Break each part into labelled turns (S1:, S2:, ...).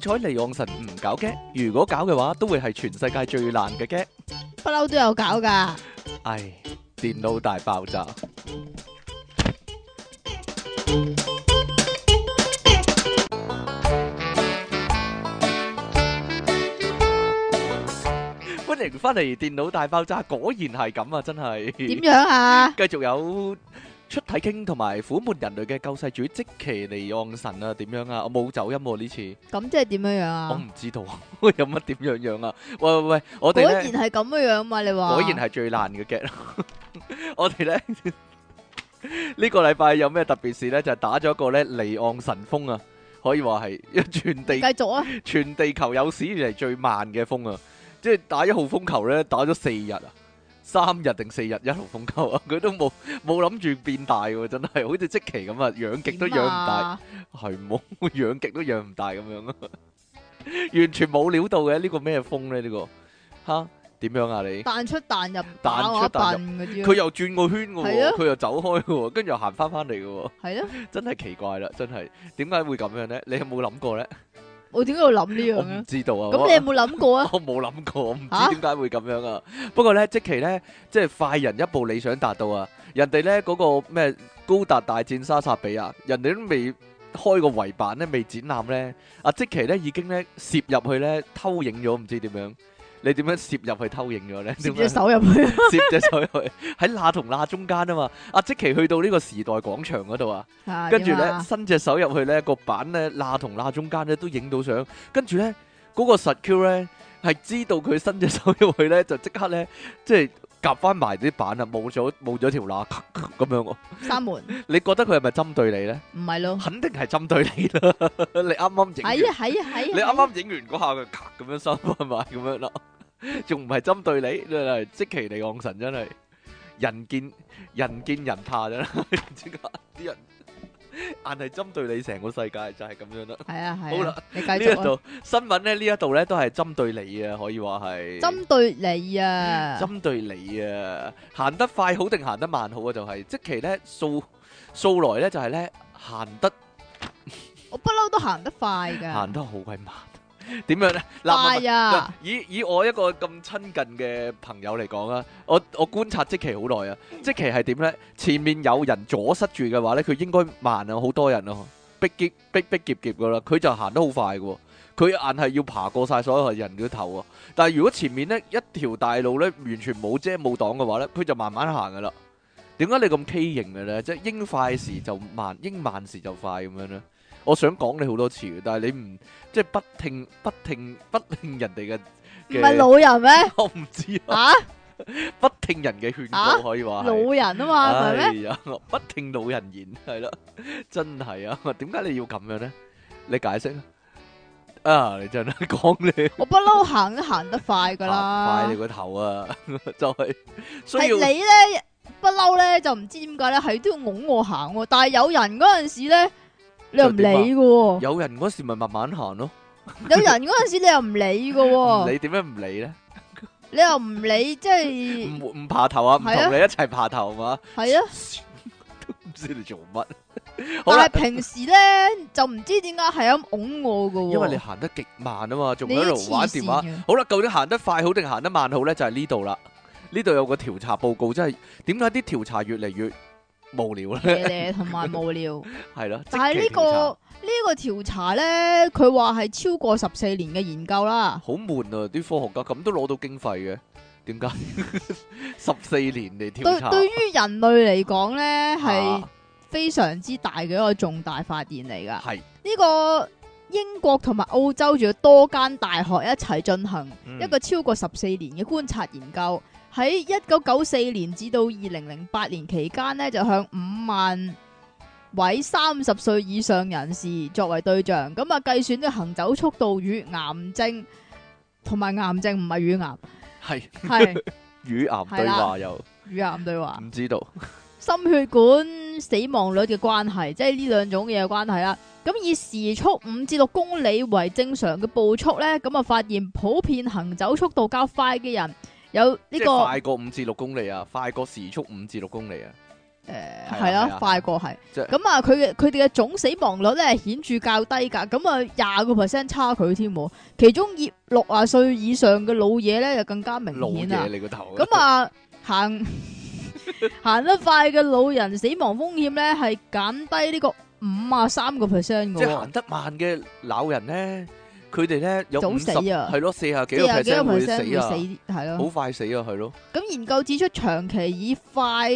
S1: 彩離岸神唔搞 gag，如果搞嘅話，都會係全世界最爛嘅 gag。
S2: 不嬲都有搞噶。
S1: 唉，電腦大爆炸。歡迎翻嚟《電腦大爆炸》，果然係咁啊，真係。
S2: 點樣啊？
S1: 繼續有出體傾同埋苦悶人類嘅救世主即其尼昂神啊，點樣啊？我冇走音喎呢次，
S2: 咁即係點樣樣
S1: 我
S2: 啊？
S1: 唔知道 有乜點樣樣啊！喂喂喂，我
S2: 果
S1: 哋
S2: 然
S1: 咧
S2: 係咁樣樣嘛？你話
S1: 果然係最爛嘅 get 我 哋咧呢個禮拜有咩特別事咧？就係打咗一個咧尼昂神風啊，可以話係 全地
S2: 繼續啊！
S1: 全地球有史以嚟最慢嘅風啊！即係打一號風球咧，打咗四日啊，三日定四日一號風球啊，佢都冇冇諗住變大喎，真係好似即期咁啊，養極都養唔大，
S2: 大。
S1: 係冇養極都養唔大咁樣啊， 完全冇料到嘅呢、個咩風咧？呢、個吓點樣啊你？
S2: 彈出彈入，
S1: 彈
S2: 打
S1: 出
S2: 我一
S1: 彈
S2: 笨嗰啲
S1: 佢
S2: 咯。
S1: 又轉個圈嘅
S2: 係
S1: 喎，
S2: 啊
S1: 佢又走開嘅喎，跟住又行翻翻嚟嘅喎，
S2: 係咯，
S1: 真係奇怪啦，真係點解會咁樣咧？你有冇諗過咧？
S2: 我點解要諗呢
S1: 我
S2: 樣
S1: 唔
S2: 咧？
S1: 知道啊。
S2: 咁
S1: 我
S2: 你有冇諗過 啊？
S1: 我冇諗過，我唔
S2: 嚇
S1: 知點解會咁樣啊！不過咧，即期咧，即係快人一步，理想達到啊！人哋咧嗰個咩高達大戰莎薩比亞，人哋都未開個圍板咧，未展覽咧，阿即期咧已經咧攝入去咧偷影咗，唔知點樣。你點樣攝入去偷影咗咧？
S2: 攝
S1: 點樣
S2: 隻手入去，
S1: 攝隻手入去？喺罅同罅中間啊嘛！阿即期去到呢個時代廣場嗰度啊！
S2: 啊
S1: 跟住
S2: 點
S1: 咧
S2: 啊
S1: 伸隻手入去咧個板咧罅同罅中間咧都影到相，跟住咧嗰個實 Q 咧係知道佢伸隻手入去咧就即刻咧即係夾翻埋啲板啊，冇咗冇咗條罅咁樣喎。
S2: 閂門，
S1: 你覺得佢係咪針對你咧？
S2: 唔係咯？
S1: 肯定係針對你啦！ 你啱啱
S2: 哎
S1: 影
S2: 呀
S1: 完，，
S2: 係呀，係呀，
S1: 你啱啱影完嗰下佢咔咁 樣收翻埋咁樣啦，仲唔係針對你？你係即其你昂神真係人見人見人怕真 係，即刻啲人硬係針對你成個世界就係咁樣啦。
S2: 係啊，係。
S1: 好
S2: 好
S1: 啦
S2: 啦，你繼
S1: 呢
S2: 續
S1: 一
S2: 啊。
S1: 度新聞咧，呢一度咧都係針對你啊，可以話係
S2: 針對你啊，
S1: 針對你啊，行得快好定行得慢好啊？就係即其咧數數來咧就係咧行得
S2: 我不嬲都行得快噶，
S1: 行得好鬼慢，點樣咧？嗱，
S2: 快
S1: 嗱
S2: 啊！
S1: 以以我一個咁親近嘅朋友嚟講啊，我我觀察即期好耐啊，即期係點咧？前面有人阻塞住嘅話咧，佢應該慢啊，好多人啊，逼劫逼逼劫劫噶啦，佢就行得好快嘅喎，佢硬係要爬過晒所有人嘅頭啊！但係如果前面咧一條大路咧完全冇遮冇擋嘅話咧，佢就慢慢行噶啦。點解你咁畸形嘅咧？即係應快時就慢，應慢時就快咁樣咧？我想講你好多次嘅，但係你唔即係不聽不聽不聽人哋嘅
S2: 唔
S1: 嘅
S2: 係老人咩？
S1: 我唔知啊，
S2: 啊，
S1: 不聽人嘅勸
S2: 啊
S1: 告可以話
S2: 老
S1: 係。
S2: 人啊嘛，唔係咩？
S1: 哎呀，不聽老人言係啦，真係啊！點解你要咁樣咧？你解釋啊！啊，你真係講你
S2: 我不嬲行都行得快噶
S1: 行
S2: 啦
S1: 啊快你，個頭啊， 就係需
S2: 係
S1: 要
S2: 你咧不嬲咧就唔知點解咧，係都要拱我行喎。但係有人嗰陣時咧，你又唔
S1: 啊
S2: 理噶喎；
S1: 有人嗰時咪慢慢行咯，
S2: 有人嗰陣時你又唔理 噶
S1: 唔
S2: 喎，
S1: 理點樣唔理咧？
S2: 你又唔理，即係
S1: 唔唔爬頭啊，唔同
S2: 係啊
S1: 你一齊爬頭嘛？
S2: 係啊。
S1: 都唔知你做乜。
S2: 哦
S1: 好
S2: 但
S1: 啦呃
S2: 係，平時咧就唔知點解係咁拱我噶喎，
S1: 因為你行得極慢啊嘛，仲
S2: 你
S1: 喺
S2: 要
S1: 度玩電話
S2: 黐。線嘅
S1: 好啦，究竟行得快好定行得慢好呢？就係呢度啦。呢度有個調查報告，真係點解啲調查越嚟越無聊呢？
S2: 騎呢同埋無 聊。
S1: 係啦，
S2: 但係
S1: 即
S2: 呢
S1: 期調
S2: 個
S1: 查
S2: 呢個調查咧，佢話係超過十四年嘅研究啦。
S1: 好悶啊！啲科學家咁都攞到經費嘅，點解 十四年嚟調
S2: 對
S1: 查？
S2: 對於人類嚟講咧，係
S1: 啊
S2: 非常之大嘅一個重大發現嚟噶。
S1: 係
S2: 呢個英國同埋澳洲仲有多間大學一齊進行
S1: 嗯
S2: 一個超過十四年嘅觀察研究，喺一九九四年至到二零零八年期間呢，就向五萬位三十歲以上人士作為對象，咁啊計算咗行走速度與癌症同埋癌症唔係乳癌，
S1: 係
S2: 係啊
S1: 與癌對話又
S2: 乳癌對話。
S1: 唔知道，
S2: 心血管死亡率嘅關係，即係呢兩種嘢嘅關係啦。咁以時速五至六公里為正常嘅步速呢，咁啊發現普遍行走速度較快嘅人有呢
S1: 即係
S2: 個
S1: 快過五至六公里啊，快過時速五至六公里啊，
S2: 诶
S1: 係啊
S2: 呃係
S1: 係
S2: 啦
S1: 啊，
S2: 快過係。
S1: 即係
S2: 咁啊，佢嘅佢哋嘅總死亡率咧顯著較低㗎，咁啊廿個 percent 差距添喎，其中葉六啊歲以上嘅老嘢咧就更加明
S1: 老
S2: 顯啊
S1: 嘢。你個頭。
S2: 咁啊，行 行得快嘅老人死亡風險咧係減低呢個五啊三個 percent
S1: 即係
S2: 嘅喎，
S1: 行得慢嘅老人咧，佢哋咧有
S2: 早
S1: 五
S2: 死
S1: 十
S2: 啊
S1: 係咯，四啊幾
S2: 即
S1: 個
S2: 係有幾
S1: percent
S2: 個
S1: 會
S2: percent
S1: 死啊，
S2: 會死係
S1: 好
S2: 咯。
S1: 快死啊，係咯，
S2: 咁研究指出，長期以快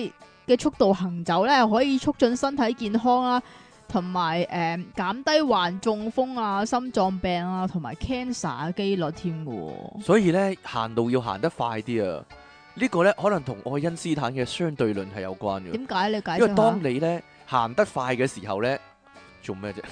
S2: 嘅速度行走咧，可以促進身體健康啦，同埋誒減低患中風啊、心臟病啊同埋 cancer 嘅機率添嘅喎。
S1: 所以咧行路要行得快啲啊。呢個咧可能同愛因斯坦嘅相對論係有關嘅。
S2: 點解你解
S1: 因為
S2: 釋下？
S1: 當你咧行得快嘅時候咧，做咩啫？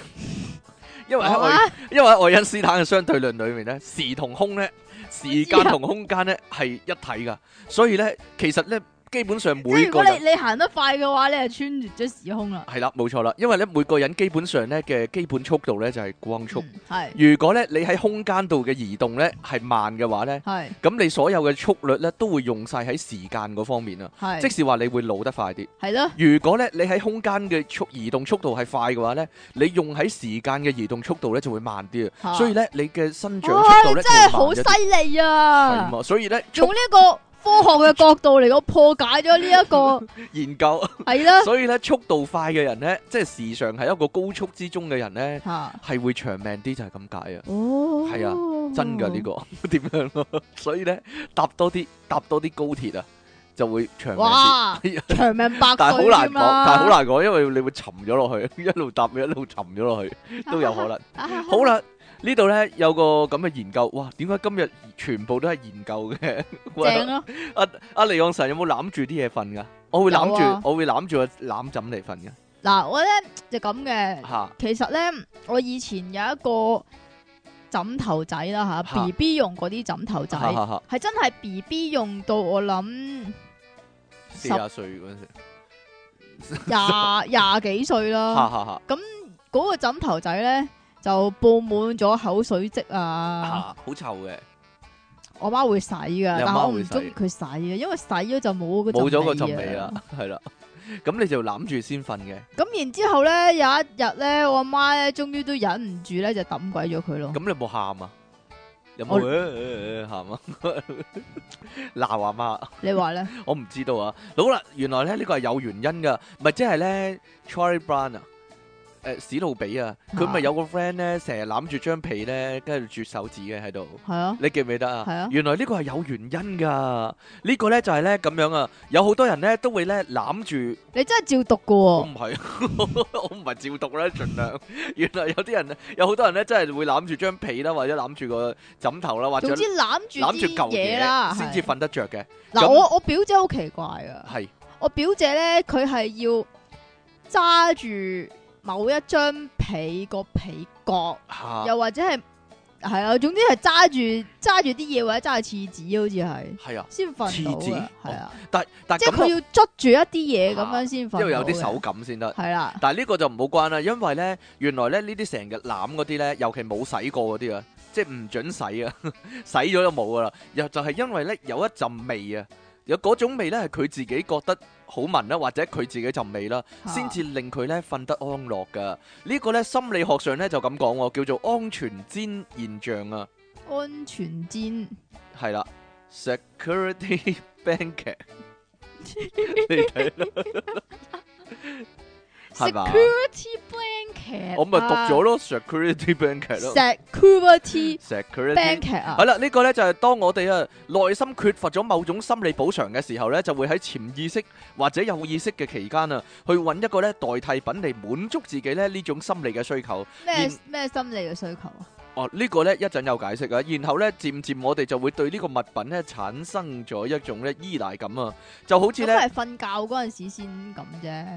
S1: 因為喺
S2: 講
S1: 愛
S2: 啊
S1: 因為喺愛因斯坦嘅相對論裏面咧，時同空咧，時間
S2: 知啊
S1: 同空間咧係一體噶，所以咧其實咧基本上
S2: 即係
S1: 每
S2: 如
S1: 個
S2: 果
S1: 人
S2: 你你行得快嘅話，你係穿越咗時空啦。
S1: 係啦，冇錯啦，因為咧每個人基本上咧嘅基本速度咧就係光速。
S2: 嗯係
S1: 如果咧你喺空間度嘅移動咧係慢嘅話咧，
S2: 係
S1: 咁你所有嘅速率咧都會用晒喺時間嗰方面啊，即
S2: 係
S1: 是話你會老得快啲。
S2: 係咯，
S1: 如果咧你喺空間嘅速移動速度係快嘅話咧，你用喺時間嘅移動速度咧就會慢啲啊，
S2: 嚇
S1: 所以咧你嘅生長
S2: 哇！
S1: 速
S2: 你
S1: 度咧就
S2: 真
S1: 會
S2: 係
S1: 慢
S2: 好
S1: 一啲。
S2: 犀利
S1: 係
S2: 啊！
S1: 嘛，所以咧
S2: 用呢一個科學嘅角度嚟講，破解咗呢 一個
S1: 研究，
S2: 係啦
S1: 所以咧速度快嘅人咧，即係時常係一個高速之中嘅人咧，
S2: 嚇。
S1: 係會長命啲，就係咁解啊！
S2: 哦，
S1: 係啊真㗎呢、個 點樣咯？所以咧搭多啲搭多啲高鐵啊，就會長命啲。
S2: 哇
S1: 哎呀，
S2: 長命百
S1: 但係好
S2: 歲
S1: 難
S2: 添啊
S1: 講，但係好
S2: 啦，
S1: 難講，因為你會沉咗落去，一 路搭一路沉咗落 去都有可能。
S2: 但好
S1: 好，啦，呢度咧有個咁嘅研究，哇！點解今日全部都係研究嘅？
S2: 正啊咯，
S1: 阿阿離岸神有冇攬住啲嘢瞓噶？我會攬
S2: 有啊
S1: 住，我會攬住個攬枕嚟瞓嘅
S2: 嗱我咧就咁嘅，
S1: 嚇。
S2: 其實咧我以前有一個枕頭仔啦
S1: 嚇
S2: 吓，B B 用嗰啲枕頭仔，
S1: 嚇嚇嚇！
S2: 係真係 B B 用到我諗
S1: 四啊
S2: 十
S1: 廿歲嗰陣時，
S2: 廿廿幾歲
S1: 嚇
S2: 啦，
S1: 嚇嚇
S2: 嗰個枕頭仔咧就布滿咗口水跡啊，
S1: 嚇，好臭嘅，
S2: 我媽會洗噶，
S1: 你阿媽
S2: 但我
S1: 會
S2: 唔
S1: 洗
S2: 中意佢洗嘅，因為洗咗就冇嗰
S1: 冇咗個
S2: 陣啊
S1: 陣味啊啦，係啦。咁你就攬住先瞓嘅，
S2: 咁然之後咧，有一日咧，我阿媽咧，終於都忍唔住咧，就抌鬼咗佢咯。
S1: 咁你有冇喊啊？有
S2: 我
S1: 冇呃喊啊？ 鬧阿媽。
S2: 你話咧，
S1: 我唔知道啊。好啦，原來咧呢個係有原因噶，咪即係咧 Charlie Brown 啊，誒、史努比啊，佢咪
S2: 啊
S1: 有個 friend 咧，成日攬住張被咧，跟住啜手指嘅喺度。
S2: 係啊，
S1: 你記唔記得啊？
S2: 係啊
S1: 原來呢個係有原因噶。呢個咧就係咧咁樣啊，有好多人咧都會咧攬住，
S2: 你真係照讀噶
S1: 我
S2: 喎。
S1: 唔係， 我唔係照讀啦，盡量。原來有啲人，有好多人咧真係會攬住張被啦，或者攬住個枕頭啦，或者
S2: 總之攬住
S1: 攬住
S2: 啲
S1: 嚿
S2: 嘢啦，
S1: 嘢先至
S2: 係
S1: 瞓得着嘅，咁
S2: 嗱，我我表姐好奇怪噶，
S1: 係
S2: 我表姐咧，佢係要揸住某一張被個被角，
S1: 嚇。
S2: 又或者係係啊，總之係揸住揸住啲嘢或者揸住廁紙，好似係
S1: 係啊，
S2: 先瞓到
S1: 廁紙
S2: 㗎，係啊，
S1: 但但
S2: 即係
S1: 咁
S2: 佢
S1: 我啊
S2: 要捉住一啲嘢咁樣先瞓到嘅。
S1: 因為有啲手感先得。
S2: 係啦，
S1: 但係呢個就唔好關啦，因為咧原來咧呢啲成日攬嗰啲咧，尤其冇洗過嗰啲啊，即係唔准洗啊， 洗咗就冇噶啦。又就係因為咧有一陣味啊，有嗰種味咧係佢自己覺得好聞啦，或者佢自己陣味啦，
S2: 啊
S1: 先至令佢咧瞓得安樂噶。呢個咧心理學上咧就咁講喎，叫做安全氈現象啊，
S2: 安全氈。
S1: 係啦，security blanket，你睇啦，係嘛？
S2: Security blanket，啊
S1: 我咪讀咗
S2: 咯
S1: 咯，security blanket 咯
S2: ，security
S1: ，security。
S2: blanket 啊
S1: 係，啦，呢個呢就係當我哋啊內心缺乏咗某種心理補償嘅時候呢，就會喺潛意識或者有意識嘅期間啊，去揾一個呢代替品嚟滿足自己呢呢種心理嘅需求。
S2: 咩
S1: 然
S2: 咩心理嘅需求啊？
S1: 哦，呢個呢一陣有解釋啊。然後呢，漸漸我哋就會對呢個物品呢產生咗一種呢依賴感啊，就好似
S2: 咁
S1: 呢。
S2: 係瞓覺嗰陣時先咁啫，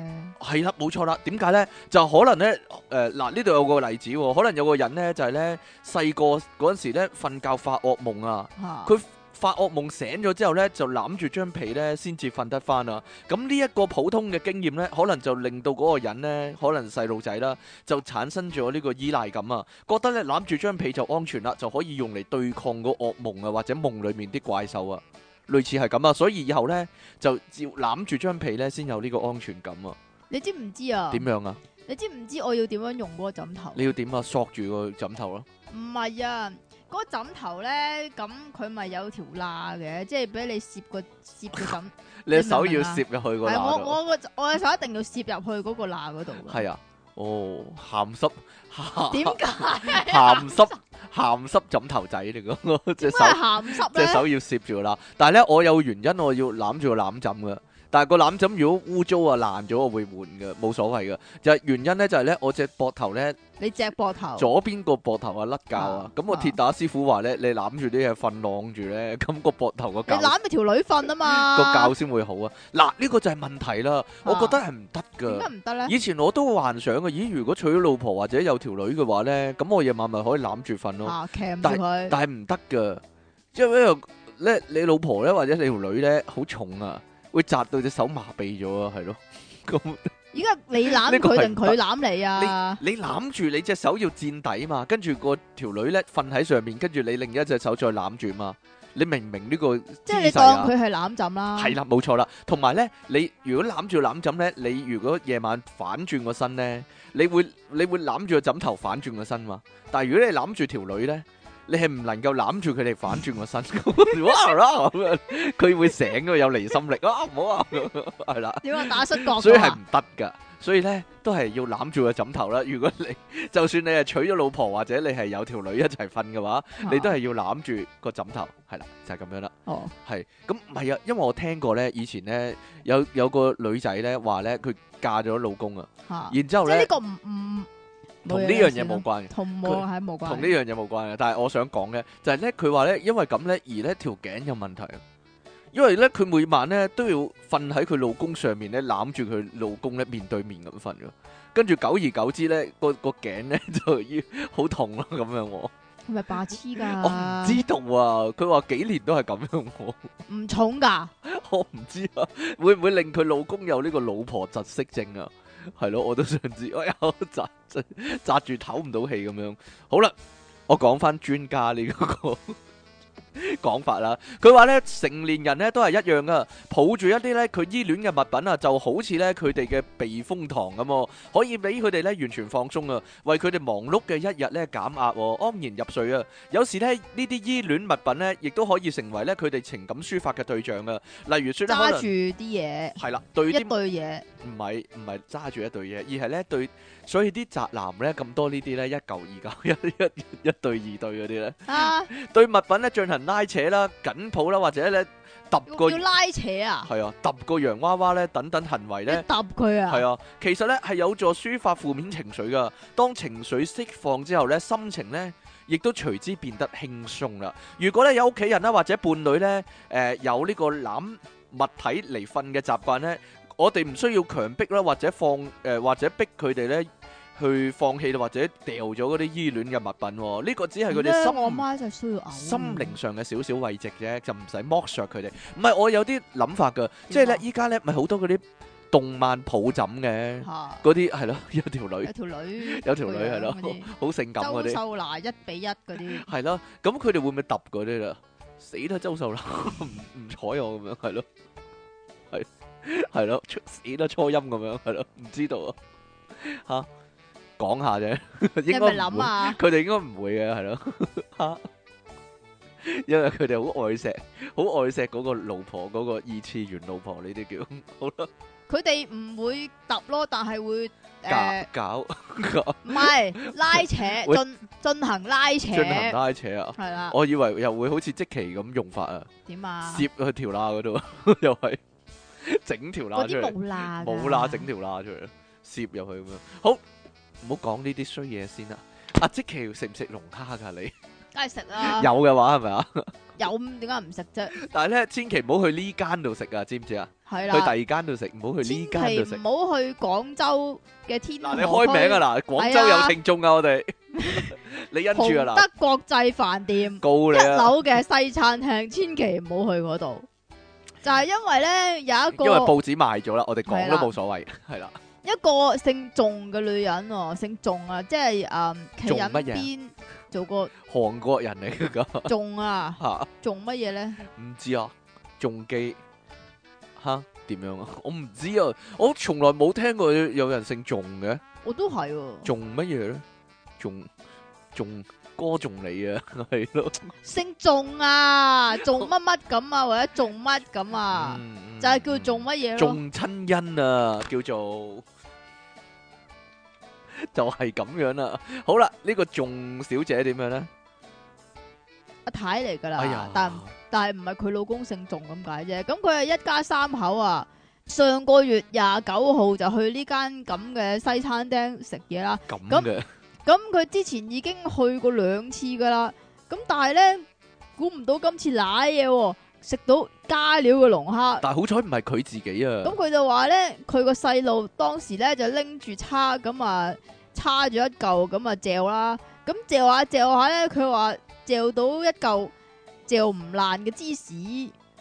S1: 係啦，冇錯啦。點解咧？就可能咧，誒嗱呢度有個例子喎，可能有個人咧就係咧細個嗰陣時咧瞓覺發惡夢啊，
S2: 吓
S1: 佢發惡夢醒咗之後咧就攬住張被咧先至瞓得翻啊。咁呢一個普通嘅經驗咧，可能就令到嗰個人咧，可能細路仔啦，就產生咗呢個依賴感啊，覺得咧攬住張被就安全啦，就可以用嚟對抗個惡夢啊，或者夢裡面啲怪獸啊。類似係咁啊，所以以後咧就照攬住張被咧先有呢個安全感啊。
S2: 你知唔知啊？
S1: 點樣啊？
S2: 你知唔知我要點樣用嗰個枕頭？
S1: 你要點啊？索住個枕頭咯，
S2: 唔係啊，嗰、個枕頭咧，咁佢咪有條罅嘅，即係俾你攝個攝個枕。
S1: 你手
S2: 明唔明
S1: 要
S2: 啊
S1: 攝入 去個
S2: 係
S1: 罅
S2: 我
S1: 度。
S2: 我個我嘅手一定要攝入去嗰個罅嗰度㗎。
S1: 係啊，哦，鹹濕
S2: 點解？
S1: 鹹濕 鹹濕枕頭仔 嚟噶，隻
S2: 點解
S1: 手
S2: 係鹹濕
S1: 隻
S2: 咧？
S1: 手要攝住啦。但係咧，我有原因，我要攬住個攬枕嘅。但係個攬枕如果污糟啊爛咗，我會換嘅，冇所謂嘅。就係原因咧，就係咧，我隻膊頭咧
S2: 你隻膊頭。
S1: 左邊個膊頭啊甩臼啊
S2: 啊。
S1: 咁我鐵打師傅話咧，你攬住啲嘢瞓晾住咧，咁個膊頭個
S2: 你
S1: 臼
S2: 攬住條女瞓啊嘛。
S1: 個臼先會好啊。嗱，呢個就係問題啦。我覺得係唔得
S2: 啊點
S1: 㗎
S2: 解。唔得咧？
S1: 以前我都幻想嘅，咦？如果娶咗老婆或者有條女嘅話咧，咁我夜晚咪可以攬住瞓咯。
S2: 啊，鉗住佢。
S1: 但係唔得噶，因為因為咧你老婆咧或者你條女咧好重啊，會扎到隻手麻痹咗啊，係咯。 咁
S2: 而家你攬
S1: 呢個
S2: 佢
S1: 係
S2: 定
S1: 唔
S2: 佢攬你啊？
S1: 你攬住你隻手要墊底嘛，跟住個條女咧瞓喺上面，跟住你另一隻手再攬住嘛。你明唔明呢個姿
S2: 即係你
S1: 勢
S2: 當
S1: 啊？
S2: 佢係攬枕啦。
S1: 係啦，冇錯啦。同埋咧，你如果攬住攬枕咧，你如果夜晚反轉個身咧，你會你會攬住個枕頭反轉個身嘛。但係如果你攬住條女咧，你係唔能夠攬住佢哋反轉個身， 哇啦咁樣，佢會醒嘅，有離心力啊，唔好啊，係啦，
S2: 點啊？打摔角㗎嘛。
S1: 所以係唔得噶。所以咧，都係要攬住個枕頭啦。如果你 就算你係娶咗老婆，或者你係有條女一齊瞓嘅話，你都
S2: 係
S1: 係要攬住個枕頭，係啦，就係咁樣啦。
S2: 哦，
S1: 係咁唔係啊，因為我聽過咧，以前咧有有個女仔咧話咧，佢嫁咗老公啊，
S2: 嚇
S1: 然之後
S2: 即係呢
S1: 咧
S2: 個唔唔
S1: 同呢樣嘢冇，
S2: 冇嘢啦算啦
S1: 關嘅，
S2: 同冇係冇關，
S1: 同呢樣嘢冇關嘅。但係我想講嘅就係咧，佢話咧，因為咁咧而咧條頸有問題啊，因為咧佢每晚咧都要瞓喺佢老公上面咧攬住佢老公咧面對面咁瞓嘅，跟住久而久之咧個個頸咧就要好痛啦咁樣 喎，
S2: 係咪白痴
S1: 我唔
S2: 㗎？
S1: 知道啊，佢話幾年都係咁樣喎。
S2: 唔重㗎，
S1: 我唔知啊，會唔會令佢老公有呢個老婆窒息症啊？係咯，我都想知。哎呀，扎扎扎住唞唔到氣咁樣。好啦，我講翻專家呢、個講法啦。佢話呢，成年人呢都係一樣噶，抱住一啲呢佢依戀嘅物品啊，就好似呢佢哋嘅避風塘咁、喎，可以俾佢哋呢完全放鬆啊，為佢哋忙碌嘅一日呢減壓、喎，安然入睡啊。有時呢，呢啲依戀物品呢，亦都可以成為呢佢哋情感抒發嘅對象啊。例如說呢，可
S2: 揸
S1: 能
S2: 住啲嘢，
S1: 係啦，對
S2: 一
S1: 啲
S2: 對嘢，
S1: 唔係唔係揸住一對嘢，而係咧對，所以啲宅男咧咁多呢啲咧一嚿二嚿 一一一對二對嗰啲咧，
S2: 啊，
S1: 對物品咧進行拉扯啦、緊抱啦，或者咧揼個
S2: 要要拉扯啊，
S1: 係啊揼個洋娃娃咧等等行為
S2: 一
S1: 咧。
S2: 揼佢啊，
S1: 係啊，其實咧係有助抒發負面情緒噶。當情緒釋放之後咧，心情咧亦都隨之變得輕鬆啦。如果咧有屋企人啦或者伴侶咧，誒、有呢個攬物體嚟瞓嘅習慣咧，我哋唔需要強迫啦，或者放誒、或者逼佢哋咧。去放棄或者掉咗嗰啲依戀嘅物品喎，呢、個只係佢哋
S2: 咁
S1: 心
S2: 呢我媽就需要嘔，啊
S1: 心靈上嘅少少慰藉啫，就唔使剝削佢哋。唔係我有啲諗法㗎，即係咧依家咧咪好多嗰啲動漫抱枕嘅，
S2: 嚇，
S1: 嗰啲係咯， 有條
S2: 有
S1: 女
S2: 條女，
S1: 有條女係咯
S2: 嗰啲
S1: 好性感嗰
S2: 周
S1: 啲，
S2: 秀娜一比一嗰啲，
S1: 係咯，咁佢哋會唔會揼嗰啲啦？死啦， 周秀娜唔唔睬我咁樣，係咯，係係咯，出死啦初音咁樣，係咯，唔知道啊，吓講下啫，
S2: 你
S1: 應該
S2: 係
S1: 唔
S2: 咪
S1: 會
S2: 諗啊？
S1: 佢哋應該唔會嘅，係咯， 嚇因為佢哋好愛錫，好愛錫嗰個老婆，嗰、個二次元老婆呢啲叫，好啦，
S2: 佢哋唔會揼咯，但係會誒，
S1: 搞搞
S2: 唔係拉扯，
S1: 會
S2: 進進行拉扯，
S1: 進行拉扯啊！
S2: 係啦，
S1: 我以為又會好似即期咁用法啊，
S2: 點啊？
S1: 攝去條罅嗰度， 又係整條
S2: 嗰
S1: 罅出
S2: 啲啊
S1: 嚟，
S2: 冇
S1: 冇
S2: 罅㗎，
S1: 罅整條罅出嚟，攝入去咁樣。好，唔好講呢啲衰嘢先啦。阿即期食唔食龍蝦㗎？你
S2: 梗係食啦，
S1: 有嘅話係咪啊？
S2: 有咁點解唔食啫？
S1: 但係咧，千祈唔好去呢間度食啊，知唔知啊？
S2: 係
S1: 去
S2: 啦
S1: 第。二間度食，唔好去呢間度
S2: 千祈
S1: 食
S2: 唔。好去廣州嘅天河
S1: 嗱，你開名
S2: 啦，
S1: 啊！嗱，廣州有聽眾啊， 我哋你因
S2: 洪
S1: 住啊嗱，
S2: 德國際飯店
S1: 告
S2: 一
S1: 你啊，
S2: 樓嘅西餐廳，千祈唔好去嗰度，就係因為咧有一
S1: 因為
S2: 個
S1: 報紙賣咗啦，我哋講都
S2: 係啦
S1: 冇所謂， 係啦，
S2: 一個姓仲嘅女人喎，姓仲啊，即係誒企
S1: 仲
S2: 人
S1: 乜嘢啊
S2: 邊做個
S1: 韓國人嚟噶，
S2: 仲啊
S1: 嚇，
S2: 仲乜嘢咧？
S1: 唔知啊，中基吓點樣啊？我唔知啊，我從來冇聽過有人姓仲嘅，
S2: 我都係喎，
S1: 仲乜嘢咧？仲仲歌頌你啊， 係咯，
S2: 姓仲啊，仲乜乜咁啊，或者仲乜咁啊，
S1: 嗯
S2: 就係叫仲乜嘢咯。
S1: 仲親恩啊，叫 做就係咁樣啦。好啦，呢個仲小姐點樣咧？
S2: 阿太嚟噶
S1: 哎
S2: 啦
S1: 呀，，
S2: 但但係唔係佢老公姓仲咁解啫。咁佢係一家三口啊。上個月廿九號就去呢間咁嘅西餐廳食嘢啦。
S1: 咁
S2: 咁
S1: 嘅
S2: 咁佢之前已經去過兩次噶啦，咁但係咧，估唔到今次濑嘢喎，食到加料嘅龍蝦。
S1: 但係好彩唔係佢自己啊。
S2: 咁佢就話咧，佢個細路當時咧就拎住叉咁啊，叉住一嚿咁啊嚼啦，咁嚼下嚼下咧，佢話嚼到一嚿嚼唔爛嘅芝士，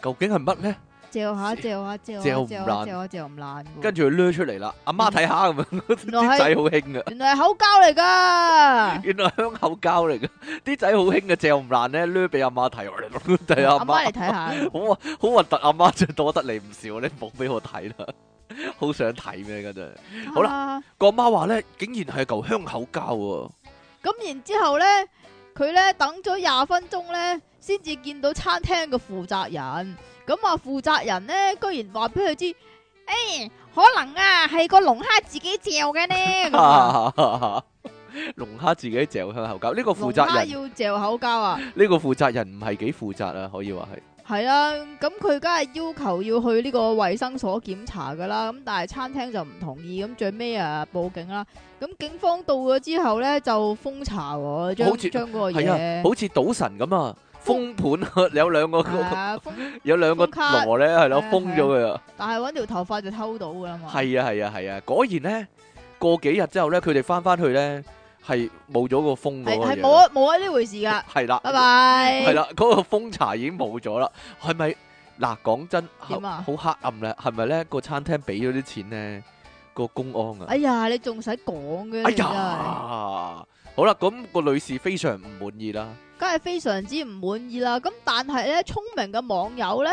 S1: 究竟係乜咧？
S2: 嚼下嚼下嚼
S1: 嚼
S2: 下
S1: 唔
S2: 嚼
S1: 爛
S2: 下嚼下嚼唔爛喎。
S1: 跟住佢掠出嚟啦，阿媽 睇下咁樣，
S2: 原
S1: 啲
S2: 來係
S1: 仔好興噶。，
S2: 原來係口膠嚟噶
S1: 原來香口膠嚟嘅，啲仔好興嘅，嚼唔爛咧，掠俾阿媽 睇，睇哎阿
S2: 阿媽
S1: 媽
S2: 嚟，睇下。
S1: 好啊，好核突，阿媽就多得你唔少，你冇俾我睇 啦，好想睇咩嗰陣。 好啦
S2: 啦。
S1: 個阿媽話咧，竟然係嚿香口膠喎，
S2: 咁然之後咧，佢咧等咗廿分鐘咧，先至見到餐廳嘅負責人。咁啊，負責人咧居然話俾佢知，誒、哎可能啊係個龍蝦自己嚼嘅呢。 咁啊
S1: 龍蝦自己嚼香口膠，呢個負
S2: 龍
S1: 責
S2: 蝦
S1: 人，
S2: 要嚼口膠啊，
S1: 呢個負責人唔係幾負責啊，可以話係。
S2: 係啦、咁佢梗係要求要去呢個衞生所檢查噶啦。咁但係餐廳就唔同意，咁最尾啊報警啦。咁警方到咗之後咧就封查喎，
S1: 好
S2: 將
S1: 似
S2: 將嗰個
S1: 係啊，
S2: 哦嘢哦
S1: 好似賭神咁啊，封盤啊， 有兩個
S2: 係啊封
S1: 有兩個
S2: 封卡
S1: 羅咧，係咯
S2: 係，啊
S1: 封咗佢啊。
S2: 但係揾條頭髮就偷到噶啦嘛。
S1: 係啊係啊係啊，果然咧，過幾日之後咧，佢哋翻翻去咧係冇咗個封
S2: 系
S1: 嗰
S2: 系
S1: 個嘢
S2: 冇啊冇啊呢回事噶，
S1: 係啦，
S2: 拜拜。
S1: 係，啦，嗰個封茶已經冇咗啦，係咪？嗱，講真，好
S2: 點啊
S1: 好黑暗咧，係咪咧？個餐廳俾咗啲錢咧，個公安啊，
S2: 哎呀，你仲使講嘅，
S1: 哎
S2: 你真係，
S1: 呀，好啦，咁個女士非常唔滿意啦，
S2: 梗係非常之唔滿意啦。咁但係咧，聰明嘅網友咧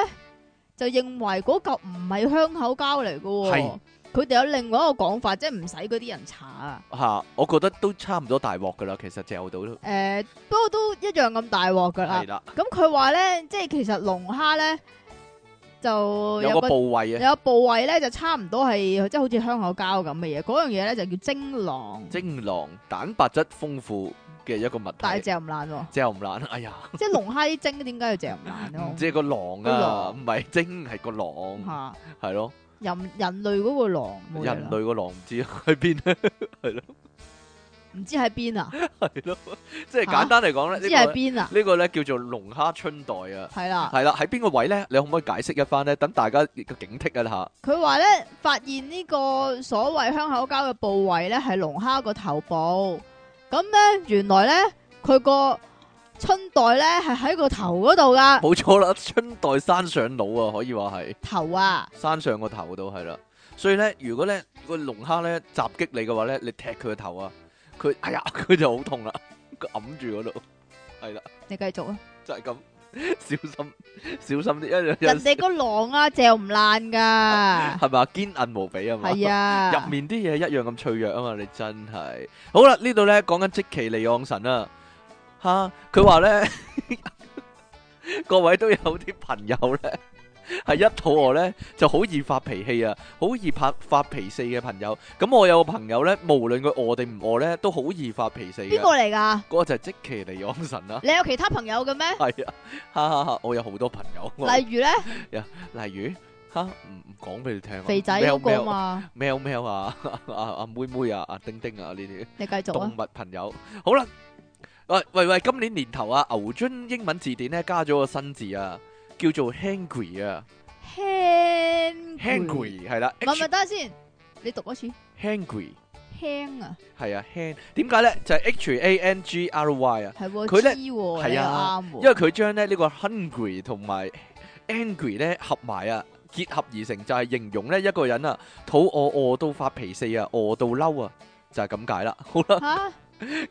S2: 就認為嗰嚿唔係香口膠嚟嘅
S1: 係
S2: 喎，佢哋有另外一個講法，即係唔使嗰啲人查啊。
S1: 吓，我覺得都差唔多大鑊噶啦，其實嚼到都
S2: 誒，呃不過都一樣咁大鑊㗎啦
S1: 係。啦，
S2: 咁佢話咧，即係其實龍蝦咧就
S1: 有
S2: 有
S1: 個
S2: 個
S1: 部位啊，
S2: 有個部位咧就差唔多係即係好似香口膠咁嘅嘢，嗰樣嘢咧就叫精囊，
S1: 精囊蛋白質豐富嘅一個物
S2: 但係
S1: 體，
S2: 嚼唔 爛喎。
S1: 嚼唔爛，哎呀！
S2: 即係龍蝦啲精點解要嚼唔 爛咯？
S1: 即係個狼
S2: 哦個
S1: 啊，
S2: 狼
S1: 唔係精係個狼，
S2: 嚇
S1: 係咯，
S2: 人人類嗰個狼冇嘢啦，
S1: 人類個狼唔知去邊 咧，
S2: 唔知喺 邊啊？
S1: 係咯，即係
S2: 嚇
S1: 簡單嚟講
S2: 唔知
S1: 咧，呢
S2: 喺
S1: 個
S2: 邊啊？
S1: 呢個咧叫做龍蝦春袋啊，
S2: 係啦，
S1: 係啦，喺邊個位咧？你可唔可以解釋一番咧？等大家個警惕一下，
S2: 佢話咧發現呢個所謂香口膠嘅部位咧係龍蝦個頭部，咁咧原來咧佢個春袋咧係喺個頭嗰度噶，
S1: 冇錯啦，春袋山上腦啊，可以話係
S2: 頭啊
S1: 山上個頭都係啦，所以咧，如果咧個龍蝦咧襲擊你嘅話咧，你踢佢個頭啊，佢 哎呀，佢就好痛啦， 佢揞住嗰度，係啦，
S2: 你繼續啊！
S1: 就係咁，小心小心啲，因為有
S2: 人哋個狼啊嚼唔爛 噶，
S1: 係嘛？堅韌無比啊嘛。
S2: 係
S1: 入
S2: 啊，
S1: 面啲嘢一樣咁脆弱啊嘛，你真係。好啦，呢度咧講緊即其利昂神啊，吓佢話咧， 各位都有啲朋友咧。 係一肚餓咧，就好易發脾氣啊，好易發發脾氣嘅朋友。咁我有個朋友咧，無論佢餓定唔餓咧，都好易發脾氣嘅。
S2: 邊個嚟㗎？
S1: 嗰個就係即其利昂神啦。
S2: 你有其他朋友嘅咩？
S1: 係啊，哈哈哈！我有好多朋友喎，
S2: 例如咧
S1: 例如吓唔唔講俾你聽啊，
S2: 肥仔
S1: 喵
S2: 嗰個
S1: 喵
S2: 嘛，
S1: 喵喵 啊，啊啊妹妹啊，啊丁丁啊呢啲
S2: 你繼續啊
S1: 動。物朋友，好啦，喂喂喂，今年年頭啊，牛津英文字典咧加咗個新字啊，叫做 hungry 啊
S2: hungry
S1: ，hungry 係啦
S2: 唔係唔係，等下先，你讀一次
S1: ，hungry
S2: hang 啊，
S1: 係啊，hang 點解咧？就係 h a n g r y à? 啊，
S2: 係喎，
S1: 佢呢
S2: 知喎，
S1: 係
S2: 你又
S1: 啊
S2: 啱
S1: 因
S2: 喎，
S1: 為佢將咧呢個 hungry 同埋 angry 咧合埋啊，結合而成就係形容咧一 à? 個人啊，肚餓餓到發脾氣啊，餓到嬲啊，就係咁解啦。好啦。
S2: 嚇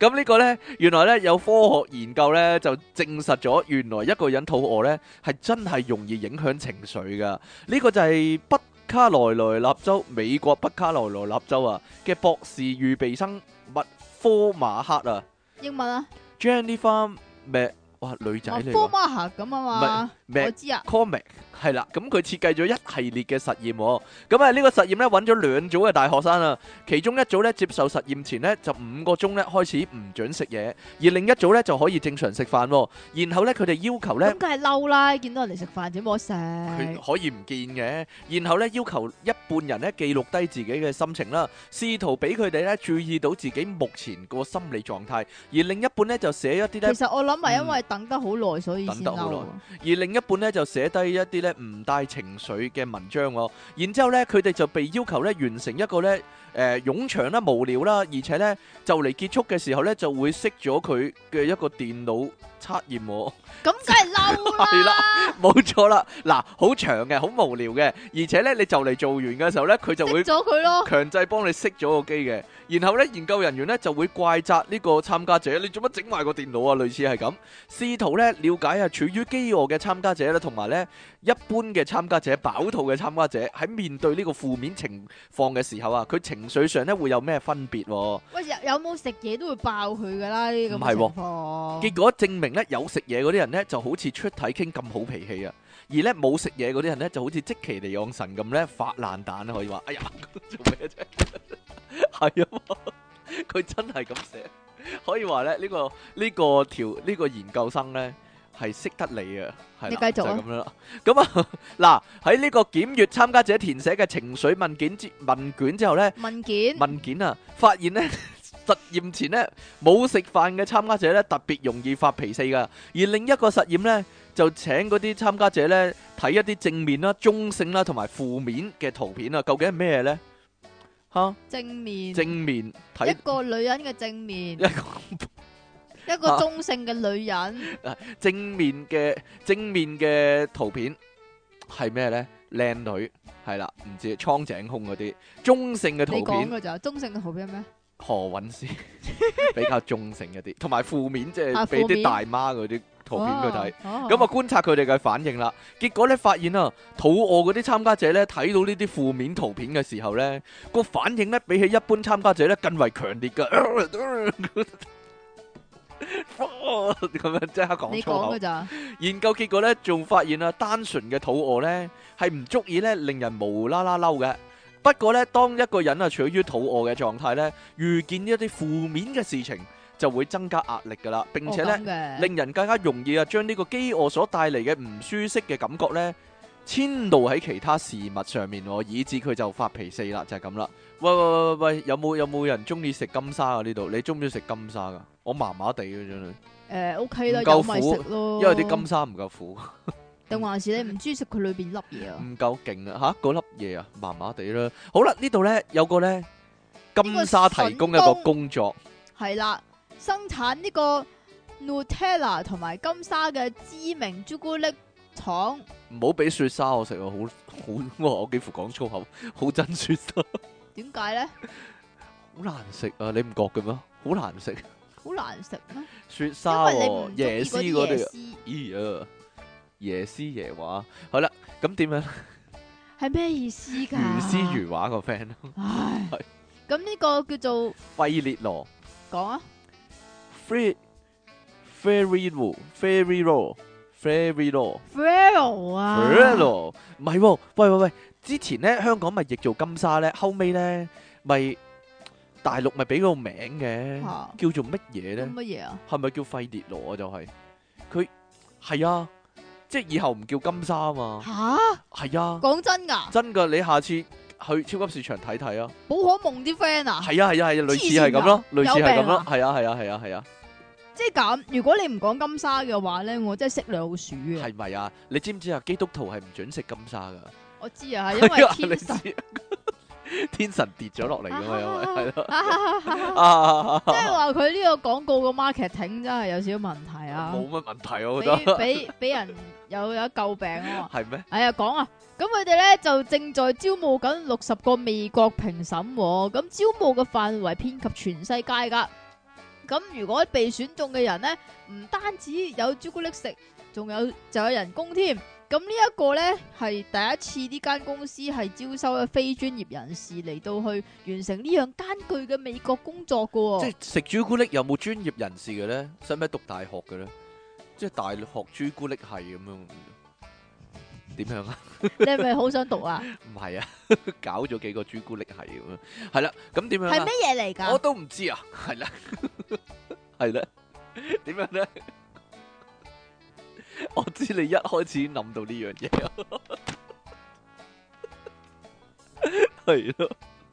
S1: 咁呢個呢，原來呢，有科學研究呢，就證實咗，原來一個人肚餓呢，係真係容易影響情緒噶。呢個就係北卡羅來納州美國北卡羅來納州啊嘅博士預備生麥科馬克啊
S2: 英文啊，
S1: ，Jennifer Mac，哇女仔
S2: 科
S1: 嚟
S2: 哦科
S1: 喎
S2: 馬克咁啊嘛，
S1: ，Mac
S2: 我知啊，
S1: Comic 係啦，咁佢設計咗一系列嘅實驗喎。咁啊，呢個實驗咧揾咗兩組嘅大學生啊，其中一組咧接受實驗前咧就五個鐘咧開始唔准食嘢，而另一組咧就可以正常食飯喎。然後咧佢哋要求咧
S2: 咁梗係嬲啦，見到人哋食飯點冇得食，
S1: 佢可以唔見嘅，然後咧要求一半人咧記錄低自己嘅心情啦，試圖俾佢哋咧注意到自己目前個心理狀態，而另一半咧就寫一啲咧
S2: 其。實我諗係因為等得好耐，所以先
S1: 等得好
S2: 嬲
S1: 耐
S2: 啊。
S1: 而另一半咧就寫低一啲咧唔帶情緒嘅文章喎、然之後咧佢哋就被要求咧完成一個咧誒冗長啦、無聊啦，而且咧就嚟結束嘅時候咧就會熄咗佢嘅一個電腦測驗喎、
S2: 咁梗係嬲
S1: 係
S2: 啦，
S1: 冇錯啦，嗱，好長嘅，好無聊嘅，而且咧你就嚟做完嘅時候咧 佢就會
S2: 熄咗佢咯。
S1: 強制幫你熄咗個機嘅，然後咧研究人員咧就會怪責呢個參加者，你做乜整壞個電腦啊？類似係咁，試圖咧了解下處於飢餓嘅參加者咧，同埋咧一般嘅參加者、飽肚嘅參加者喺面對呢個負面情況嘅時候啊，佢情緒上咧會有咩分別喎、
S2: 喂，有有冇食嘢都會爆佢噶啦，呢啲咁
S1: 唔
S2: 嘅
S1: 係喎
S2: 情況
S1: 結果證明咧有食嘢嗰啲人咧就好似出體傾咁好脾氣啊，而咧冇食嘢嗰啲人咧就好似即其尼昂神咁咧發爛蛋啊可以話，哎呀做咩啫？係啊嘛，佢真係咁寫，可以話咧呢個呢、個條呢、個研究生咧係識得你啊，係
S2: 你
S1: 啦，
S2: 繼續啊
S1: 就係咁樣啦。咁啊嗱喺呢個檢閱參加者填寫嘅情緒問卷之問卷之後咧。
S2: 文件
S1: 文件啊， 發現呢實驗前呢冇食飯嘅參加者呢特別容易發脾氣噶，而另一個實驗呢，就請嗰啲參加者呢睇一啲正面啦、中性啦同埋負面嘅圖片啊，究竟係咩呢？吓，
S2: 正面，
S1: 正面睇
S2: 一個女人嘅正面
S1: 一，個
S2: 一個中性嘅女人，
S1: 正面嘅正面嘅圖片係咩呢？靚女係啦，唔知蒼井空嗰啲中性嘅
S2: 你
S1: 圖
S2: 講
S1: 片，
S2: 嘅咋？中性嘅圖片係咩？
S1: 何韻 詩比較中性一啲，同埋負面即係
S2: 啊負
S1: 俾啲
S2: 面
S1: 大媽嗰啲圖片佢睇。
S2: 哦。
S1: 咁啊，
S2: 哦
S1: 觀察佢哋嘅反應啦。結果咧，發現啊，肚餓嗰啲參加者咧，睇到呢啲負面圖片嘅時候咧，個反應咧，比起一般參加者咧，更為強烈噶。呃呃咁樣即刻講
S2: 你
S1: 粗
S2: 講
S1: 口
S2: 嘅。咋？
S1: 研究結果咧，仲發現啊，單純嘅肚餓咧係唔足以咧令人無啦啦嬲嘅。不過咧，當一個人啊處於肚餓嘅狀態咧，遇見一啲負面嘅事情就會增加壓力噶啦。並且
S2: 哦
S1: 咧
S2: 咁，嘅
S1: 令人更加容易啊將呢個飢餓所帶嚟嘅唔舒適嘅感覺咧，遷怒喺其他事物上面喎，以致佢就發脾氣啦，就係咁啦。喂喂喂喂，有冇有冇人中意食金沙啊？呢度你中唔中意食金沙噶？我麻麻地嘅真係，
S2: 诶 OK 啦，
S1: 唔夠
S2: 有咪
S1: 苦
S2: 食咯。
S1: 因為啲金沙唔夠苦。
S2: 定還是你唔中意食佢裏边粒嘢啊？
S1: 唔夠勁啊！吓，嗰粒嘢啊，麻麻地啦。好啦，呢度呢，有個呢金沙提供一個工作，
S2: 係啦，生產呢個 Nutella 同埋金沙嘅知名朱古力廠，
S1: 唔好俾雪沙我食啊！好好，我幾乎講粗口，好憎雪沙，
S2: 點解咧？
S1: 好難食啊！你唔覺嘅咩？好難食
S2: 好難食咩？
S1: 雪沙
S2: 因為你唔
S1: 喎，椰
S2: 中
S1: 絲
S2: 意
S1: 嗰
S2: 嗰啲
S1: 啲啊，
S2: 椰絲
S1: 咦啊，椰絲椰話。好啦，咁點樣？
S2: 係咩意思㗎？
S1: 如詩如畫個 friend 咯
S2: 唉
S1: 係，
S2: 咁呢個叫做
S1: 費列羅
S2: 講啊，
S1: ，Free Fairy Law Fairy Law Fairy Law。
S2: f r e l 啊
S1: Ferrero，唔係喎，喂喂喂，之前咧香港咪譯做金沙咧，後尾咧咪大陸咪俾個名嘅，
S2: 嚇
S1: 叫做乜嘢
S2: 叫
S1: 咧？
S2: 乜嘢啊？
S1: 係咪叫費列羅啊？就係佢係啊，即係以後唔叫金沙啊嘛，
S2: 吓，
S1: 係啊，
S2: 講真㗎，
S1: 真噶，你下次去超級市場睇睇啊，
S2: 寶可夢啲 friend 啊，
S1: 係啊係啊係啊，類似
S2: 黐線
S1: 係咁咯
S2: 啊，
S1: 類似係咁咯
S2: 有病啊，
S1: 係啊係啊係啊係啊，
S2: 即係咁。如果你唔講金沙嘅話咧，我真係識老鼠啊！
S1: 係咪啊？你知唔知啊？基督徒係唔准食金沙噶。
S2: 我知啊，係因
S1: 係啊
S2: 為天神
S1: 你知 天神跌咗落嚟噶嘛，因為係咯啊
S2: 即係話佢呢個廣告個 marketing 真係有少少問題啊，
S1: 冇乜問題我覺
S2: 俾
S1: 得
S2: 俾俾人有有救病啊嘛。
S1: 係咩？
S2: 哎呀，講啊，咁佢哋咧就正在招募緊六十個美國評審喎，咁招募嘅範圍遍及全世界噶。咁咁如果被選中嘅人呢，唔單止有朱古力食，仲有就有人工添。咁呢一個呢，係第一次呢間公司係招收嘅非專業人士嚟到去完成呢樣艱巨嘅美國工作噶、喎。
S1: 即係食朱古力有冇專業人士嘅咧？使唔使讀大學嘅咧？即係大學朱古力系咁樣點樣啊？
S2: 你係咪好想讀啊？
S1: 唔係啊， 搞咗幾個朱古力系咁樣，係啦，咁點樣
S2: 係
S1: 啊？
S2: 乜嘢嚟㗎？
S1: 我都唔知啊，係啦， 係啦，點樣咧？ 我知你一開始已經諗到呢樣嘢 啊，係咯，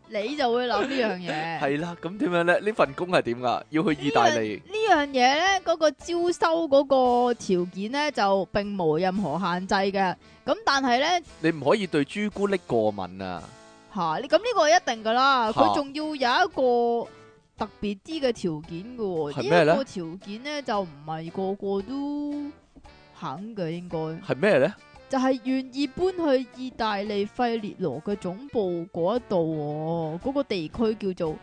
S2: 你就會諗呢樣嘢。
S1: 係啊啦，咁點樣咧？呢份工係點噶？要去意大利。
S2: 呢樣嘢呢，嗰、個招收嗰個條件呢，就並無任何限制嘅。咁但係呢，
S1: 你唔可以對朱古力過敏啊！
S2: 吓，你咁呢個一定噶啦，
S1: 嚇
S2: 佢仲要有一個特別啲嘅條件嘅
S1: 係
S2: 喎，
S1: 咩
S2: 呢
S1: 呢
S2: 一個條件咧就唔係個個都肯嘅，應該
S1: 係咩咧？
S2: 就係願意搬去意大利費列羅嘅總部嗰一度喎，嗰個地區叫做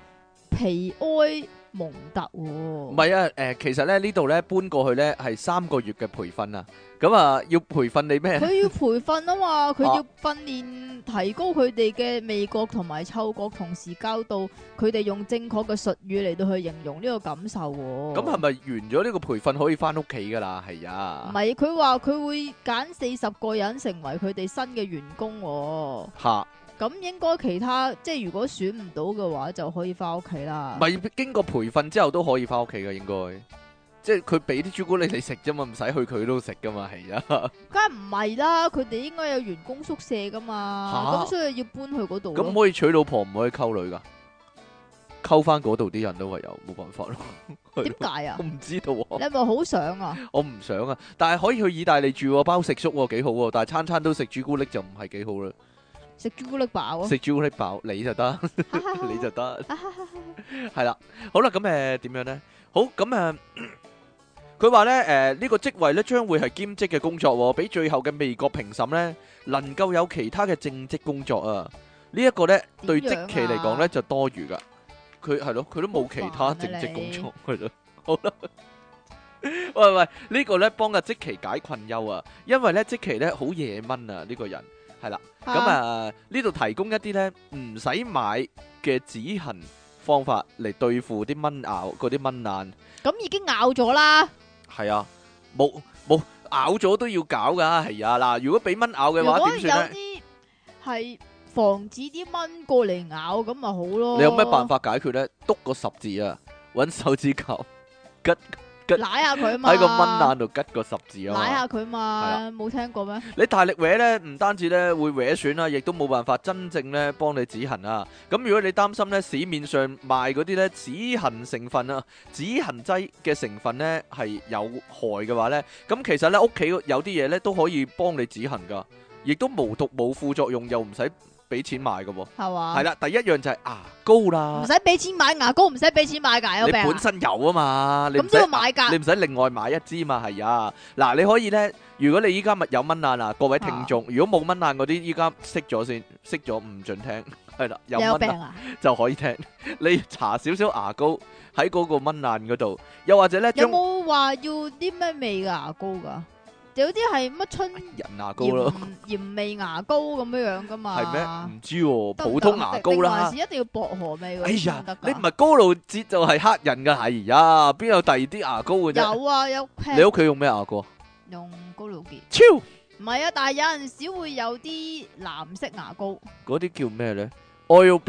S2: 皮埃蒙特喎，
S1: 唔
S2: 唔
S1: 係啊，誒、其實咧呢度咧搬過去咧係三個月嘅培訓啊，咁啊要培訓你咩？
S2: 佢要培訓 啊嘛，佢
S1: 啊
S2: 要訓練提高佢哋嘅味覺同埋嗅覺，同時教導佢哋用正確嘅術語嚟到去形容呢個感受喎。
S1: 咁係咪完咗呢個培訓可以翻屋企噶啦？係
S2: 唔
S1: 啊，
S2: 係佢話佢會揀四十個人成為佢哋新嘅員工喎。
S1: 嚇，
S2: 咁應該其他即係如果選唔到嘅話，就可以翻屋企啦。
S1: 咪經過培訓之後都可以翻屋企嘅應該，即係佢俾啲朱古力你食啫嘛，唔使去佢都食噶嘛，係啊。
S2: 梗係唔係啦，佢哋應該有員工宿舍噶
S1: 嚇
S2: 嘛，咁所以要搬去嗰度
S1: 咁
S2: 咯。
S1: 可以娶老婆唔可以溝女噶？溝翻嗰度啲人都唯有冇辦法咯，係
S2: 點
S1: 咯
S2: 解 啊
S1: 我？唔知道喎
S2: 你。係咪好想啊？
S1: 我唔想啊，但係可以去意大利住喎，包食宿喎，幾好喎。但係餐餐都食朱古力就唔係幾好啦，
S2: 食朱古力飽啊！
S1: 食朱古力飽你就得，你就得，
S2: 哈哈哈
S1: 係啦。好啦，咁誒點樣呢？好咁誒，佢話呢，誒呢個職位呢將會係兼職嘅工作喎，比最後嘅美國評審呢能夠有其他嘅正職工作啊。呢一個呢對
S2: 點樣啊
S1: 職期嚟講呢就多餘噶，佢係咯，佢都冇其他正職工作係 咯。好啦，喂喂，呢個呢幫阿即期解困憂啊，因為呢即期呢好夜蚊啊，呢個人係啦。咁啊，呢度提供一啲咧唔使買嘅止痕方法嚟對付啲蚊咬嗰啲蚊爛。
S2: 咁已經咬咗啦，
S1: 係啊，冇冇咬咗都要搞噶，係啊嗱。如果俾蚊咬嘅
S2: 如果
S1: 話，
S2: 有
S1: 點算咧？
S2: 啲係防止啲蚊過嚟咬，咁咪好咯。
S1: 你有咩辦？法解決咧？篤個十字啊，揾手指 球拮
S2: 舐下佢嘛，
S1: 喺個蚊爛度拮個十字啊
S2: 舐
S1: 嘛。
S2: 下佢
S1: 係
S2: 嘛，冇聽過咩？
S1: 你大力搲咧，唔單止咧會搲損啦，亦都冇辦法真正咧幫你止痕啊。咁如果你擔心咧市面上賣嗰啲咧止痕成分啊、止痕劑嘅成分咧係有害嘅話咧，咁其實咧屋企有啲嘢咧都可以幫你止痕噶，亦都無毒冇副作用，又唔使俾錢買嘅喎。
S2: 係嘛？
S1: 係啦，第一樣就係牙膏
S2: 唔
S1: 啦，
S2: 使俾錢買牙膏，唔使俾錢買牙
S1: 你
S2: 有病啊。
S1: 本身有啊嘛，你唔
S2: 咁
S1: 使
S2: 都要買
S1: 你
S2: 㗎，
S1: 唔使另外買一支嘛，係啊。嗱，你可以咧，如果你依家咪有蚊爛啊，各位聽眾，如果冇蚊爛嗰啲，依家熄咗先，熄咗唔準聽， 係啦，有
S2: 你
S1: 蚊
S2: 有病
S1: 爛
S2: 啊？
S1: 就可以聽。你搽少少牙膏喺嗰個蚊爛嗰度，又或者咧
S2: 有
S1: 將
S2: 冇話要啲咩味嘅牙膏㗎？有啲係乜春
S1: 人牙膏咯，
S2: 鹽鹽味牙膏咁樣樣㗎嘛？
S1: 係咩？唔知喎，
S2: 得唔得
S1: 普通牙膏
S2: 定還
S1: 啦
S2: 是。一定要薄荷味嗰
S1: 哎
S2: 啲
S1: 呀
S2: 先得，
S1: 你
S2: 㗎
S1: 唔係高露潔就係黑人㗎，係呀，邊有第二啲牙膏嘅啫？
S2: 有啊，有
S1: 你屋企用咩牙膏啊？
S2: 用高露潔。
S1: 超
S2: 唔係啊，但係有陣時會有啲藍色牙膏，
S1: 嗰啲叫咩咧？Oil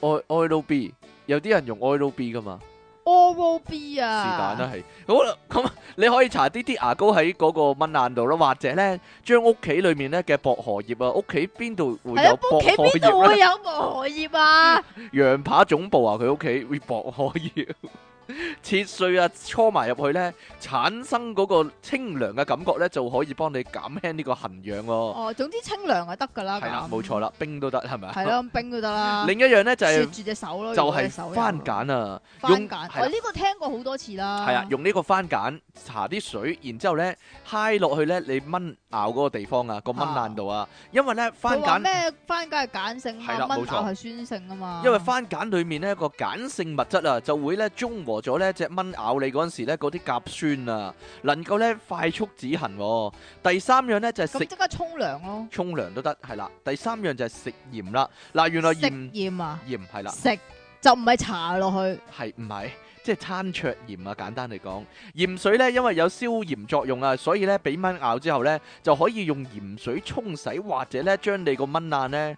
S1: B，oil oil B，有啲人用 oil B 噶嘛，
S2: Oral B
S1: 是但
S2: 啊，
S1: 啦係。好啦，咁啊你可以搽啲啲牙膏喺嗰個蚊爛度啦，或者咧將屋企裏面咧嘅薄荷葉啊，屋企邊度會
S2: 係
S1: 有
S2: 啊，屋
S1: 薄
S2: 企
S1: 荷
S2: 邊度
S1: 葉嗯
S2: 會
S1: 咧？
S2: 有薄荷葉啊？
S1: 羊扒總部啊，佢屋企會薄荷葉。 切碎啊，搓埋入去咧，產生嗰個清涼嘅感覺咧，就可以幫你減輕呢個痕癢喎。
S2: 哦，總之清涼就得㗎啦，
S1: 係啦，
S2: 咁
S1: 冇錯，啦，冰都得係咪啊？
S2: 係咯，冰都 得啦，
S1: 另一樣咧就係
S2: 雪住隻手咯，
S1: 就
S2: 係
S1: 係番，鹼啊，用
S2: 番
S1: 係啦
S2: 梘，我呢個聽過好多次啦，
S1: 係啊，用呢個番梘搽啲水，然之後咧揩落去咧，你蚊咬嗰個地方啊，個蚊爛度啊，因為咧番
S2: 佢話
S1: 梘，
S2: 咩啊番梘係鹼性
S1: 係啦
S2: 啊嘛，
S1: 冇
S2: 蚊
S1: 錯
S2: 咬係酸性啊嘛，
S1: 因為番梘裡面咧個鹼性物質啊，就會咧中和和咗呢只蚊咬你嗰陣時呢，嗰啲甲酸啊，能夠呢快速止痕喎。第三樣呢，就係
S2: 咁
S1: 食
S2: 即刻沖涼咯，
S1: 沖涼都得，係啦。第三樣就係食鹽啦。嗱，原來
S2: 食
S1: 鹽
S2: 鹽啊，
S1: 鹽係啦，
S2: 食就唔係搽落去，
S1: 係唔係？即係餐桌鹽啊，簡單嚟講，鹽水呢，因為有消炎作用啊，所以呢，俾蚊咬之後呢，就可以用鹽水沖洗，或者呢將你個蚊爛呢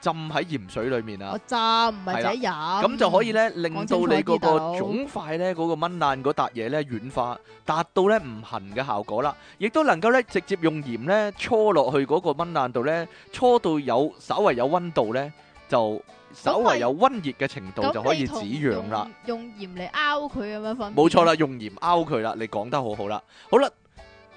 S1: 浸喺鹽水裡面啊
S2: 我。浸唔係
S1: 係
S2: 自
S1: 啦
S2: 己飲，
S1: 咁就可以咧，令到你嗰
S2: 講清楚啲大
S1: 個
S2: 佬
S1: 腫塊咧，嗰個蚊爛嗰笪嘢咧軟化，達到咧唔痕嘅效果啦。亦都能夠咧直接用鹽咧搓落去嗰個蚊爛度咧，搓到有稍為有温度咧，就稍為有温熱嘅程度
S2: 咁
S1: 就可以
S2: 你
S1: 止
S2: 同
S1: 癢啦。
S2: 用用鹽嚟拗佢有咩分？
S1: 冇錯啦，，用鹽拗佢啦，你講得好好啦。好啦，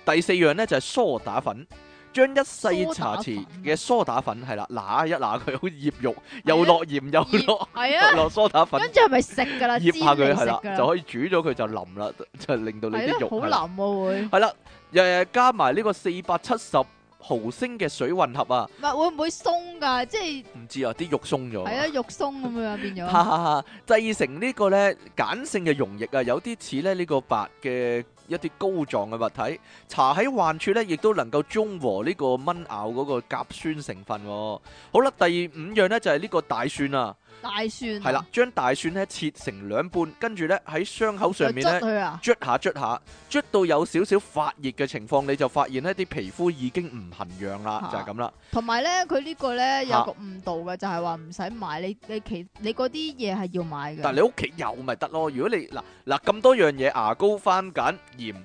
S1: 第四樣咧就係梳打粉。將一細茶匙
S2: 梳打粉
S1: 嘅梳打粉係啦，揦一揦佢，好似醃肉，
S2: 啊
S1: 又落鹽又落
S2: 係啊，
S1: 落梳打粉
S2: 跟，住係咪食㗎啦？
S1: 醃下佢
S2: 煎嚟
S1: 係
S2: 食
S1: 啦
S2: 㗎，
S1: 就可以煮咗佢就淋啦， 就令到你
S2: 係
S1: 啲
S2: 咯，
S1: 肉
S2: 好
S1: 係啦
S2: 腍喎會，
S1: 係啦，誒加埋呢個四百七十毫升嘅水混合啊，
S2: 唔係會唔會鬆㗎？即係
S1: 唔知啊啲肉鬆咗
S2: 係
S1: 啊，
S2: 啊，肉鬆咁樣變
S1: 哈
S2: 咗，
S1: 哈哈！製成呢個咧鹼性嘅溶液啊，有啲似咧呢個白嘅一啲膏狀嘅物體，搽喺患處咧，亦都能夠中和呢個蚊咬嗰個甲酸成分喎。好啦，第五樣咧就係呢個大蒜啊，
S2: 大蒜
S1: 係啦，，將大蒜咧切成兩半，跟住咧喺傷口上面咧
S2: 又。捽佢啊，
S1: 捽下捽下，捽到有少少發熱嘅情況，你就發現呢啲皮膚已經唔痕癢啦，
S2: 啊
S1: 就係咁啦。
S2: 同埋咧佢呢個咧有
S1: 嚇
S2: 個誤導嘅，就係話唔使買，你你其你嗰啲嘢係要買
S1: 但係你
S2: 嘅，
S1: 屋企有咪得咯？如果你嗱嗱咁多樣嘢，牙膏、番梘、鹽、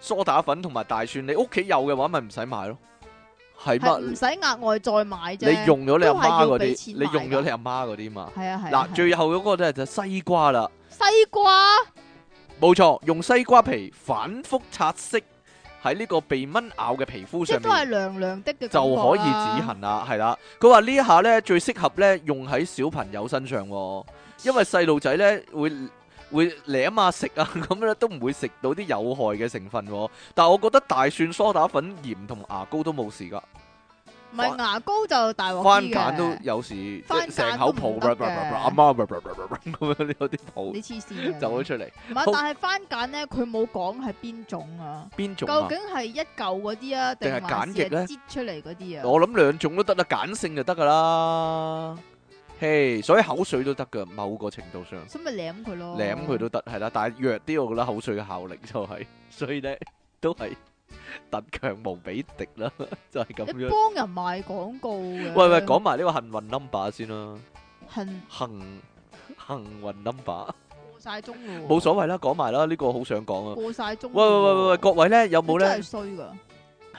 S1: 梳打粉同埋大蒜，你屋企有嘅話，咪唔使買咯。係
S2: 係唔
S1: 乜？
S2: 使額外再買啫。
S1: 你用咗你阿媽嗰
S2: 都係要俾
S1: 啲，
S2: 錢
S1: 你
S2: 買㗎
S1: 用咗你阿媽嗰啲嘛？
S2: 係啊係啊
S1: 嗱，最後嗰個咧就係西瓜啦。
S2: 西瓜
S1: 冇錯，用西瓜皮反覆擦拭喺呢個被蚊咬嘅皮膚
S2: 即
S1: 上
S2: 係都
S1: 面。
S2: 係涼涼的嘅感覺啦，啊
S1: 就可以止痕啦，係啦。佢話呢一下呢，最適合呢用喺小朋友身上、喎，因為細路仔呢會會舐啊食啊 咁咧都唔會食到啲有害嘅成分、喎。但係我覺得大蒜、梳打粉、鹽同牙膏都冇事㗎，
S2: 唔係牙膏就大鑊
S1: 番
S2: 啲
S1: 梘都
S2: 嘅，
S1: 有時即
S2: 番
S1: 係
S2: 梘
S1: 成口
S2: 都
S1: 泡
S2: 唔得嘅
S1: 阿媽咁樣有啲泡
S2: 你黐線嘅
S1: 走咗出嚟，
S2: 唔係
S1: 好，
S2: 但係番梘咧，佢冇講係邊種啊？
S1: 邊種
S2: 究
S1: 啊？
S2: 竟係一嚿嗰啲啊，定
S1: 定係
S2: 還是
S1: 簡易呢
S2: 係擠出嚟嗰啲啊？
S1: 我諗兩種都得啦，鹼性就得㗎啦。嘿，所以口水都得㗎，某個程度上。
S2: 咁咪舐佢咯，
S1: 舐佢都得，係啦，但係弱啲，我覺得口水嘅效力就係、所以咧都係 特強無比敵啦，就係咁
S2: 你
S1: 樣。
S2: 幫人賣廣告嘅。
S1: 喂喂，講埋呢個幸運 number 先啦，
S2: 恨
S1: 幸幸運 number
S2: 過晒鐘咯喎，
S1: 冇所謂啦，講埋啦，呢、個好想講啊。
S2: 過晒鐘咯喎。
S1: 喂喂喂喂喂，各位咧有
S2: 你
S1: 冇
S2: 真
S1: 咧
S2: 係衰㗎！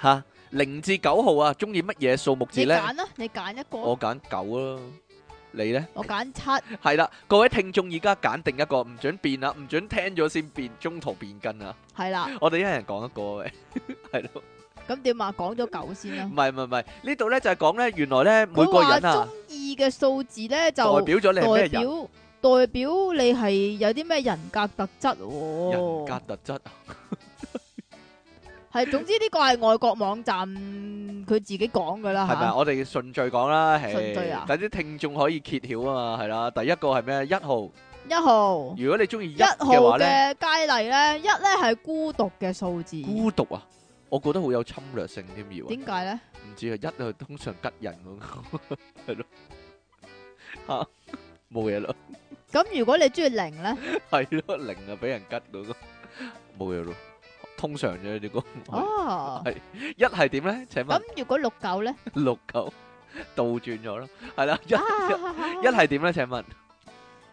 S1: 吓零至九號啊？中意乜嘢數目字
S2: 你
S1: 咧？
S2: 揀啦，你揀一個，
S1: 我揀九啦，你咧？
S2: 我揀七。
S1: 係啦，各位聽眾而家揀定一個，唔准變啦，唔准聽咗先變，中途變更啊！
S2: 係啦，
S1: 我哋一人講一個喂，係咯。
S2: 咁點啊？講咗九先啦
S1: 唔。係唔係唔係，呢度咧就係講咧，原來咧每
S2: 佢
S1: 個
S2: 話
S1: 人
S2: 中
S1: 啊，
S2: 意嘅數字
S1: 代
S2: 咧就
S1: 表咗你係咩
S2: 代
S1: 人
S2: 表代表你係有啲咩人格特質
S1: 人
S2: 喎？
S1: 格特質啊，
S2: 係總之呢個係外國網站佢自己講噶啦
S1: 係咪啊？
S2: 嚇，
S1: 我哋順序講啦，
S2: 順序
S1: 係
S2: 啊
S1: 等啲聽眾可以揭曉啊嘛，係啦。第一個係咩？一號，
S2: 一號
S1: 如果你中意
S2: 一號
S1: 嘅話咧，
S2: 嘅佳麗咧，一咧係孤獨嘅數字，
S1: 孤獨啊，我覺得好有侵略性添要啊，
S2: 點解咧？
S1: 唔知啊，一係通常吉人嗰個係咯，嚇冇嘢咯，
S2: 咁如果你中意零咧，
S1: 係咯，零啊俾人吉嗰個冇嘢咯，通常啫呢個，
S2: 哦，
S1: 係一係點咧？請問
S2: 咁？如果六九咧，
S1: 六九倒轉 咗咯，係啦，一一
S2: 啊
S1: 係點咧？請問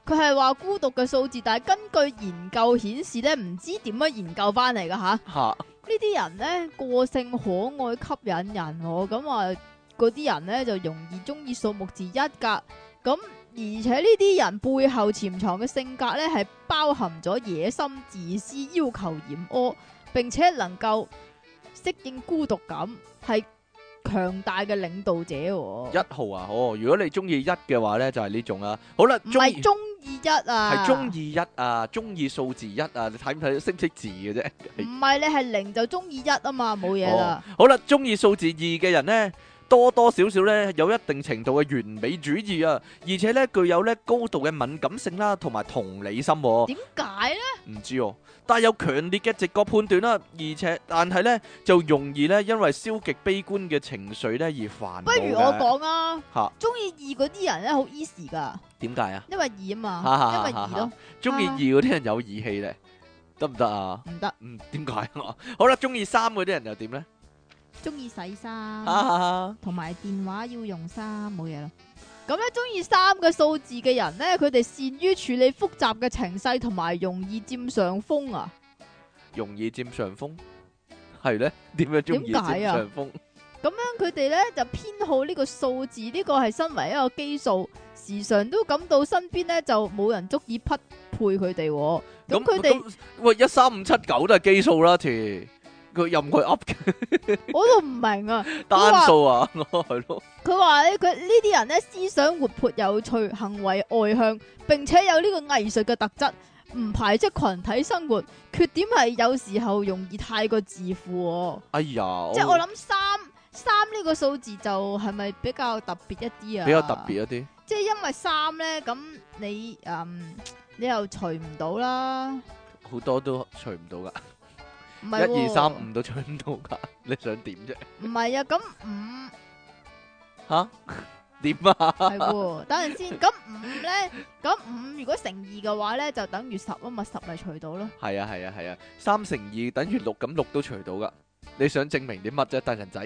S2: 佢係話孤獨嘅數字，但係根據研究顯示咧，唔知點樣研究翻嚟噶吓。
S1: 嚇
S2: 呢啲人咧個性可愛吸引人喎，咁啊嗰啲人咧就容易中意數目字一噶，咁而且呢啲人背後潛藏嘅性格咧係包含咗野心、自私、要求嚴苛，並且能夠適應孤獨感，係強大嘅領導者喎、
S1: 一號啊？哦，如果你中意一嘅話咧，就係呢種啦。好啦，
S2: 唔
S1: 中
S2: 係
S1: 意
S2: 中意一啊，
S1: 係中意一啊，中意數字一啊，你睇唔睇識唔識字嘅啫？哦
S2: 唔係你係零就中意一啊嘛，冇嘢啦，
S1: 好啦，中意數字二嘅人咧，多多少少咧有一定程度嘅完美主義啊，而且咧具有咧高度嘅敏感性啦，同埋同理心、喎。
S2: 點解咧？
S1: 唔知哦，但係有強烈嘅直覺判斷啦，而且但係咧就容易咧因為消極悲觀嘅情緒咧而煩惱
S2: 不
S1: 嘅
S2: 如我講啊
S1: 嚇，
S2: 中意二嗰啲人咧好 easy 噶，
S1: 點解啊？
S2: 因為二啊嘛，因為二
S1: 哈
S2: 咯，
S1: 中意二嗰啲人有義氣咧，得唔得啊？
S2: 唔得，
S1: 嗯，點解啊？ 好啦，中意三嗰啲人又點咧？
S2: 中意洗
S1: 哈
S2: 衫，
S1: 哈哈
S2: 同埋電話要用衫，冇嘢咯。咁咧，中意三嘅數字嘅人咧，佢哋善於處理複雜嘅情勢，同埋容易佔上風啊。
S1: 容易佔上風，係咧？點樣中意
S2: 點
S1: 佔
S2: 解啊
S1: 上風？
S2: 咁樣佢哋咧就偏好呢個數字，呢、個係身為一個基數，時常都感到身邊咧就冇人足以匹配佢哋喎。咁佢哋
S1: 咁喂一三五七九都係基數啦，條佢任佢 up
S2: 我都唔明啊。
S1: 單數啊， 係咯，
S2: 佢話咧，佢呢啲人咧思想活潑有趣，行為外向，並且有呢個藝術嘅特質，唔排斥群體生活。缺點係有時候容易太過自負喎、
S1: 哎呀，
S2: 即係我諗三三呢個數字就係咪比較特別一啲啊？
S1: 比較特別一啲。
S2: 即係因為三咧，咁你嗯你又除唔到啦，
S1: 好多都除唔到噶，
S2: 唔係
S1: 一
S2: 喎
S1: 二三，五都除唔到噶， 你想點啫？
S2: 唔係啊，咁五
S1: 吓點啊？
S2: 係喎，等陣先，咁五咧，咁五如果乘二嘅話咧，就等於十啊嘛，十咪除到咯，
S1: 係啊係啊係啊，三乘二等於六，咁六都除到噶。你想證明啲乜啫，單人仔？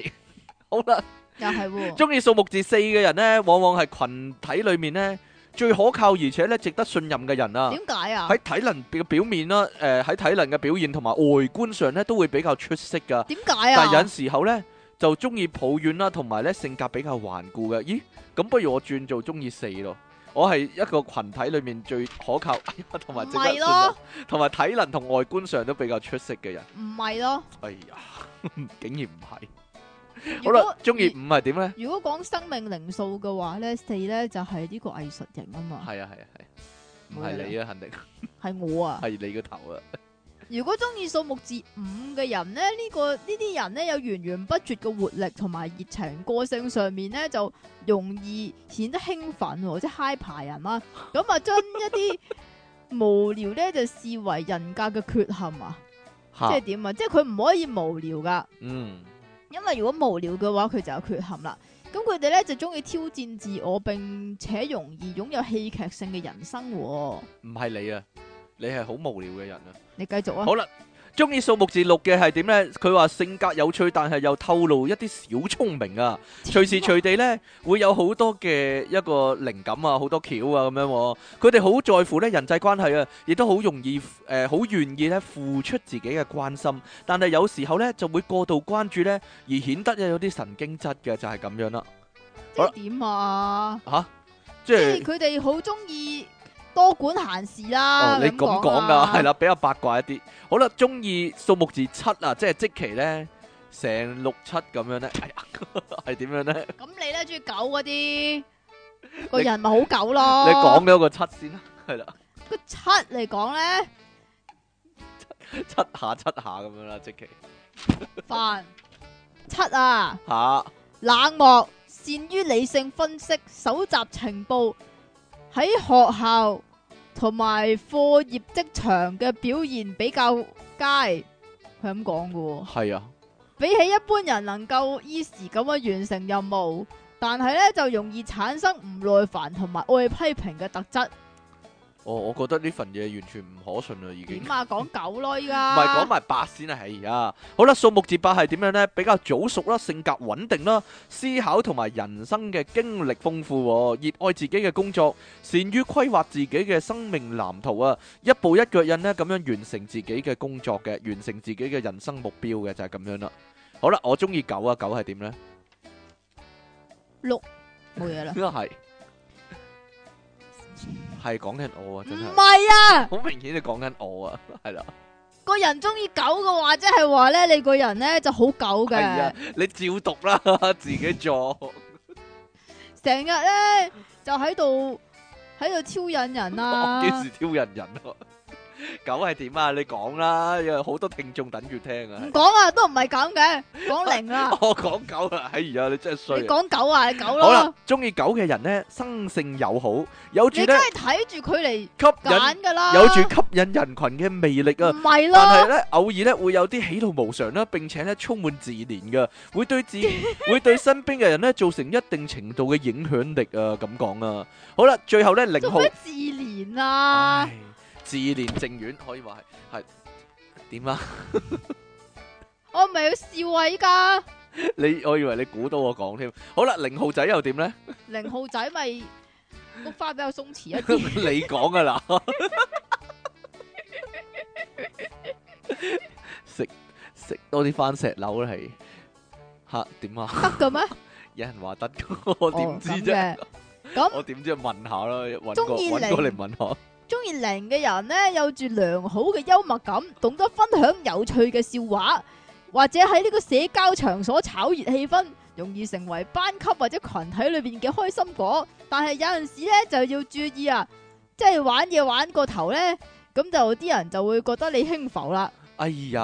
S1: 好啦，
S2: 又係 喎，
S1: 中意數目字四嘅人呢，往往係群體裏面呢最可靠而且咧值得信任嘅人啊。
S2: 點解啊？
S1: 喺體能嘅表面啦，誒、喺體能嘅表現同埋外觀上咧都會比較出色噶。
S2: 點解
S1: 但係有
S2: 啊
S1: 陣？時候咧就中意抱怨啦，同埋咧性格比較頑固嘅。咦，咁不如我轉做中意四咯。我係一個群體裏面最可靠， 哎呀同埋值得信
S2: 唔係
S1: 任
S2: 咯，
S1: 同埋體能同外觀上都比較出色嘅人。
S2: 唔係咯，
S1: 哎呀， 竟然唔係。好
S2: 如
S1: 啦
S2: 果，
S1: 中意五係點咧？
S2: 如果講生命靈數嘅話咧，四咧就係呢個藝術型啊嘛，
S1: 係啊係啊係，唔係你啊，肯定
S2: 係我啊。
S1: 係你個頭啊。
S2: 如果中意數目字五嘅人咧，呢、個呢啲人咧有源源不絕嘅活力同埋熱情，個性上面咧就容易顯得興奮喎，即係 high 爬人 啦。咁啊，將一啲無聊咧就視為人格嘅缺陷啊，即係
S1: 嚇，
S2: 點啊？即係佢唔可以無聊噶，
S1: 嗯，
S2: 因為如果無聊嘅話，佢就有缺陷啦。咁佢哋咧就中意挑戰自我，並且容易擁有戲劇性嘅人生喎。
S1: 唔係你啊，你係好無聊嘅人啊。
S2: 你繼續啊，
S1: 好啦，中意數目字六嘅係點呢？佢話性格有趣，但係又透露一啲小聰明啊！隨時隨地呢，會有好多嘅一個靈感啊，好多橋啊咁樣喎、佢哋好在乎咧人際關係啊，亦都好容易誒，好、願意咧付出自己嘅關心。但係有時候呢，就會過度關注呢，而顯得有啲神經質嘅，就係、咁樣啦。
S2: 即係點啊？
S1: 吓、即
S2: 即
S1: 係
S2: 系佢哋好中意多管閒事啦。
S1: 哦，你咁
S2: 咁
S1: 講㗎，
S2: 啊
S1: 係，啦，比較八卦一啲。好啦，中意數目字七啊，即係即期咧，成六七咁樣咧， 哎呀，係點樣咧？
S2: 咁你咧中意狗嗰啲，個人咪好狗咯。
S1: 你講咗個七先啦，係啦，
S2: 個七嚟講咧，
S1: 七下七下咁樣啦，即期
S2: 煩七啊，
S1: 下
S2: 冷漠，善於理性分析，搜集情報，喺學校同埋課業職場嘅表現比較佳，佢咁講嘅喎。
S1: 係啊，
S2: 比起一般人能夠 easy 咁樣完成任務，但係咧就容易產生唔耐煩同埋愛批評嘅特質。
S1: 哦，我覺得呢份嘢完全唔可信啦，已經
S2: 點。啊？講狗咯依
S1: 唔
S2: 家，
S1: 係講埋八先啊，係啊。好啦，數目字八係點樣呢？比較早熟啦，性格穩定啦，思考同埋人生嘅經歷豐富喎，熱愛自己嘅工作，善於規劃自己嘅生命藍圖啊，一步一腳印呢，咁樣完成自己嘅工作嘅，完成自己嘅人生目標嘅就係咁樣啦。好啦，我中意九啊，九係點 呢？
S2: 冇嘢啦。
S1: 係係講緊我啊，
S2: 唔
S1: 真係
S2: 係啊，
S1: 好明顯你講緊我啊，係啦，
S2: 個人中意狗嘅話，即係話咧，你個人咧就好狗
S1: 係啊
S2: 嘅，，
S1: 你照讀啦， 自己做。
S2: 成日咧就喺度喺度挑引 人
S1: 我
S2: 啊
S1: 幾。時挑人人啊？ 狗係點啊？你講啦，有好多聽眾等住聽啊
S2: 唔。講啊，都唔係咁嘅，講零啦，
S1: 我講狗啊，哎呀，你真係
S2: 你
S1: 衰啊。
S2: 講九啊，你九
S1: 好啦
S2: 咯，，
S1: 中意狗嘅人咧，生性友好，有住
S2: 你
S1: 咧
S2: 梗係睇住佢嚟
S1: 吸引，
S2: 揀噶啦，
S1: 有住吸引人群嘅魅力啊。
S2: 唔係
S1: 但係
S2: 咯，
S1: 咧，偶爾咧會有啲喜怒無常啦，並且咧充滿自憐嘅，會對 自會對身邊嘅人咧造成一定程度嘅影響力啊，咁講啊。好啦，最後咧零
S2: 做
S1: 號，
S2: 咩自憐啊？
S1: 唉，自憐正院可以話係係點 啊？
S2: 我咪要啊示威噶，
S1: 你我以為你估到我講添。好啦，零號仔又點咧？
S2: 零號仔咪菊花比較鬆弛一 啲，
S1: 你講噶啦，食食多啲番石榴啦，係吓點 啊？
S2: 得嘅咩？
S1: 有人話 得，我
S2: 哦
S1: 點知
S2: 咁
S1: 啫？
S2: 嘅咁
S1: 我點知問下啦，揾個
S2: 中意
S1: 揾個
S2: 零
S1: 嚟問下。
S2: 中意零嘅人呢，有住良好嘅幽默感，懂得分享有趣嘅笑話，或者喺呢個社交場所炒熱氣氛，容易成為班級或者群體裏邊嘅開心果。但係有陣時呢，就要注意啊，即係玩嘢玩過頭呢，咁就啲人就會覺得你輕浮啦。
S1: 哎呀，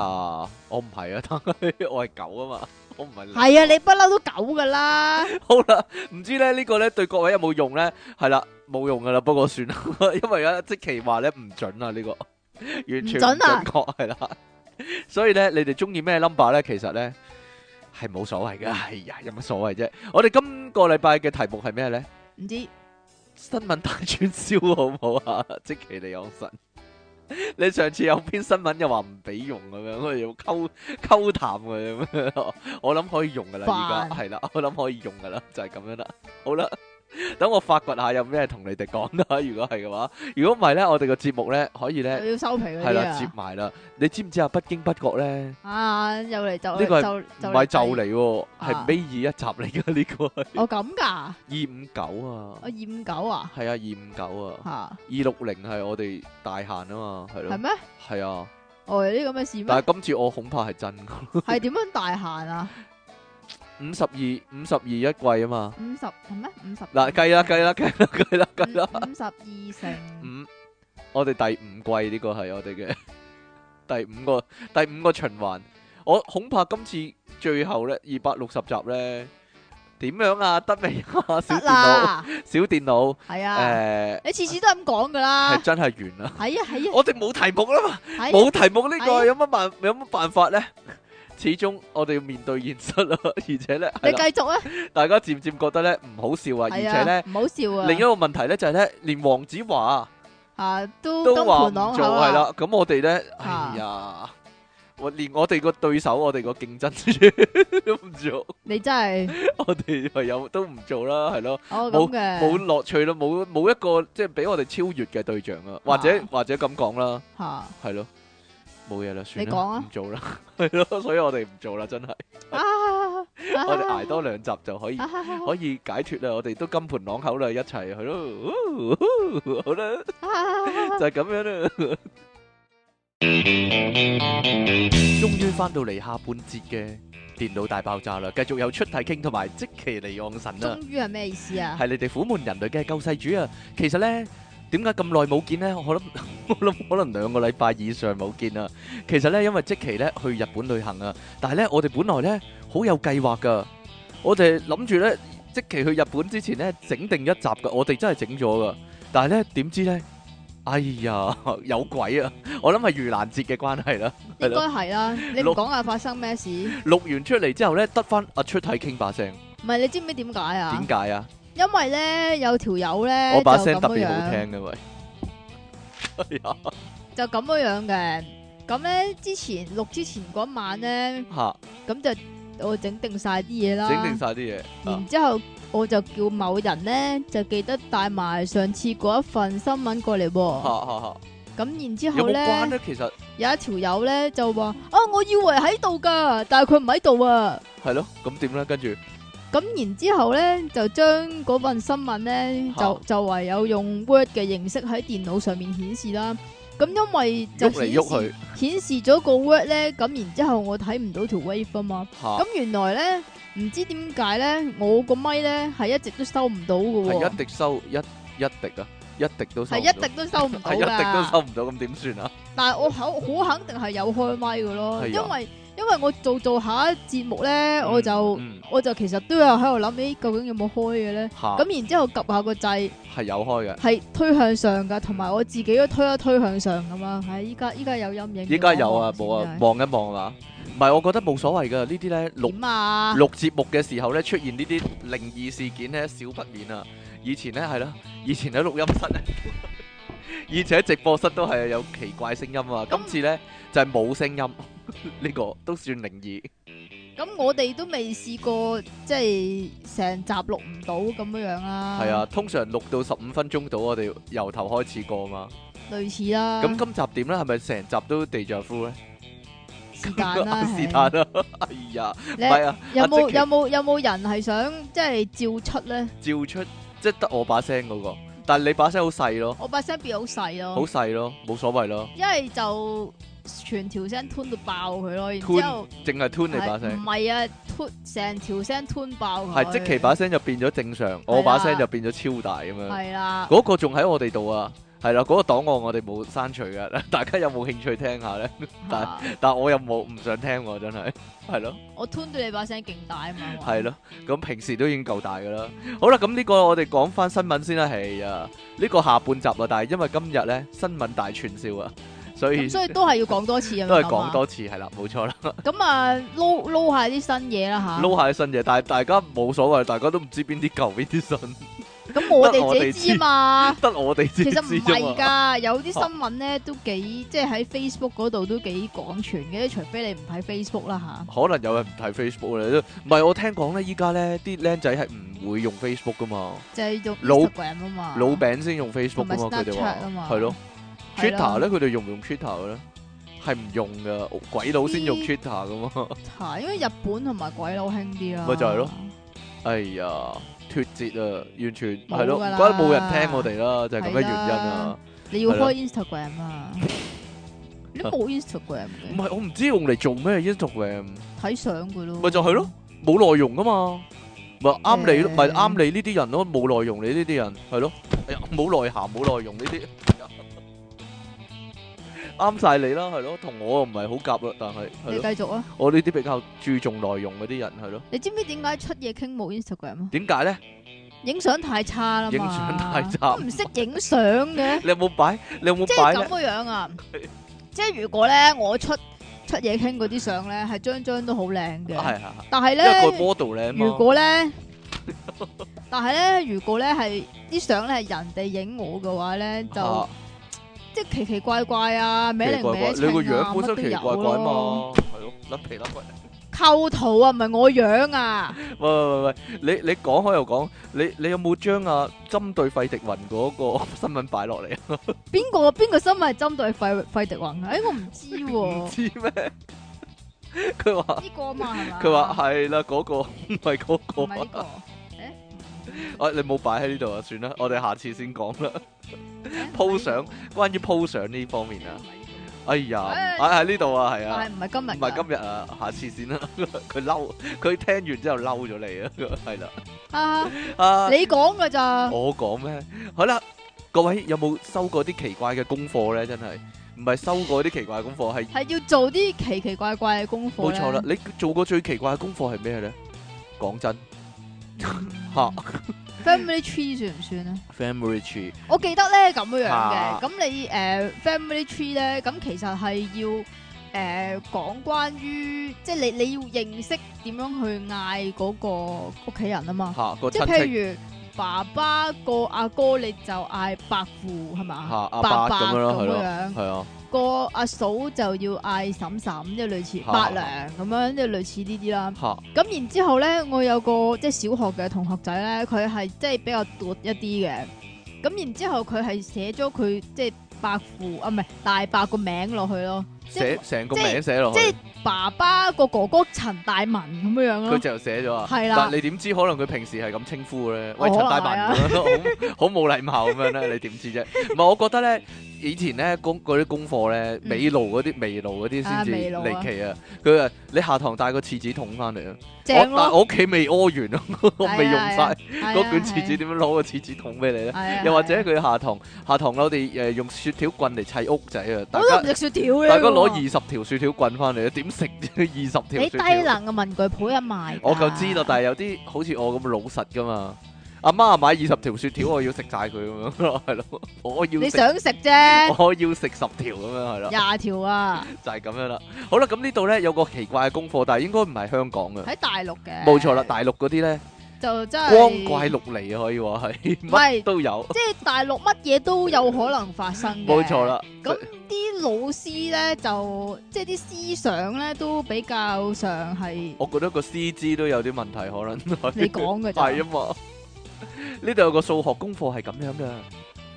S1: 我唔係啊，但 係我係狗啊嘛，我唔係你。
S2: 係啊，你不嬲都狗噶啦，
S1: 好啦，唔知咧呢個咧對各位有冇用咧？係啦，冇用噶啦，不過算啦， 因為啊即其話咧唔準啊呢個， 完全唔
S2: 唔準啊
S1: 準確係啦。 所以咧，你哋中意咩 number 咧？其實咧係冇所謂噶，哎呀，有乜所謂啫？我哋今個禮拜嘅題目係咩咧？
S2: 唔知
S1: 新聞大串燒好唔好啊？即其利昂神， 你上次有篇新聞又話唔俾用咁樣，我哋要溝溝淡佢咁樣，我諗可以用噶啦，而家
S2: 煩
S1: 係啦， 我諗可以用噶啦，就係、咁樣啦。好啦，等我發掘下有咩同你哋講啦。 如果係嘅話，如果唔係咧，我哋個節目咧可以
S2: 又
S1: 咧
S2: 要收皮嗰
S1: 係
S2: 啲
S1: 啦接
S2: 啊！
S1: 埋啦。你知唔知啊？不經不覺咧，
S2: 啊，又嚟就
S1: 呢個係
S2: 就
S1: 唔
S2: 就
S1: 係就
S2: 嚟
S1: 嚟喎，係
S2: 啊
S1: 尾二一集嚟噶呢個係
S2: 計，哦咁噶，
S1: 二五九啊
S2: 我，二五九啊，
S1: 係啊二五九啊。
S2: 吓
S1: 二六零係我哋大限啊嘛，係
S2: 係
S1: 咯，
S2: 咩？
S1: 係啊，
S2: 哦，有啲咁嘅事
S1: 但
S2: 咩？
S1: 係今次我恐怕係真 㗎，
S2: 係點樣大限啊？
S1: 五十二五十二一季啊 嘛，
S2: 五十係咩？五十
S1: 嗱計啦計啦計啦計啦計啦，
S2: 五五十二乘
S1: 五，我哋第五季呢個係我哋嘅 第五個第五個循環，我恐怕今次最後咧二百六十集咧點樣啊？ 得未啊？小
S2: 得
S1: 電腦
S2: 啦，
S1: 小電腦
S2: 係啊，
S1: 誒
S2: 你次次都係咁講噶啦
S1: 係，真係完啦，
S2: 係啊係啊
S1: 我哋冇題目啦嘛。
S2: 係啊
S1: 冇題目呢
S2: 係
S1: 個
S2: 啊
S1: 有乜辦有乜辦法咧？ 始終我哋要面對現實啊， 而且咧，
S2: 你
S1: 係啦
S2: 繼續啊，
S1: 大家漸漸覺得咧唔好笑啊，而
S2: 係
S1: 且
S2: 啊
S1: 咧，
S2: 唔好笑啊，
S1: 另一個問題咧就係咧，連黃子華
S2: 啊都
S1: 都
S2: 金
S1: 話
S2: 盤
S1: 唔
S2: 朗
S1: 做
S2: 口
S1: 係
S2: 啊，
S1: 啦，咁我哋咧，
S2: 啊
S1: 哎呀，我連我哋個對手，我哋個競爭者 都唔做，
S2: 你真係
S1: 我哋唯有都唔做啦，係咯，
S2: 哦咁
S1: 冇
S2: 嘅
S1: 樂趣啦，冇冇一個即係俾我哋超越嘅對象啊，或者
S2: 啊
S1: 或者咁講啦。
S2: 吓
S1: 系咯，冇嘢啦，算
S2: 你講
S1: 啦唔
S2: 啊，
S1: 做啦， 系咯，所以我哋唔做啦，真係，
S2: 啊，
S1: 我哋挨多兩集就可以
S2: 啊。
S1: 可以解脱啦，我哋都金盆朗口啦，一齊係 咯，好啦，就係咁樣啦。終於翻到嚟下半節嘅電腦大爆炸啦，繼續有出體傾同埋即其離岸神啦
S2: 終。於係咩意思啊？
S1: 係你哋苦悶人類嘅救世主啊！其實咧，點解咁耐冇見咧？ 我諗我諗可能兩個禮拜以上冇見啊！其實咧，因為即期咧去日本旅行啊，但係咧我哋本來咧好有計劃噶，我哋諗住咧即期去日本之前咧整定一集噶，我哋真係整咗噶，但係咧點知咧，哎呀 有鬼啊！我諗係盂蘭節嘅關係啦，係
S2: 應該
S1: 咯，
S2: 係啦，你唔
S1: 六
S2: 講下發生咩事？唔
S1: 錄完出嚟之後咧，得翻阿出體傾把聲，
S2: 係你知唔知點解啊
S1: 點？解啊？
S2: 因為咧有條友咧，
S1: 我把
S2: 就
S1: 聲
S2: 咁
S1: 特別
S2: 樣
S1: 好聽嘅喂，哎呀
S2: 就咁樣樣嘅。咁咧之前錄之前嗰晚咧，
S1: 嚇！
S2: 咁就我整定晒啲嘢啦，
S1: 整定晒啲嘢。啊
S2: 然之後我就叫某人咧就記得帶埋上次嗰一份新聞過嚟
S1: 嚇
S2: 喎。
S1: 嚇嚇！
S2: 咁然之
S1: 啊有
S2: 後
S1: 冇關
S2: 咧，
S1: 咧？其實
S2: 有一條友咧就話：啊，我以為喺度㗎，但係佢唔喺度啊。
S1: 係咯，咁點咧？跟住
S2: 咁然之後咧，就將嗰份新聞咧，
S1: 嚇
S2: 就就唯有用 Word 嘅形式喺電腦上面顯示啦。咁因為就
S1: 喐嚟喐去
S2: 顯示咗個 Word 咧，咁然之後我睇唔到條 wave 啊嘛。
S1: 嚇，
S2: 咁原來咧，唔知點解咧，我個咪咧係一直都收唔到嘅
S1: 係
S2: 喎。
S1: 一滴收一一滴啊！一滴都收
S2: 係
S1: 唔
S2: 一
S1: 到
S2: 滴都收 唔到
S1: 係一滴都
S2: 㗎。
S1: 收唔到，咁點算啊？
S2: 但係我好好肯定係有開咪嘅咯，
S1: 係啊
S2: 因為因為我做做下節目咧，
S1: Ừ,
S2: 我就
S1: 嗯嗯
S2: 我就其實都有喺度諗，咦究竟有冇開嘅咧？
S1: 嚇
S2: 咁然之後及下個掣
S1: 係有開嘅，
S2: 係推向上㗎，同埋我自己都推一推向上咁嘛。係依家依家有陰影嘅。
S1: 依家有啊
S2: 我
S1: 冇啊
S2: 先，
S1: 望一望啊嘛。唔係，我覺得冇所謂㗎，呢啲咧
S2: 真係
S1: 錄
S2: 點啊？
S1: 錄節目嘅時候咧，出現呢啲靈異事件咧，少不免啊。以前咧係啦，以前喺錄音室 咧，而且直播室都係有奇怪聲音啊。今次咧就係冇聲音， 呢個都算靈異。
S2: 咁我哋都未試過，即係成集錄唔到咁樣樣啦。
S1: 係，啊，通常錄到十五分鐘到，我哋由頭開始過嘛。
S2: 類似啦。
S1: 咁今集點咧？係咪成集都 deja vu 咧？
S2: 是但 啦，
S1: 是
S2: 係
S1: 但啦。哎呀，唔
S2: 你
S1: 係啊，
S2: 有
S1: 阿即
S2: 冇
S1: 奇
S2: 有冇有冇人係想即係照出咧？
S1: 照出即係得我把聲嗰個，但係你把聲好細咯，
S2: 我把聲變好細
S1: 好
S2: 咯，
S1: 細咯，冇所謂咯，
S2: 一係就全條聲吞到爆佢咯，然之
S1: Tune
S2: 後
S1: 淨係 tune 你把
S2: 係唔
S1: 聲。
S2: 係啊，吞成條聲吞爆佢。
S1: 係即其把聲就變咗正常，我把聲就變咗超大咁樣。
S2: 係啦，
S1: 嗰個仲喺我哋度啊，係啦，嗰個檔案我哋冇刪除嘅， 大家有冇興趣聽下 咧？但
S2: 啊
S1: 但我又冇唔想聽喎，真係係咯
S2: 我吞到你把聲勁大啊嘛。
S1: 係咯，咁平時都已經夠大噶啦。好啦，咁呢個我哋講翻新聞先啦，係啊，呢個下半集啊，但係因為今日咧新聞大串燒啊，所以
S2: 咁所以都係要講多次啊。
S1: 都係
S2: 咁啊
S1: 講。多次係啦，冇錯啦。
S2: 咁啊，撈撈下啲新嘢啦 吓。
S1: 撈下啲新嘢，但係大家冇所謂，大家都唔知邊啲舊邊啲新，
S2: 咁我哋自己知啊嘛。
S1: 得我哋
S2: 其
S1: 先知
S2: 實唔係
S1: 啫嘛。啊
S2: 㗎，有啲新聞咧都幾，即係喺 Facebook 嗰度都幾廣傳嘅，除非你唔睇 Facebook 啦
S1: 可能有人唔睇 Facebook 咧，唔係我聽講咧，依家咧啲僆仔係唔會用 Facebook 噶嘛，
S2: 吓，就係用
S1: 老
S2: Instagram 啊嘛。
S1: 老餅先用 Facebook 噶嘛，
S2: 啊同
S1: 佢
S2: 埋
S1: 哋
S2: Snapchat 啊嘛
S1: 話係咯
S2: 係啦
S1: ，Twitter 咧佢哋用唔用 Twitter 嘅咧？係唔用噶，鬼佬先用 Twitter 噶嘛。
S2: 嚇，因為日本同埋鬼佬興啲啊啦。
S1: 咪就係咯，哎呀，脱節啊，完全
S2: 冇
S1: 係咯，唔
S2: 㗎啦
S1: 怪得冇人聽我哋啦，就係咁嘅原因啊。
S2: 你要
S1: 係咯
S2: 開 Instagram 啊，你都冇 Instagram
S1: 唔
S2: 嘅，
S1: 係我唔知用嚟做咩 Instagram。
S2: 睇相嘅咯。
S1: 咪就係咯，冇內容噶嘛，咪啱你咯，
S2: 誒
S1: 咪啱你呢啲人咯，冇內容你呢啲人係咯，哎呀冇內涵冇內容呢啲， 啱晒你啦係咯，同我又唔係好夾啦，但係
S2: 你
S1: 係
S2: 繼
S1: 咯，
S2: 續啊！
S1: 我呢啲比較注重內容嗰啲人係咯，
S2: 你知唔知點解出嘢傾冇 Instagram 啊？
S1: 點解咧？
S2: 影相太差啦嘛，
S1: 影相太差
S2: 都唔識影相嘅。
S1: 你有冇擺？你有
S2: 即
S1: 冇
S2: 係
S1: 擺
S2: 咁
S1: 咧？
S2: 嘅 樣啊！即係如果咧，我出出嘢傾嗰啲相咧，係張張都好靚
S1: 係
S2: 嘅。
S1: 係係，
S2: 但係
S1: 因為個
S2: 咧，
S1: model 咧
S2: 如
S1: 嘛，
S2: 果 咧，但係咧，如果咧係啲相咧係人哋影我嘅話咧，就
S1: 啊
S2: 即係奇奇怪怪啊，歪
S1: 奇
S2: 零
S1: 怪怪，
S2: 歪
S1: 你
S2: 斜
S1: 個
S2: 啊，
S1: 樣
S2: 乜
S1: 本
S2: 都
S1: 身奇怪
S2: 有
S1: 怪嘛，
S2: 咯。
S1: 係咯，甩皮甩骨。
S2: 構圖啊，唔係我樣啊，
S1: 喂喂喂，喂你你講開又講，你你有冇將啊針對費迪雲嗰個 新聞擺落嚟啊？
S2: 邊個邊個新聞係針對費費迪雲啊？誒，我唔知
S1: 唔
S2: 喎，
S1: 知咩？佢話
S2: 呢個啊嘛係嘛？
S1: 佢話係啦，嗰個唔係嗰個
S2: 唔係 呢個。
S1: 啊！你冇擺喺呢度啊，算啦，我哋下次先講啦。
S2: 誒
S1: po 相
S2: 唔係呢
S1: 關於 po 相呢方面
S2: 個
S1: 啊，
S2: 唔係呢個
S1: 哎呀，
S2: 哎
S1: 啊喺呢度啊，係啊
S2: 但，係唔係今日㗎，
S1: 唔係今日啊，下次先啦。 佢嬲，佢聽完之後嬲咗你啊，係啦，
S2: 啊，
S1: 啊。
S2: 你講㗎咋？
S1: 我講咩？好啦，各位有冇收過啲奇怪嘅功課咧？真係唔係收過啲奇怪嘅功課，係
S2: 係要做啲奇奇怪怪嘅功課。
S1: 冇錯啦。，你做過最奇怪嘅功課係咩咧？講真 嚇
S2: Family Tree 算唔算咧？
S1: ，Family Tree
S2: 我記得咧咁樣
S1: 啊
S2: 嘅，咁你誒 Family Tree 咧，咁其實係要誒講關於，即係你你要認識點樣去嗌嗰個屋企人啊嘛。
S1: 嚇個
S2: 即係
S1: 親戚
S2: 譬如爸爸個阿哥，你就嗌伯父係嘛？
S1: 嚇阿
S2: 伯
S1: 伯咁樣咯，係
S2: 咁
S1: 咯，
S2: 樣。
S1: 係啊，
S2: 個阿嫂就要嗌嬸嬸，即係類似
S1: 嚇
S2: 伯娘咁樣，即係類似呢啲啦。
S1: 嚇
S2: 咁然之後咧，我有個即係小學嘅同學仔咧，佢係即係比較獨一啲嘅。咁然之後佢係寫咗佢即係伯父啊，唔係大伯個名落去咯，即係
S1: 寫成個
S2: 即係
S1: 名寫落
S2: 即係
S1: 去，
S2: 爸爸個哥哥陳大文咁樣樣
S1: 佢
S2: 咯。
S1: 就寫咗啊。
S2: Ờ. 係啦
S1: 但你點知可能佢平時係咁稱呼嘅咧？喂，
S2: 我
S1: 陳
S2: 可能
S1: 大
S2: 係啊
S1: 文咁樣，好好冇禮貌咁樣咧，你點知啫？唔係，我覺得咧，以前咧功嗰啲功課咧，
S2: 嗯
S1: 美勞嗰啲美勞嗰啲先
S2: 啊
S1: 至
S2: 美勞啊
S1: 離奇啊！佢話你下堂帶個廁紙筒翻嚟啊！我
S2: 正
S1: 但
S2: 咯，
S1: 我屋企未屙完啊， 我未用晒嗰
S2: 嗰
S1: 卷廁紙，點樣攞個廁紙筒俾你咧？
S2: 係啊
S1: 又或者佢下堂下堂我哋誒用雪條棍嚟砌屋仔啊！大
S2: 我都唔
S1: 家
S2: 食雪條咧，
S1: 大家攞二十條雪條棍翻嚟，點食啫二十條
S2: 你
S1: 雪
S2: 低
S1: 條？
S2: 能嘅文具鋪一賣㗎，
S1: 我就知道，但係有啲好似我咁老實噶嘛。阿媽買二十條雪條，我要食晒佢咁樣咯，係咯，我要
S2: 你
S1: 食
S2: 想食啫，
S1: 我要食十條咁樣係啦，
S2: 廿 條啊，
S1: 就係咁樣啦。好啦，咁呢度咧有個奇怪嘅功課，但係應該唔係香港嘅，
S2: 喺大陸嘅，
S1: 冇錯啦，大陸嗰啲咧
S2: 就真係
S1: 光怪陸離啊，可以話係乜
S2: 係
S1: 都有，
S2: 即係大陸乜嘢都有可能發生嘅，
S1: 冇錯。啦。
S2: 咁啲老師咧就即係啲思想咧都比較上係
S1: 我覺得個 C G 都有啲問題，可能
S2: 你講嘅咋
S1: 係啊嘛。呢度有個數學功課係咁樣嘅，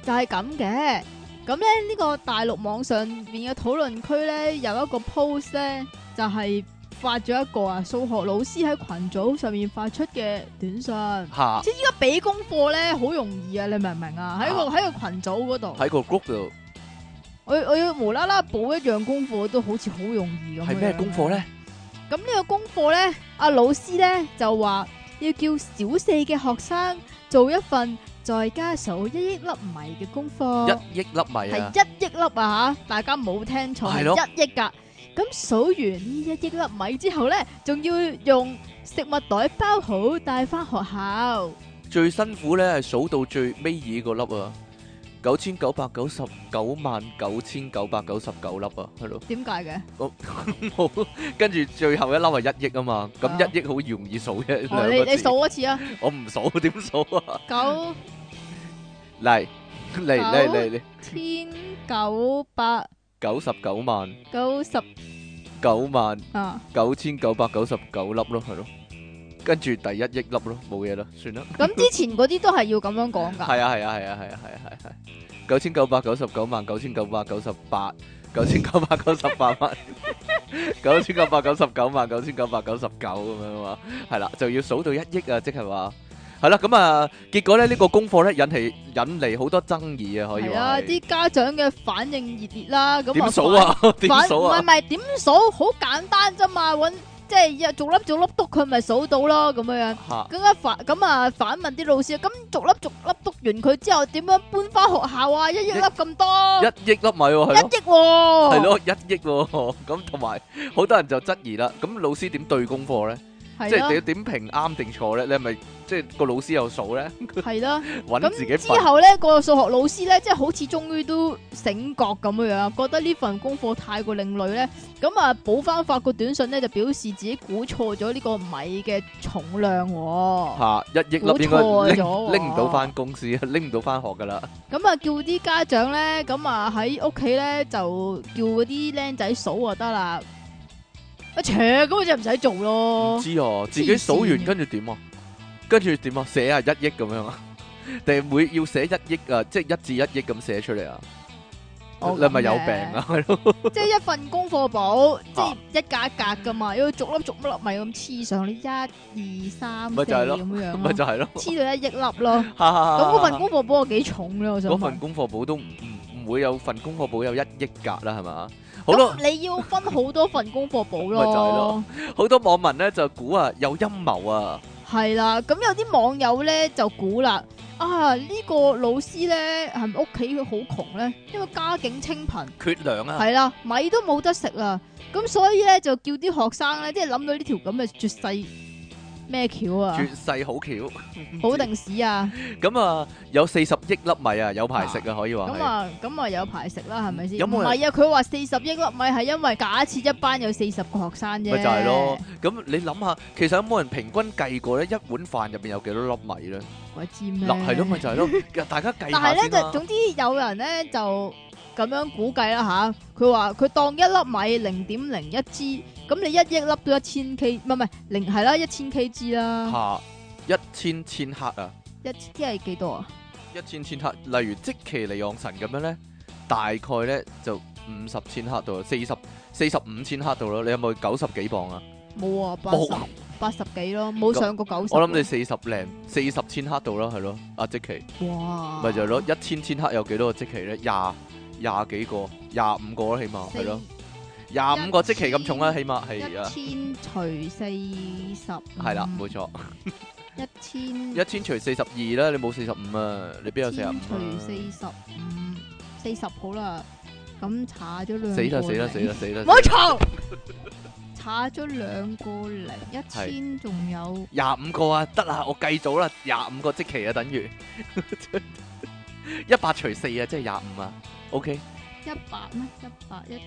S2: 就係咁嘅。咁咧呢、呢個大陸網上面嘅討論區咧有一個 post 咧就係、發咗一個啊數學老師喺群組上面發出嘅短信。
S1: 嚇
S2: 即係依家俾功課咧好容易啊，你明唔明啊？喺個喺個群組嗰度，
S1: 喺個 group 度
S2: 我我要無啦啦補一樣功課都好似好容易咁。
S1: 係咩功課？咧？
S2: 咁呢個功課呢，阿老師呢就話要叫小四嘅學生做一份在家數一億粒米嘅功課，
S1: 一億粒米啊！
S2: 係一億粒啊吓！大家冇聽錯，
S1: 係咯
S2: 係一億噶。咁數完呢一億粒米之後呢，仲要用食物袋包好帶翻學校。
S1: 最辛苦咧係數到最尾二個粒啊，九千九百九十九萬九千九百九十九粒啊，係咯，
S2: 點解嘅？
S1: 冇跟住最後一粒係一億啊嘛，
S2: 啊
S1: 咁一億好容易數嘅
S2: 哦，
S1: 兩
S2: 你
S1: 個字
S2: 你數一次啊，
S1: 我唔數點數啊？
S2: 九
S1: 嚟嚟嚟嚟嚟，
S2: 千九百
S1: 九十九萬
S2: 九十
S1: 九萬
S2: 啊！
S1: 九千九百九十九粒咯，係咯，跟住第一億粒咯，冇嘢啦，算啦，
S2: 咁之前嗰啲都係要咁樣講噶。
S1: 係啊係啊係啊係啊係啊係啊係，九千九百九十九萬九千九百九十八。九千九百九十八萬，九千九百九十九萬，九千九百九十九咁樣嘛，係啦，就要數到一億啊，即係話，係啦，咁啊，結果咧呢個功課咧引起引嚟好多爭議啊，可以
S2: 係
S1: 話
S2: 啊，
S1: 係
S2: 啲家長嘅反應熱烈啦，咁
S1: 點數 啊？點
S2: 反？反
S1: 數
S2: 唔係
S1: 啊
S2: 唔？係點數？好簡單啫嘛，揾即係一逐粒逐粒篤佢咪數到咯，咁樣樣。
S1: 嚇！
S2: 咁啊反咁啊反問啲老師，咁逐粒逐粒篤完佢之後，點樣搬翻學校啊？一億粒咁多，
S1: 一億粒米喎，係咯，
S2: 一億喎，
S1: 係，咯，一億 喎，咁同埋好多人就質疑啦。咁老師點對功課咧？即係你
S2: 係
S1: 要點評啱定錯咧？你係咪即係個老師有數咧？
S2: 咯，係咯。
S1: 揾自己
S2: 咁之
S1: 笨，
S2: 後咧，個數學老師咧，即係好似終於都醒覺咁樣樣，覺得呢份功課太過另類咧，咁啊補翻發個短信咧，就表示自己估錯咗呢個米嘅重量喎、
S1: 嚇一億粒應該
S2: 估 錯咗
S1: 拎
S2: 啊喎
S1: 拎唔到翻公司，啊 拎唔到翻學噶啦。
S2: 咁啊叫啲家長咧，咁啊喺屋企咧就叫嗰啲僆仔數就得啦，啊扯，咁我就唔使做
S1: 唔
S2: 咯，
S1: 知啊，自己數
S2: 哦黐
S1: 完
S2: 線
S1: 跟住點啊？跟住點啊？寫啊一億咁樣啊？ 定係每要寫一億啊？即係一至一億咁寫出嚟啊？
S2: 哦
S1: 你係咪有
S2: 咁嘅嗯
S1: 病啊？ 係咯。
S2: 即係一份功 課簿，即係
S1: 啊
S2: 一格一格噶嘛，要逐粒逐粒米咁黐上，你一二三四
S1: 咪就係咯
S2: 咁
S1: 咪
S2: 樣咯。
S1: 就係咯，
S2: 黐到一億粒咯。咁
S1: 咁
S2: 嗰份功課簿有幾重咧？我想
S1: 啊嗰份
S2: 問。
S1: 功課簿都唔唔唔會有份功課簿有一億格啦，係嘛？好 多
S2: 咁你要分好多份功課簿
S1: 咪就係
S2: 咯
S1: 咯，好多網民咧就估啊有陰謀啊，
S2: 係啦。咁有啲網友咧就估啦，啊呢個老師咧係咪屋企好窮咧？因為家境清貧，
S1: 缺糧啊，
S2: 係啦，米都冇得食啊。咁所以咧就叫啲學生咧，即係諗到呢條咁嘅絕世咩橋啊，
S1: 絕世好橋。
S2: 好定屎啊！
S1: 咁啊有四十億粒米啊，有排食啊，可以
S2: 咁
S1: 話
S2: 啊，咁啊有排食啦，係咪先？
S1: 有
S2: 唔
S1: 冇人
S2: 係啊，佢話四十億粒米係因為假設一班有四十個學生
S1: 係。
S2: 啫，
S1: 咪就係咯，咁你諗下，其實有冇人平均計過咧？一碗飯入邊有幾多粒米咧？
S2: 鬼知咩？
S1: 嗱，係咯，咪 就係咯，大家計
S2: 但
S1: 下
S2: 係咧
S1: 先
S2: 就
S1: 啦。
S2: 總之有人咧就咁樣估計啦吓，佢話佢當一粒米零點零一支，咁你一億粒都一千 K，唔係唔係零係啦，一千 K 支啦，
S1: 嚇一千千克啊，
S2: 一千即係幾多啊？
S1: 一千千克，例如即其尼昂神咁樣咧，大概咧就五十千克度，四十四十五千克度咯。你有冇九十幾磅啊？
S2: 冇啊，八
S1: 冇
S2: 十八十幾咯，冇上過九十。
S1: 我諗你四十零四十千克度啦，係咯，阿即奇
S2: 哇，
S1: 咪就係咯，一千千克有幾多個即奇咧？廿廿幾個、廿五個啦，起碼係咯，
S2: 四
S1: 廿五個即期咁重啦，起碼
S2: 一
S1: 係啊，
S2: 千除四十，
S1: 係啦，冇錯，
S2: 一千
S1: 一千除四十二啦，你冇四十五啊，你邊有四十五
S2: 千除四
S1: 啊？
S2: 十五，四十好啦，咁查咗兩
S1: 死啦
S2: 個
S1: 死啦死
S2: 零
S1: 啦死啦！
S2: 冇 嘈，查咗兩個零，一千仲有
S1: 廿五個啊，得啦，我計到啦，廿五個即期啊，等於 一百除四啊，即係廿五啊，OK。
S2: 一百咩？一百一，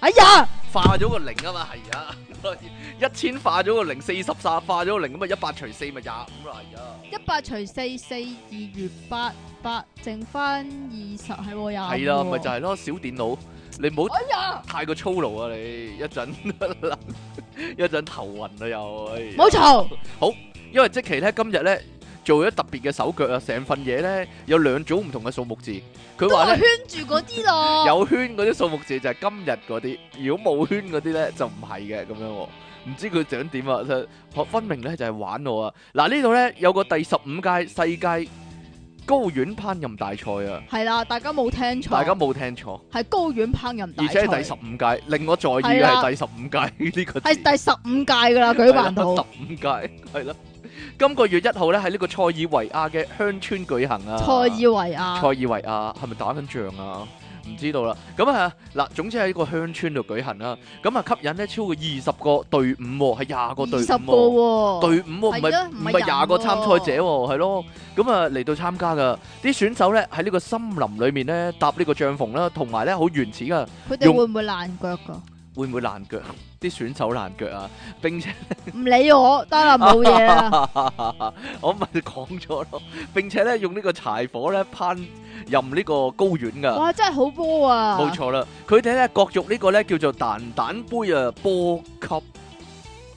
S2: 哎呀，
S1: 化咗個零啊嘛，係啊， 一千化咗個零，四十三化咗個零，咁啊一百除四咪廿五啦，係啊，
S2: 一百除四四二月八八，剩翻二十係喎廿五
S1: 係啦，
S2: 喎
S1: 咪就係咯，小電腦，你唔好
S2: 哎呀，
S1: 太過粗魯啊，你一陣 一陣頭暈啊又，哎呀
S2: 冇嘈，
S1: 因為即期咧今日咧做咗特別嘅手腳啊，成份嘢咧有兩組唔同嘅數目字，佢
S2: 都
S1: 話
S2: 話
S1: 咧
S2: 圈住嗰啲咯，
S1: 有圈嗰啲數目字就係今日嗰啲，如果冇圈嗰啲咧就唔係嘅咁樣喎。唔知佢想點啊？就分明咧就係玩我啊！嗱呢度咧有個第十五屆世界高遠烹飪大賽啊，
S2: 係啦，大家冇聽錯，
S1: 大家冇聽錯，
S2: 係高遠烹飪大
S1: 而且係第十
S2: 賽，
S1: 五屆，令我在意
S2: 係
S1: 嘅係
S2: 啦
S1: 第十五屆呢 個字
S2: 係第十五屆噶啦，舉辦到
S1: 十五屆係啦。今個月一號咧喺呢個塞爾維亞嘅鄉村舉行啊。
S2: 塞爾維
S1: 塞
S2: 亞，
S1: 爾維亞係咪打緊仗啊？唔知道啦。咁啊嗱，總之喺個鄉村度舉行啦。咁啊吸引咧超過二十個隊伍喎，係廿個隊
S2: 二
S1: 伍
S2: 十個
S1: 喎。
S2: 喎，
S1: 隊伍喎，唔
S2: 係
S1: 係
S2: 啊
S1: 唔
S2: 唔係
S1: 係廿個
S2: 人喎
S1: 參賽者喎，係咯。咁啊嚟到參加噶，啲選手咧喺呢個森林裏面咧搭呢個帳篷啦，同埋咧好原始噶，
S2: 佢哋
S1: 用
S2: 會唔會爛腳噶？
S1: 會唔會爛腳？啲選手爛腳啊，並且。
S2: 唔理我，得啦，冇嘢啦。
S1: 我咪講咗咯，並且咧用呢個柴火咧烹任呢個高丸噶。
S2: 哇，真係好波啊！
S1: 冇，錯啦，佢哋咧角逐呢個咧叫做蛋蛋杯啊波級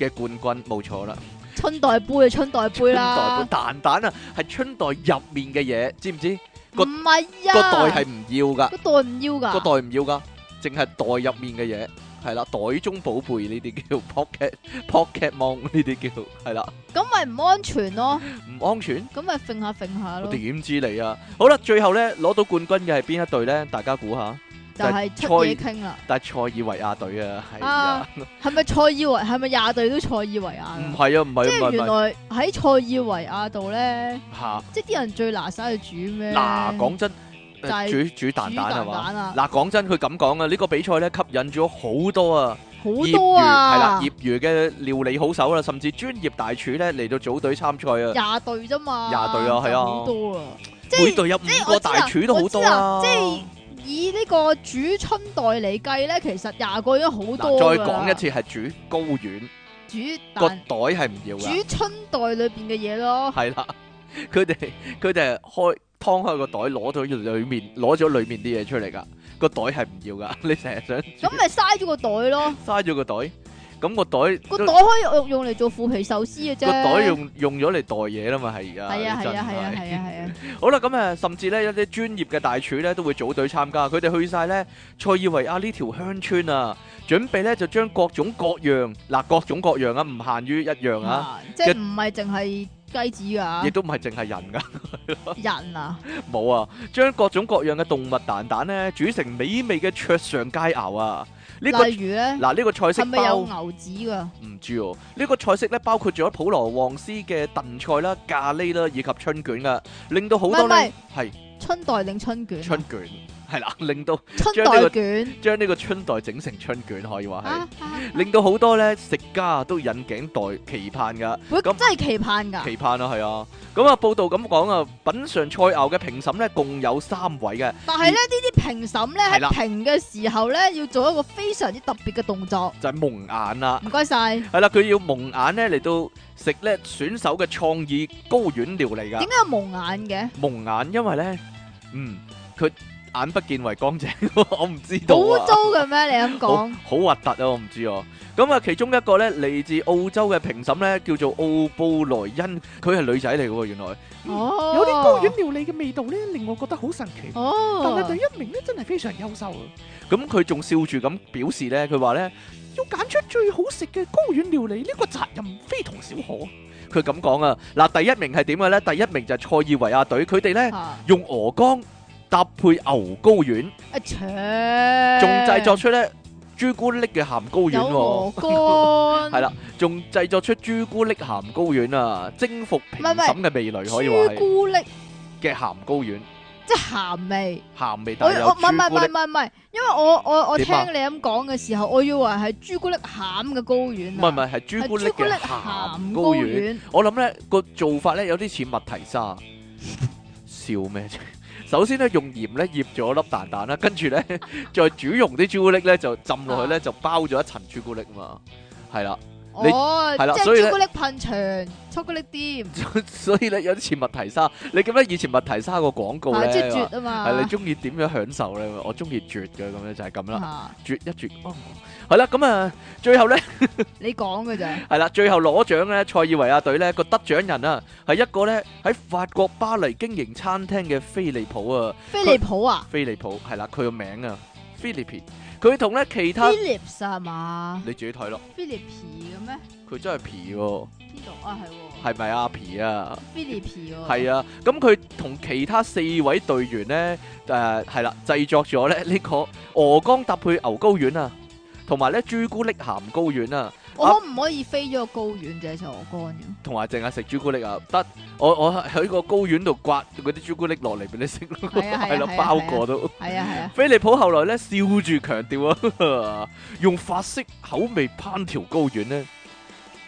S1: 嘅冠軍，冇錯啦。
S2: 春代杯啊，春代杯
S1: 春
S2: 啦，
S1: 代杯蛋蛋啊，係春袋入面嘅嘢，知唔知？個
S2: 唔係啊，
S1: 個袋係唔要噶，
S2: 個袋唔要噶，
S1: 個袋唔要噶，淨係袋入面嘅嘢。係啦，袋中寶貝呢啲叫 pocket pocket mon 呢啲叫係啦，
S2: 咁咪唔安全咯，
S1: 唔安全，
S2: 咁咪揈下揈下
S1: 我
S2: 咯，
S1: 點知你啊？好啦，最後咧攞到冠軍嘅係邊一隊咧？大家估下，
S2: 就係出嘢傾啦。
S1: 但係塞爾維亞隊啊，係啊
S2: 啊，係咪塞爾維？係咪廿隊都塞爾維亞
S1: 唔
S2: 㗎？
S1: 係啊，唔係
S2: 即
S1: 啊唔係
S2: 係
S1: 唔
S2: 原
S1: 係
S2: 來喺塞爾維亞度咧，
S1: 嚇。
S2: 即係啲人最拿手係煮咩？
S1: 嗱，講真，
S2: 就
S1: 誒
S2: 係
S1: 煮煮蛋
S2: 煮
S1: 蛋係
S2: 蛋
S1: 嘛？
S2: 蛋啊，
S1: 嗱，講真，佢咁講啊，呢個比賽咧吸引咗好多啊，
S2: 好
S1: 業餘
S2: 多
S1: 係啦，
S2: 啊，
S1: 業餘嘅料理好手啦，甚至專業大廚咧嚟到組隊參賽啊，
S2: 廿隊啫嘛，
S1: 廿隊啊係啊
S2: 就好多啊，即
S1: 每
S2: 係。
S1: 隊有
S2: 係
S1: 五
S2: 我
S1: 個
S2: 知啦
S1: 大廚都好多啊
S2: 我。知啦以呢個煮春代嚟計咧，其實廿個已經好
S1: 嗱，
S2: 多
S1: 再
S2: 㗎
S1: 講
S2: 啦
S1: 一次係煮高丸，
S2: 煮
S1: 個
S2: 蛋
S1: 袋係唔要噶，
S2: 煮春代裏邊嘅嘢咯，
S1: 係啦，佢哋佢哋係開劏開個袋攞咗裏面攞咗裏面啲嘢出嚟噶，個袋係唔要噶， 你成日想
S2: 咁咪嘥咗個袋咯。
S1: 嘥咗個袋，咁個袋
S2: 個
S1: 都
S2: 袋可以用用嚟做腐皮壽司嘅啫。
S1: 個袋用用咗嚟袋嘢啦嘛，係啊，
S2: 係啊係啊係啊
S1: 真係
S2: 係啊係啊，
S1: 好啦，咁啊，甚至咧一啲專業嘅大廚咧都會組隊參加，佢哋去晒咧塞爾維亞呢條鄉村啊，準備咧就將各種各樣嗱各種各樣啊，唔限於一樣啊，
S2: 啊即係唔係淨係雞子
S1: 亦
S2: 㗎
S1: 都唔係淨係人噶，
S2: 人啊，
S1: 冇啊，將各種各樣嘅動物蛋蛋咧煮成美味嘅桌上佳肴啊！呢、個
S2: 例如咧
S1: 嗱呢個菜式
S2: 係咪有
S1: 包。
S2: 牛子㗎？
S1: 唔知喎，呢、個菜式咧包括咗普羅旺斯嘅燉菜啦、咖喱啦以及春卷噶，令到好多
S2: 唔係
S1: 咧係
S2: 春代定春卷啊？
S1: 春卷係啦， 令到
S2: 春
S1: 將呢個
S2: 代卷
S1: 將呢個春袋整成春卷，可以話係、
S2: 啊，啊
S1: 令到好多咧食家都引頸待期盼噶，
S2: 會
S1: 咁
S2: 真係期盼㗎。
S1: 期盼啊係啊，咁啊報道咁講啊，品嚐菜肴嘅評審咧共有三位嘅，
S2: 但係咧，呢啲評審咧
S1: 嗯係啦
S2: 喺評嘅時候咧，要做一個非常之特別嘅動作。
S1: 就係、蒙眼啦，
S2: 唔該晒。
S1: 係啦，佢要蒙眼咧嚟到食咧選手嘅創意高丸料理噶
S2: 點。解有蒙眼嘅？
S1: 蒙眼，因為咧，嗯，佢眼不見為乾淨， 我唔知道
S2: 好污
S1: 啊，
S2: 糟嘅咩？你咁
S1: 好
S2: 講，
S1: 好核突啊，我唔知啊。咁啊，其中一個咧嚟自澳洲嘅評審咧，叫做奧布萊恩，佢係女仔嚟嘅喎，原來
S2: 哦，
S3: 有啲高遠料理嘅味道咧，令我覺得好神奇。但係
S2: 哦，
S3: 第一名咧真係非常優秀啊！
S1: 咁佢仲笑住咁表示咧，佢話咧，
S3: 要揀出最好食嘅高遠料理，呢個責任非同小可。
S1: 佢
S2: Ờ.
S1: 咁講啊，嗱，第一名係點嘅咧？第一名就係塞爾維亞隊，佢哋咧
S2: 啊
S1: 用鵝肝搭配牛膏丸，
S2: 啊切，
S1: 仲製作出咧朱古力嘅鹹膏丸
S2: 有
S1: 喎、
S2: 鵝肝，
S1: 係啦， 仲製作出朱古力鹹膏丸啊，征服評
S2: 唔係唔係
S1: 審嘅味蕾可以話
S2: 朱
S1: 係
S2: 古力
S1: 嘅鹹膏丸，
S2: 即係鹹味。
S1: 鹹味
S2: 我
S1: 但係有
S2: 我唔係唔係
S1: 朱
S2: 唔
S1: 古
S2: 係
S1: 力
S2: 唔，係唔係，因為我我我聽
S1: 點啊
S2: 你咁講嘅時候，我以為係朱古力餡嘅高
S1: 唔
S2: 丸
S1: 係
S2: 啊，
S1: 唔係係朱古力
S2: 係
S1: 嘅
S2: 鹹
S1: 鹹
S2: 高
S1: 膏丸。我諗咧個做法咧有啲似麥提沙，笑咩啫？ 首先咧用鹽咧醃咗粒蛋蛋啦，跟住咧再煮溶啲朱古力咧就浸落去
S2: 啊
S1: 咧就包咗一層朱古力嘛，係啦，你
S2: 哦，
S1: 係啦
S2: 即
S1: 所以
S2: 係
S1: 咧
S2: 朱古力噴泉、朱古力店，
S1: 所以咧有啲似麥提沙。你記唔記得以前麥提沙個廣告
S2: 啊，即係
S1: 咧？話
S2: 絕啊嘛，
S1: 係你中意點樣享受咧？我中意絕嘅咁樣就係咁啦，
S2: 啊
S1: 絕一絕哦。係啦，咁啊，最後咧。
S2: 你講嘅咋？
S1: 係啦，最後攞獎咧，塞爾維亞隊咧個得獎人啊，係一個咧喺法國巴黎經營餐廳嘅菲利普啊，
S2: 飛利浦啊
S1: 菲利普係啦，佢個名啊，Philippe，佢同咧其他
S2: ，Philips 啊係嘛
S1: 你自己睇咯，
S2: ，Philips 嘅咩？
S1: 佢真係皮喎，
S2: 呢度啊係喎
S1: 係咪啊皮啊？
S2: ，Philips 喎，
S1: 係啊，咁佢同其他四位隊員咧，誒係啦，製作咗咧呢個鵝肝搭配牛膏丸啊，同埋咧朱古力鹹膏丸啊。
S2: 我可唔可以飛咗個高丸啫？食鵝肝嘅，
S1: 同埋淨係食朱古力啊，得我我喺個高丸度刮嗰啲朱古力落嚟俾你食咯，
S2: 係啊係啊
S1: 係 啦
S2: 係啊
S1: 包過都。
S2: 係啊係啊，
S1: 菲利普後來咧笑住強調啊， 用法式口味烹調高丸咧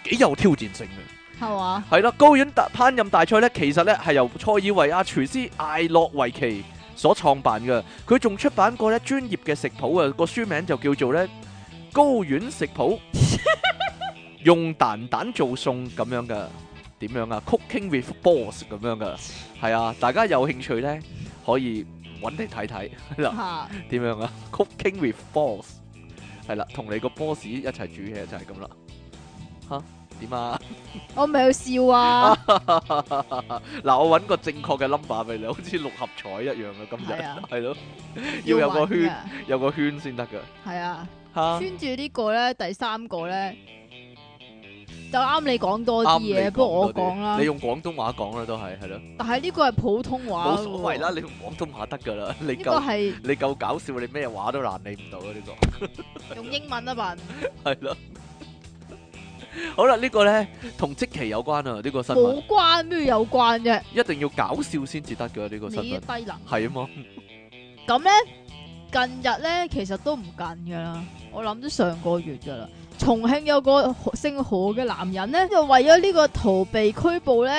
S1: 幾有挑戰性啊嘅。
S2: 係 嘛？
S1: 係啦，高丸大烹飪大賽咧，其實咧係由塞爾維亞廚師艾洛維奇所創辦嘅，佢仲出版過咧專業嘅食譜啊，個書名就叫做咧高丸食譜。用蛋蛋做餸咁樣噶，點樣啊？Cooking with boss 咁樣噶，係啊！大家有興趣咧，可以揾嚟睇睇
S2: 嚇
S1: 點樣啊？Cooking with boss 係啦，同你個 boss 一齊煮嘢就係咁啦。吓點啊？
S2: 我咪去笑 啊，
S1: 嗱，我揾個正確嘅 number 俾你，好似六合彩一樣啊！今
S2: 係啊
S1: 日係咯，要有個
S2: 要
S1: 圈，
S2: 玩
S1: 有個圈先得噶
S2: 嘅，係啊。
S1: 吓。
S2: 跟住呢個咧，第三個咧，就啱你講多啲
S1: 啱你
S2: 嘢，不過我
S1: 講多啲
S2: 講啦
S1: 你。用廣東話講啦，都係係咯，
S2: 但係呢個係普通話
S1: 冇
S2: 喎，
S1: 所謂啦，你用廣東話得噶啦，你
S2: 呢個
S1: 夠。
S2: 係
S1: 你夠搞笑，你咩話都難你唔到啊！呢、
S2: 用英文啊嘛，
S1: 個係咯，好啦，呢、個咧同即期有關啊！呢、個新聞
S2: 冇關咩有關啫，
S1: 一定要搞笑先至得㗎，呢、個新
S2: 你
S1: 聞
S2: 低能。
S1: 係啊嘛，
S2: 咁咧，近日咧其實都唔近噶啦，我諗都上個月噶啦。重慶有個姓何嘅男人咧，就為咗呢個逃避拘捕咧，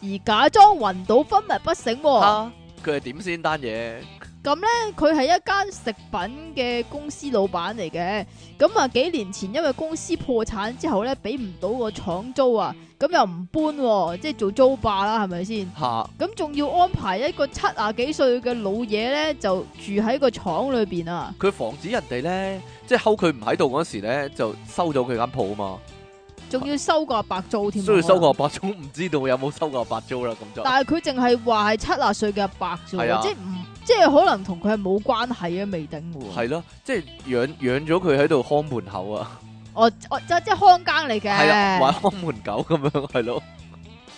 S2: 而假裝暈倒昏迷不醒、喎。
S1: 啊佢係點先單嘢？
S2: 佢係一間食品嘅公司老闆嚟嘅，咁啊幾年前因為公司破產之後咧，俾唔到個廠租啊，咁又唔搬喎、即係做租霸啦，係咪先？
S1: 嚇、
S2: 咁仲要安排一個七啊幾歲嘅老嘢咧，就住喺個廠裏邊啊，
S1: 佢防止人哋咧，即係睺佢唔喺度嗰時咧，就收咗佢間鋪啊嘛，
S2: 仲要收個阿伯租添啊，
S1: 所以收個阿伯租，唔知道有冇收過阿伯租啦，咁就
S2: 但係佢淨係話係七啊歲嘅阿伯啫
S1: 係
S2: 喎，
S1: 啊
S2: 即係唔即係可能同佢係冇關係啊，未定喎。
S1: 係咯，即係養養咗佢喺度看門口啊，
S2: 我我即即係看更嚟
S1: 係啊啦，玩
S2: 嘅，
S1: 看門狗咁樣，係咯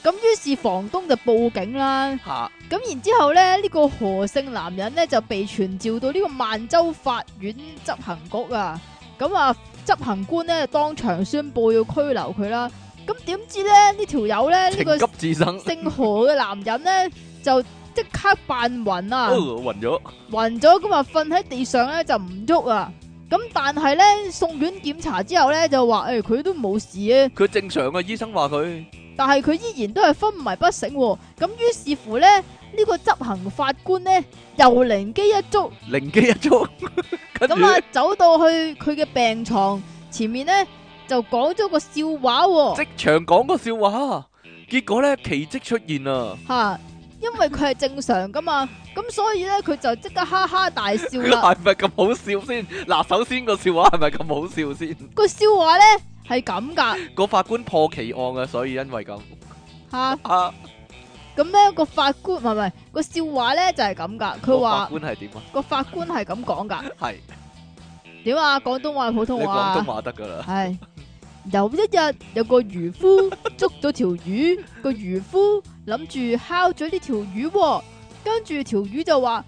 S2: 咁於是房東就報警啦。
S1: 嚇
S2: 咁然之後咧，呢、個何姓男人咧就被傳召到呢個萬州法院執行局啊。咁啊，執行官咧當場宣布要拘留佢啦。咁點知咧呢條友咧呢、個
S1: 情急自生，
S2: 姓何嘅男人咧就即刻扮暈啊！
S1: 哦暈咗。
S2: 暈咗咁啊，瞓喺地上咧就唔喐啊。咁但係咧送院檢查之後咧就話誒佢都冇事啊。
S1: 佢正常嘅醫生話佢
S2: 但係佢依然都係昏迷不醒、喎。咁於是乎咧，呢、呢個執行法官咧又靈機一觸，
S1: 靈機一觸，跟住
S2: 咁啊走到去佢嘅病床前面咧，就講咗個笑話、喎。
S1: 即場講個笑話，結果咧奇蹟出現啊！
S2: 吓、因為佢係正常噶嘛，咁所以咧佢就即刻哈哈大笑 啦。
S1: 係咪咁好笑先？嗱，首先個笑話係咪咁好笑先？
S2: 個笑話咧係咁噶
S1: 個法官破奇案啊，所以因為咁
S2: 吓，
S1: 啊，
S2: 咁咧個法官唔係唔係個笑話咧就係咁噶。佢
S1: 個法
S2: 話
S1: 官係點啊？
S2: 個法官係咁講噶，
S1: 係
S2: 點啊？廣東話定普
S1: 你
S2: 通話
S1: 廣
S2: 啊
S1: 東？話得噶啦，
S2: 唉，有一日有個 漁夫捉咗條魚，個漁夫諗住烤咗呢條魚喎，跟住條魚就話：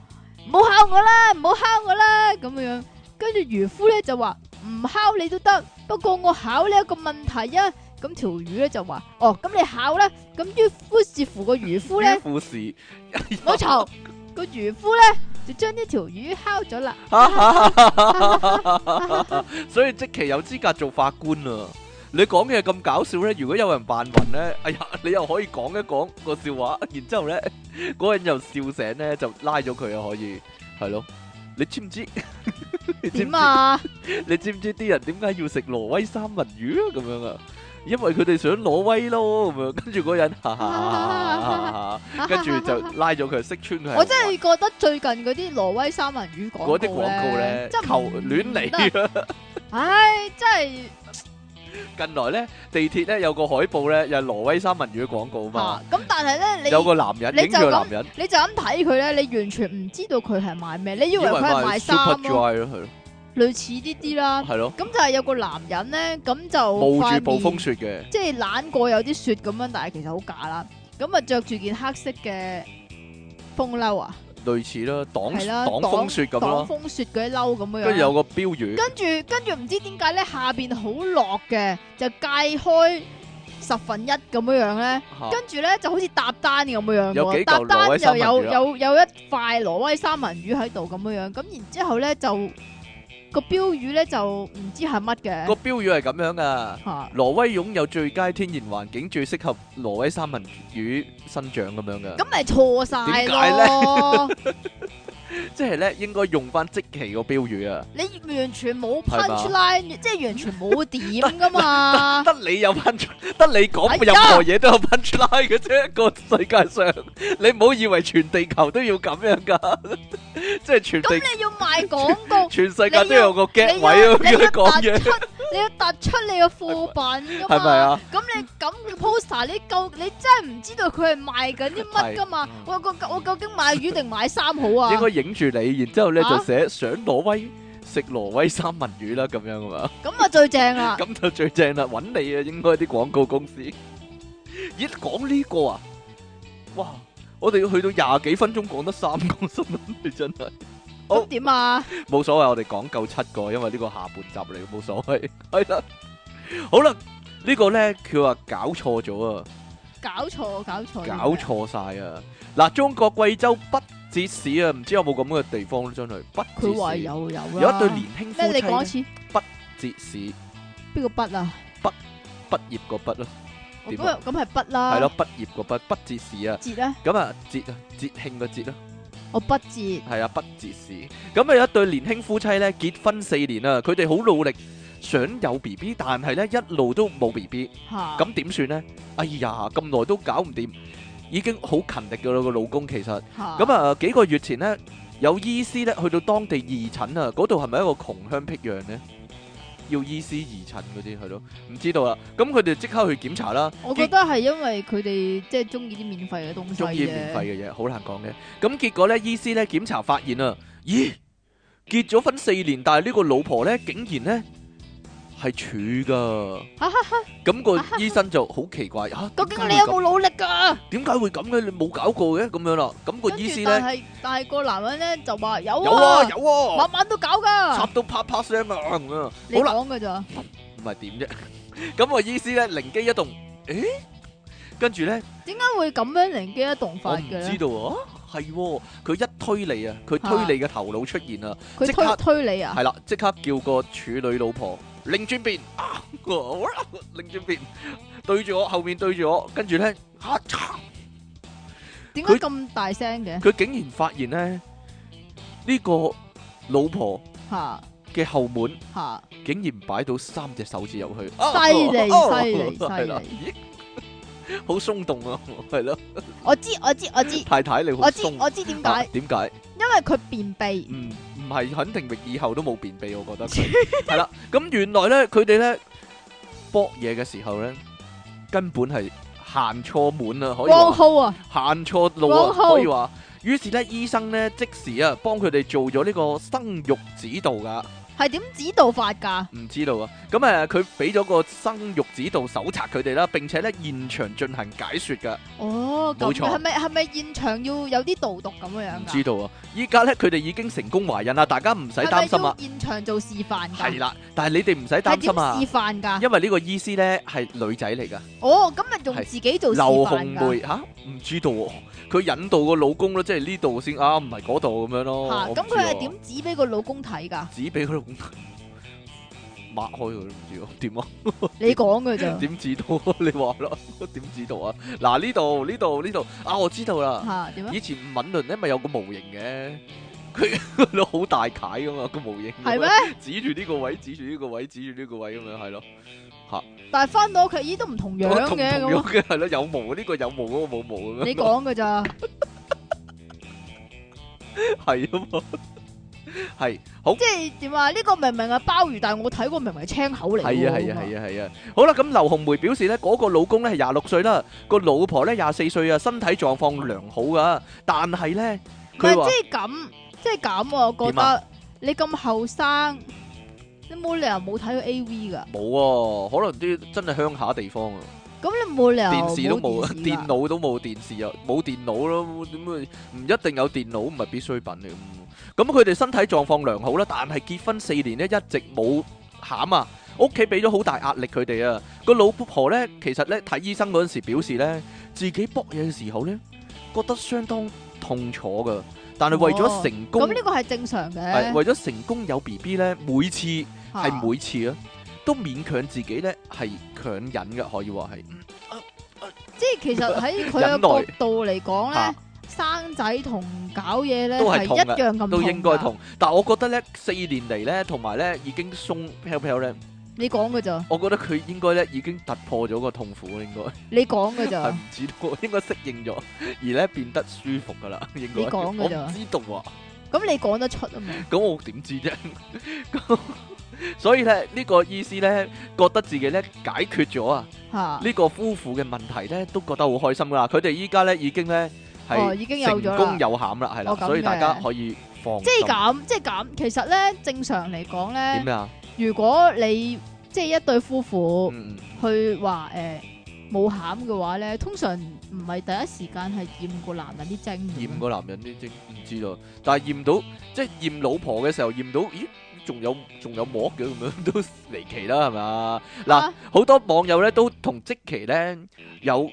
S2: 唔好敲我啦，唔好敲我啦咁樣。跟住漁夫咧就話唔敲你都得，不過我考你一個問題啊。咁條魚咧就話哦，咁你考啦。咁於於是乎個漁夫咧，
S1: 故事，
S2: 唔好嘈，個漁夫咧就將呢條魚敲咗啦。
S1: 所以即期有資格做法官啊！你講嘅咁搞笑咧，如果有人扮暈咧，哎呀，你又可以講一講個笑話，然之後咧， 嗰人又笑醒咧，就拉咗佢啊，可以係咯。你知 唔知？ 你知唔
S2: 點
S1: 知？
S2: 啊？
S1: 你知唔知啲人點解要食挪威三文魚啊？咁樣啊，因為佢哋想挪威咯，咁樣 跟住嗰人，哈哈哈哈哈哈 跟 住就拉咗佢，識穿佢係
S2: 我真係覺得最近嗰啲挪威三文魚廣告
S1: 嗰啲廣告咧，
S2: 真係
S1: 求
S2: 唔
S1: 亂
S2: 得
S1: 嚟啊！
S2: 唉，真係
S1: 近來咧，地鐵咧有個海報咧，又係挪威三文魚廣告嘛
S2: 啊，！咁但係咧，你
S1: 有個男人
S2: 你
S1: 影
S2: 就
S1: 住個男
S2: 咁
S1: 人，
S2: 你就咁睇佢咧，你完全唔知道佢係賣咩，你以為佢係賣衫
S1: Super
S2: 咯，
S1: Dry 咯，係咯，
S2: 類似呢啲啦。
S1: 係咯，
S2: 咁就係有個男人咧，咁就
S1: 冒住暴
S2: 塊面
S1: 風雪嘅，
S2: 即係懶過有啲雪咁樣，但係其實好假啦。咁啊，着住件黑色嘅風褸啊，
S1: 類似啦，擋
S2: 係啦
S1: 擋風雪咁
S2: 擋
S1: 咯，
S2: 風雪嗰啲褸咁樣。
S1: 跟住有個標語，
S2: 跟住跟住唔知點解咧，下邊好落嘅，就界開十分一咁樣樣咧。
S1: 嚇
S2: 跟住咧就好似搭單咁樣樣
S1: 啊有
S2: 喎，
S1: 幾嚿
S2: 搭
S1: 挪
S2: 單
S1: 威三
S2: 又
S1: 文魚啊
S2: 有
S1: 啦
S2: 有有一塊挪威三文魚喺度咁樣樣，咁然之後咧就個標語咧就唔知係乜
S1: 個
S2: 嘅
S1: 標語係咁樣噶。
S2: 嚇，
S1: 挪威擁有最佳天然環境，最適合挪威三文魚生長咁樣嘅，
S2: 咁咪錯晒
S1: 點解呢
S2: 咯！
S1: 即係咧應該用翻即期個標語啊，
S2: 你完全冇
S1: 係嘛
S2: punch line，即係完全冇點 噶嘛，
S1: 得你有 punch，得你
S2: 哎
S1: 講
S2: 呀
S1: 任何嘢都有 punch line 嘅啫，個世界上你唔好以為全地球都要咁樣噶， 即係全地。
S2: 你要賣廣告
S1: 全世界都有個 get
S2: 你
S1: 位
S2: 要
S1: 啊，
S2: 你要
S1: 佢
S2: 突
S1: 講
S2: 出，
S1: 嘢
S2: 你要突出你嘅貨品噶 嘛？
S1: 係咪啊？
S2: 咁你咁嘅 poster，你究你真係唔知道佢係賣緊啲乜噶嘛
S1: 係？嗯
S2: 我個我究竟買魚定買衫好啊
S1: 應？該影住你，然之後咧
S2: 啊
S1: 就寫上挪威食挪威三文魚啦，咁樣啊嘛。
S2: 咁啊最正啦！
S1: 咁就最正啦，揾你啊，應該啲廣告公司。咦，講呢個啊，哇！我哋要去到廿幾分鐘講得三個新聞，你真係好
S2: 咁點啊？
S1: 冇所謂，我哋講夠七個，因為呢個下半集嚟，冇所謂。 係啦，好啦，呢個呢，佢話搞錯咗啊，
S2: 搞錯搞錯
S1: 搞！錯晒啊！嗱，中國貴州北折市啊，唔知有冇咁嘅地方咧？真係北
S2: 佢話
S1: 折市
S2: 有有啦。
S1: 有一對年輕
S2: 咩？你講
S1: 夫
S2: 一
S1: 妻
S2: 次
S1: 折市，
S2: 邊個筆啊？
S1: 畢業個畢咯，
S2: 我
S1: 點
S2: 咁
S1: 啊
S2: 啊咁係筆啦。
S1: 係咯，，畢業個畢，北折市啊。
S2: 節咧，
S1: 咁啊，節啊，節慶個節啦，
S2: 我筆節
S1: 係啊，不節事。咁啊，有一對年輕夫妻咧，結婚四年啦，佢哋好努力想有 B B，但係咧一路都冇 B B，
S2: 嚇。
S1: 咁點算咧？哎呀，咁耐都搞唔掂，已經好勤力噶啦個老公其實。
S2: 嚇
S1: 咁啊，幾個月前咧，有醫師咧去到當地義診啊，嗰度係咪一個窮鄉僻壤咧？要醫師義診嗰啲係咯，唔知道啦。咁佢哋即刻去檢查啦。
S2: 我覺得係因為佢哋即係中意啲免費嘅東西
S1: 中意
S2: 啫
S1: 免費嘅嘢，好難講嘅。咁結果呢，醫師呢檢查發現啊，咦，結咗婚四年，但係呢個老婆呢，竟然呢係處噶。咁個醫生就好奇怪啊，
S2: 究竟你有冇努力㗎？
S1: 點解會咁嘅？你冇搞過嘅咁樣啦。咁個
S2: 跟
S1: 醫
S2: 住
S1: 師
S2: 但
S1: 呢，
S2: 係但係個男人咧就話有
S1: 有啊有啊，
S2: 晚晚都搞㗎。
S1: 插到啪啪聲啊咁樣。
S2: 你
S1: 好啦。
S2: 講㗎咋？
S1: 唔係點 啫？咁個醫師咧靈機一動，誒，跟住咧，
S2: 點解會咁樣靈機一動發
S1: 我唔
S2: 嘅
S1: 知
S2: 咧？
S1: 道啊，係喎佢一推你啊，佢推你嘅頭腦出現啊，即
S2: 佢
S1: 刻
S2: 推推你啊？
S1: 係啦，即刻叫個處女老婆擰轉邊，啊，擰轉邊，對住我後面對住我，跟住咧，嚇，
S2: 點解
S1: 佢
S2: 咁大聲嘅？
S1: 佢竟然發現咧呢個老婆
S2: 嚇
S1: 嘅後門。
S2: 嚇！
S1: 竟然擺到三隻手指入去，
S2: 犀利
S1: 哦
S2: 犀利
S1: 係啦咦 好鬆動啊，係咯，
S2: 我知我知我知
S1: 太太你好
S2: 我知
S1: 鬆
S2: 我知點
S1: 啊
S2: 解？
S1: 點解？
S2: 因為佢便秘
S1: 唔唔係肯定以後都冇便秘，我覺 得佢係啦。咁原來咧，佢哋咧搏嘢嘅時候咧，根本係行錯門啊，可以
S2: ，wrong
S1: 話
S2: hole 啊，
S1: 行錯路啊，
S2: Wrong hole
S1: 可以話。於是咧，醫生咧即時啊幫佢哋做咗呢個生育指導噶。
S2: 係點指導法㗎？
S1: 唔知道啊。咁誒，佢俾咗個生育指導手冊佢哋啦，並且咧現場進行解説㗎。
S2: 哦，咁
S1: 冇錯
S2: 係咪係咪現場要有啲導讀咁樣樣
S1: 唔
S2: 㗎？
S1: 知道啊！依家咧佢哋已經成功懷孕啦，大家唔使擔心啊。
S2: 係咪要現場做示範㗎？
S1: 係啦，但係你哋唔使
S2: 係
S1: 擔
S2: 點
S1: 心啊
S2: 示，範㗎？
S1: 因為呢個醫師咧係女仔嚟㗎，
S2: 哦，咁咪仲
S1: 係
S2: 自己做示
S1: 劉
S2: 範
S1: 紅
S2: 㗎？
S1: 梅吓，唔知道喎。佢引導個老公咯，即係呢度先啱，唔係嗰度咁樣咯。
S2: 嚇，
S1: 我唔
S2: 咁
S1: 知
S2: 佢係
S1: 喎
S2: 點指俾個老公 睇㗎？
S1: 指俾佢老公睇抹開佢都唔知喎，點啊？
S2: 你講㗎咋？
S1: 點指導？ 你話咯，點指導啊？嗱呢度呢度呢度啊，我知道啦。
S2: 嚇點啊？
S1: 以前吳敏倫咧咪有個模型嘅，佢 佢好大楷噶嘛個模型，
S2: 係咩？？
S1: 指住呢個位，指住呢個位，指住呢個位咁樣係咯，
S2: 但係翻到屋企，咦都唔同樣
S1: 同同
S2: 嘅
S1: 樣
S2: 咁。
S1: 嘅係咯，有毛呢個有毛嗰個冇毛咁樣，
S2: 你講㗎咋？
S1: 係啊嘛，係好
S2: 即係點啊？呢個明明係鮑魚，但係我睇過明明係青口嚟。
S1: 係啊係啊係啊係啊，好啦，咁劉紅梅表示咧，嗰個老公咧係廿六歲啦，個老婆咧廿四歲啊，身體狀況良好噶，但係咧
S2: 唔
S1: 佢話
S2: 係即係咁，即係咁，我覺
S1: 點啊
S2: 得你咁後生，你冇理由冇睇過 A V 噶，
S1: 冇喎，可能啲真係鄉下地方啊。
S2: 咁你冇理由
S1: 電視都 冇啊，
S2: 電視
S1: 電
S2: 㗎
S1: 腦都冇電視啊，冇電腦咯，點會唔一定有電腦唔係必需品嚟咁。咁佢哋身體狀況良好啦，但係結婚四年咧一直冇餡啊，屋企俾咗好大壓力佢哋啊。個老婆咧其實咧睇醫生嗰陣時表示咧，自己卜嘢嘅時候咧覺得相當痛楚噶，但係為咗
S2: 哦
S1: 成功，
S2: 咁呢個係正常
S1: 係
S2: 嘅，
S1: 為咗成功有 B B 咧，每次。係每次啊，都勉強自己咧係強忍嘅，可以話係
S2: 嚇即係其實喺佢
S1: 忍耐
S2: 嘅角度嚟講
S1: 嚇
S2: 咧，生仔同搞嘢咧
S1: 都係
S2: 係
S1: 痛
S2: 一
S1: 㗎
S2: 樣咁
S1: 都應該
S2: 㗎。
S1: 痛。但我覺得咧四年嚟咧，同埋咧已經鬆飄飄咧，
S2: 你講㗎咋？
S1: 我覺得佢應該咧已經突破咗個痛苦，應該
S2: 你講㗎
S1: 係
S2: 咋
S1: 唔？知道， 應該適應咗，而咧變得舒服噶啦，應該。
S2: 你講㗎
S1: 我唔
S2: 咋
S1: 知道啊，
S2: 咁你講得 出啊嘛？
S1: 咁我點知啫？咁所以咧呢個醫師咧覺得自己咧解決咗啊
S2: 嚇
S1: 呢個夫婦嘅問題咧，都覺得好開心噶啦。佢哋依家咧已經咧係。
S2: 哦，已經有咗
S1: 成
S2: 啦
S1: 功。有餡啦，係啦，
S2: 哦咁嘅
S1: 所以大家可以放
S2: 即係咁，即係咁。其實咧，正常嚟講咧
S1: 點，啊？
S2: 如果你即係一對夫婦
S1: 嗯，
S2: 去話誒冇餡嘅話咧，通常唔係第一時間係驗個男人啲精嘅咩
S1: 驗個男人啲精唔知咯，但係驗到即係驗老婆嘅時候驗到，咦？仲有仲有膜嘅咁樣 都離奇啦，係咪啊？嗱
S2: 啊，
S1: 好多網友咧都同即期咧有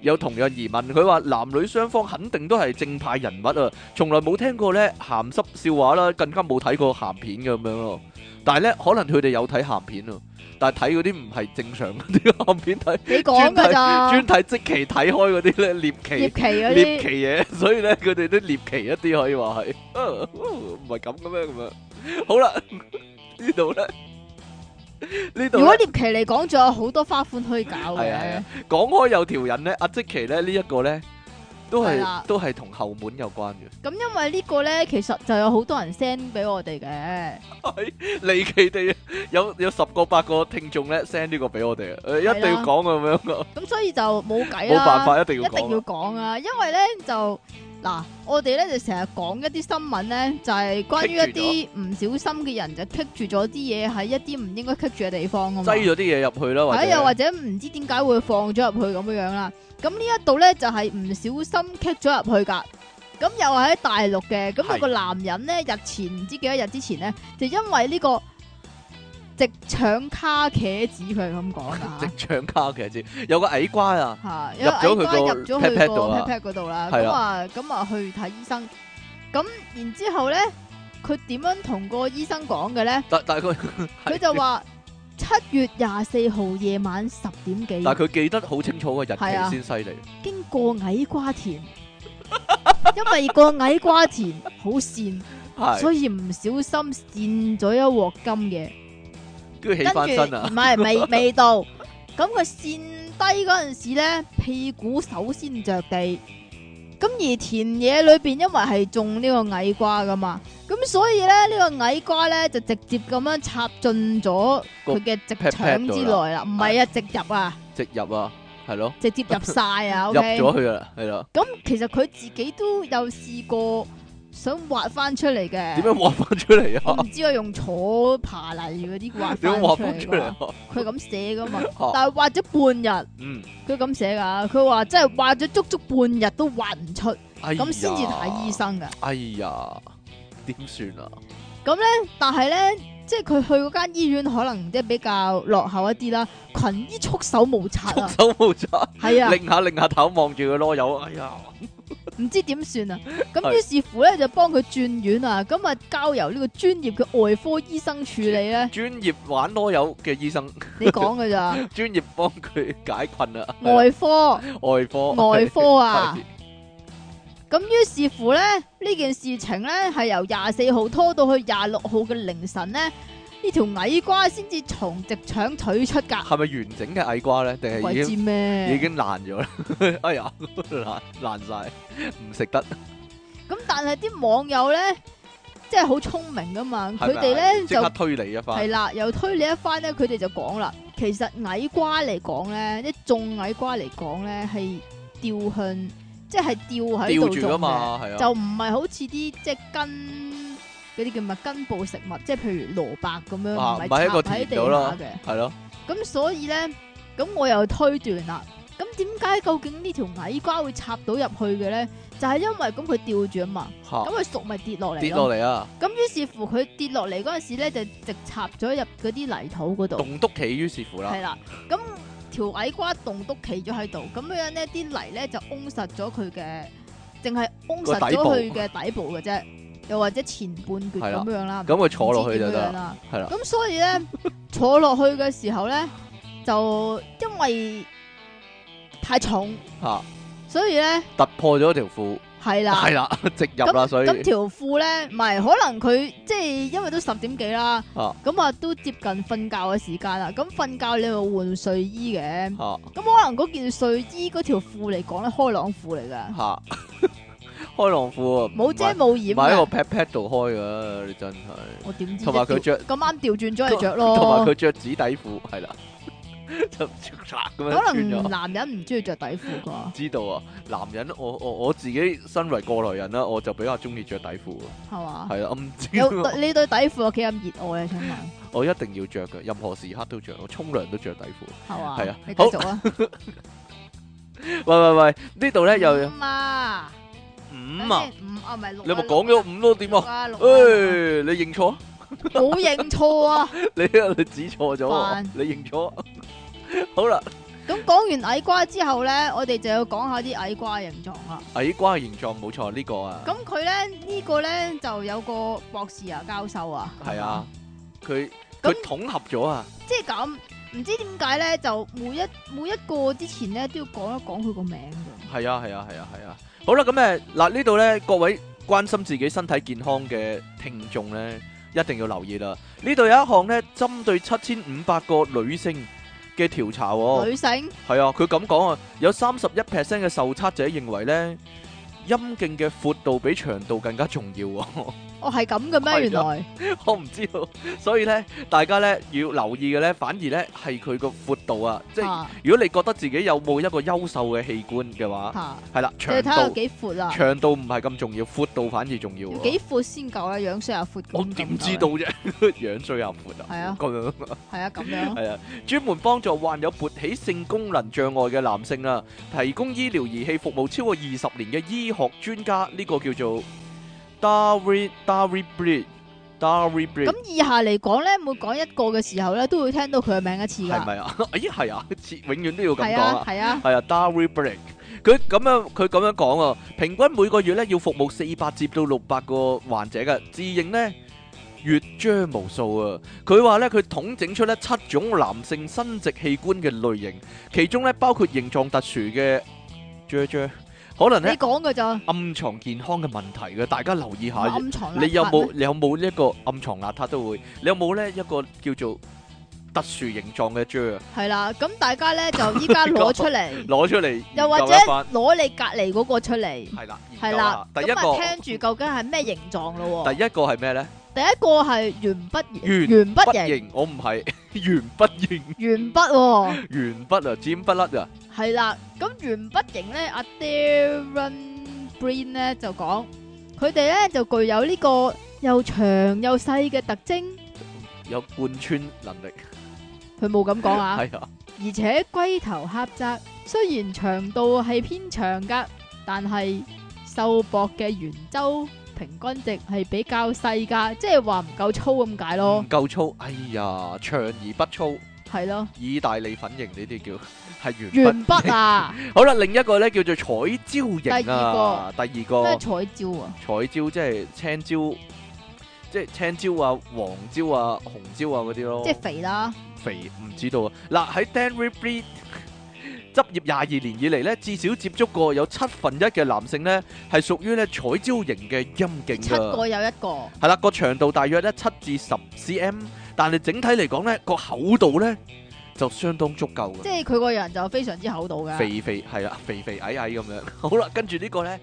S1: 有同樣疑問，佢話男女雙方肯定都係正派人物啊，從來冇聽過咧鹹濕笑話啦，更加冇睇過鹹片嘅咁樣咯。但係咧，可能佢哋有睇鹹片啊，但係睇嗰啲唔係正常嗰啲鹹片睇。
S2: 你講㗎咋？
S1: 專睇即期睇開嗰啲咧獵
S2: 葉
S1: 奇
S2: 奇嗰
S1: 獵奇
S2: 啲
S1: 嘢，所以咧佢哋都獵奇一啲可以話係，啊唔係咁嘅咩咁樣。好 啦，呢度咧，呢度呢
S2: 如果獵奇嚟講，仲有好多花款可以搞
S1: 係啊係
S2: 嘅
S1: 啊。講開有條人咧，阿即期咧呢一個咧，都
S2: 係
S1: 係
S2: 啦
S1: 都係同後門有關 嘅。
S2: 咁因為呢個咧，其實就有好多人 send 俾我哋嘅，
S1: 離奇地有有十個八個聽眾咧 send 呢個俾我哋啊，誒一定要
S2: 係啦
S1: 講咁樣㗎，
S2: 咁所以就冇計
S1: 冇
S2: 啦。
S1: 辦法一定
S2: 一
S1: 要
S2: 定要
S1: 講啊。
S2: 講啊，因為咧就嗱，我哋咧就成日講一啲新聞咧，就係、關於一啲唔小心嘅人就棘住咗啲嘢喺一啲唔應該棘住嘅地方啊嘛，
S1: 擠咗啲嘢入去啦，或
S2: 係又啊或
S1: 者
S2: 者唔知點解會放咗入去咁樣樣啦。咁呢一度咧就係、唔小心棘咗入去㗎。咁又係喺大陸嘅，咁
S1: 係
S2: 有個男人咧，日前唔知幾多日之前咧，就因為呢個直腸卡茄子，佢係咁講啊
S1: 直。腸卡其實知有個矮瓜啊。
S2: 吓，
S1: 入咗佢個
S2: 哎入咗去
S1: pat pat
S2: 個
S1: 度啦
S2: pat pat 嗰度啦，
S1: 係
S2: 咁啊咁啊去睇醫生，咁然之後咧，佢點樣同個醫生講嘅咧？
S1: 但但係佢
S2: 佢就話七月廿四號夜晚十點幾
S1: 但係佢記得好清楚個日
S2: 係啊
S1: 期先犀利，
S2: 經過矮瓜田， 因為個矮瓜田好跣，
S1: 係
S2: 所以唔小心跣咗一鑊金嘅。
S1: 跟住起
S2: 跟住
S1: 翻身啊
S2: 唔，係未未到，咁佢跣低嗰阵时咧，屁股首先着地，咁而田野裏边因為係種呢個矮瓜噶嘛，咁所以咧呢、個矮瓜咧就直接咁樣插進咗佢嘅直
S1: 個 pat pat
S2: 腸
S1: 度啦
S2: 之內啦，唔係啊，直入啊，
S1: 直入啊，係咯，
S2: 直接入晒啊
S1: 入 啊
S2: ，OK，
S1: 咗去啦，係啦，
S2: 咁其實佢自己都有試過想挖翻出嚟嘅。
S1: 點樣畫翻出嚟
S2: 我
S1: 啊？
S2: 唔知我用坐爬泥嗰啲 挖
S1: 點樣畫
S2: 翻
S1: 翻
S2: 出
S1: 出
S2: 嚟
S1: 嚟
S2: 㗎
S1: 啊？
S2: 佢咁寫噶嘛
S1: 哦，
S2: 但係挖咗半日，
S1: 嗯，
S2: 佢咁寫噶，佢話真係挖咗足足半日都挖唔出，
S1: 哎呀
S2: 咁先至睇醫。生噶。
S1: 哎呀，點算啊？
S2: 但係咧，即係佢去嗰間醫院可能即係比較落後一啲啦，群醫束手無策
S1: 束
S2: 啊，
S1: 手無策，
S2: 係啊，
S1: 擰下擰下頭望住個啰柚，哎呀，
S2: 唔知點算啊。咁於
S1: 係
S2: 是乎咧就幫佢轉院啊，咁啊交由呢個專業嘅外科醫生處理 咧。
S1: 專業玩啰柚嘅醫生，
S2: 你講噶咋？
S1: 專業幫佢解困啊。
S2: 外科。
S1: 外科，
S2: 外科啊
S1: 係
S2: 咁於是乎咧，呢件事情咧係由廿四號拖到去廿六號嘅凌晨咧，呢條矮瓜先至從直腸取出㗎。
S1: 係咪完整嘅矮瓜咧？定係
S2: 鬼
S1: 已
S2: 知
S1: 經
S2: 咩？
S1: 已經爛咗啦？ 哎呀，爛爛曬，唔食得。
S2: 咁但係啲網友咧，即係好聰明噶嘛，
S1: 係
S2: 佢
S1: 咪啊
S2: 哋咧
S1: 即
S2: 就
S1: 刻推理一番
S2: 係。啦，又推理一番咧，佢哋就講啦，其實矮瓜嚟講咧，即係種矮瓜嚟講咧，係吊向，即係吊喺
S1: 吊
S2: 度
S1: 住
S2: 種
S1: 啊
S2: 嘅，
S1: 嘛，係啊，
S2: 就唔係好似啲即係根嗰啲叫咩根部食物，即係譬如蘿蔔咁樣，
S1: 啊唔
S2: 唔
S1: 係
S2: 係
S1: 喺個
S2: 插喺
S1: 田
S2: 地
S1: 度咯
S2: 下嘅。
S1: 係咯，
S2: 咁所以咧，咁我又推斷啦。咁點解究竟呢條矮瓜會插到入去嘅咧？就係、因為咁佢吊住啊嘛，
S1: 嚇
S2: 咁佢熟咪跌落嚟
S1: 跌落
S2: 咯。
S1: 嚟啊，
S2: 咁於是乎佢跌落嚟嗰陣時咧，就直插咗入嗰啲泥土嗰度，
S1: 棟篤企於是乎啦
S2: 係，啊啦。咁條矮瓜棟篤企咗喺度，咁樣呢啲泥咧就擁實咗佢嘅，淨係擁實
S1: 個底
S2: 咗
S1: 部
S2: 佢嘅底部嘅啫，又或者前半橛
S1: 係啦
S2: 咁樣啦。
S1: 咁佢坐落去就
S2: 唔知點
S1: 得啦，
S2: 樣啦。
S1: 係啦，
S2: 咁所以咧，坐落去嘅時候咧，就因為太重，
S1: 嚇
S2: 所以咧
S1: 突破咗條褲，
S2: 係啦
S1: 係。啦， 直入啦，所以
S2: 咁條褲咧，唔係可能佢即係因為都十點幾啦，
S1: 啊
S2: 咁啊都接近瞓覺嘅時間啦。咁瞓覺你咪換睡衣嘅，
S1: 嚇
S2: 咁可能嗰件睡衣嗰條褲嚟講咧，開朗褲嚟噶，
S1: 嚇 開浪褲啊，
S2: 冇遮冇掩
S1: 唔係喺
S2: 嘅。
S1: 個 pat pat 度開噶，你真係，
S2: 我點知啫？
S1: 同埋佢着
S2: 咁啱調轉咗嚟 着
S1: 同埋
S2: 咯
S1: 佢，着紙底褲，係啦， 就咁樣
S2: 可
S1: 穿咗
S2: 能。男人唔中意着底褲啩
S1: 知道啊，男人我我我自己身為過來人啦，我就比較中意着底褲啊，
S2: 係嘛？
S1: 係啦，我唔知
S2: 有
S1: 啊
S2: 你對底褲有幾咁熱愛啊？請問
S1: 我一定要着嘅，任何時刻都着，我沖涼都着底褲。
S2: 係嘛？
S1: 係啊
S2: 你繼續啊。
S1: 喂喂喂，呢度 咧又有
S2: 五啊，
S1: 五啊，
S2: 等先，五啊唔係六啊。
S1: 你咪
S2: 六
S1: 講咗五咯，點啊？
S2: 啊？六啊六啊
S1: 誒，你認錯，
S2: 冇認錯啊！
S1: 你你指錯咗我
S2: 煩，
S1: 你認錯。 好啦，
S2: 咁講完矮瓜之後咧，我哋就要講下啲矮瓜形狀啦。
S1: 矮瓜嘅形狀冇錯，呢個啊，
S2: 咁佢咧呢個咧就有個博士啊教授啊，
S1: 係啊，佢
S2: 咁
S1: 佢統合咗啊，
S2: 即係咁。唔知點解咧，就每一每一個之前咧都要講一講佢個名㗎。
S1: 係啊，係啊，係啊，係啊。好啦，咁誒嗱呢度咧，各位關心自己身體健康嘅聽眾咧，一定要留意啦。呢度有一項咧，針對七千五百個女性嘅調查喎。
S2: 女性
S1: 係啊，佢咁講啊，有三十一 percent 嘅受測者認為咧，陰莖嘅闊度比長度更加重要喎。
S2: 哦係咁
S1: 係
S2: 嘅
S1: 啊
S2: 咩？原來
S1: 我唔知道，所以咧，大家咧要留意嘅咧，反而咧係佢個闊度啊。即係
S2: 嚇
S1: 如果你覺得自己有冇一個優秀嘅器官嘅話，
S2: 嚇，
S1: 係啦，
S2: 你
S1: 長
S2: 睇下有
S1: 度。
S2: 幾闊啦，
S1: 長度唔係咁重要，闊度反而重要
S2: 要
S1: 喎。
S2: 幾闊先夠啦，樣衰又闊咁。
S1: 我點知道啫？ 樣衰又闊啊！
S2: 係啊
S1: 咁樣
S2: 係啊，咁 樣
S1: 係啊，專門幫助患有勃起性功能障礙嘅男性啊，提供醫療儀器服務超過二十年嘅醫學專家，呢個叫做 Darry Darry Breed Darry Breed
S2: 咁以下嚟講咧，每講一個嘅時候咧，都會聽到佢嘅名一次
S1: 係
S2: 噶。
S1: 咪啊？ 咦係啊，似永遠都要咁
S2: 係
S1: 講
S2: 啊，
S1: 啊！
S2: 係啊，
S1: 係啊，Darry Breed 佢咁樣佢咁樣講啊，平均每個月咧要服務四百至到六百個患者嘅，自認咧。越將無數啊！佢話咧，佢統整出咧七種男性生殖器官嘅類型，其中咧包括形狀特殊嘅啫啫，可能
S2: 你
S1: 咧
S2: 講嘅就
S1: 暗藏健康嘅問題嘅，大家留意下。
S2: 暗藏邋遢
S1: 你有冇你有冇一個暗藏邋遢都會？你有冇咧一個叫做特殊形狀嘅啫啊？
S2: 係啦？咁大家咧就依 家攞出嚟，
S1: 攞出嚟
S2: 又或者
S1: 研究一番
S2: 攞你隔離嗰個出嚟，
S1: 係啦，研
S2: 係
S1: 究
S2: 啦
S1: 下。第一
S2: 咁
S1: 個
S2: 啊，聽住究竟係咩形狀咯喎？
S1: 第一個係咩咧？
S2: 第一個係鉛筆
S1: 圓
S2: 圓
S1: 不
S2: 筆型，
S1: 型，我唔係 圓不 型，
S2: 鉛筆喎，
S1: 圓筆啊，尖不甩啊！
S2: 係啦。咁鉛筆型咧，阿 Darren Breen 咧就講佢哋咧就具有呢個又長又細嘅特徵。
S1: 有貫穿能力，
S2: 佢冇咁講啊，
S1: 係啊，
S2: 而且龜頭狹窄，雖然長度係偏長噶，但係瘦薄嘅圓周平均值係比較細噶，即係話唔夠粗咁解
S1: 唔
S2: 咯，
S1: 夠粗，哎呀，長而不粗，
S2: 係咯。
S1: 意大利粉型呢啲叫係 圓筆。
S2: 鉛筆啊，
S1: 好啦，另一個咧叫做彩椒型啊，第二個
S2: 咩彩椒啊？
S1: 彩椒即係青椒，即係青椒啊、黃椒啊、紅椒啊嗰啲咯。
S2: 即係肥啦，
S1: 肥唔知道啊！嗱喺 Danry Breed 執業廿二年以嚟咧，至少接觸過有七分一嘅男性咧係屬於咧彩椒型嘅陰莖
S2: 七
S1: 噶，
S2: 個有一個，
S1: 係啦個長度大約咧七至十 cm，但係整體嚟講咧個厚度咧就相當足夠
S2: 即
S1: 嘅，
S2: 係佢個人就非常之厚道噶，
S1: 肥肥係啦，肥肥矮矮咁樣。好啦，跟住呢個咧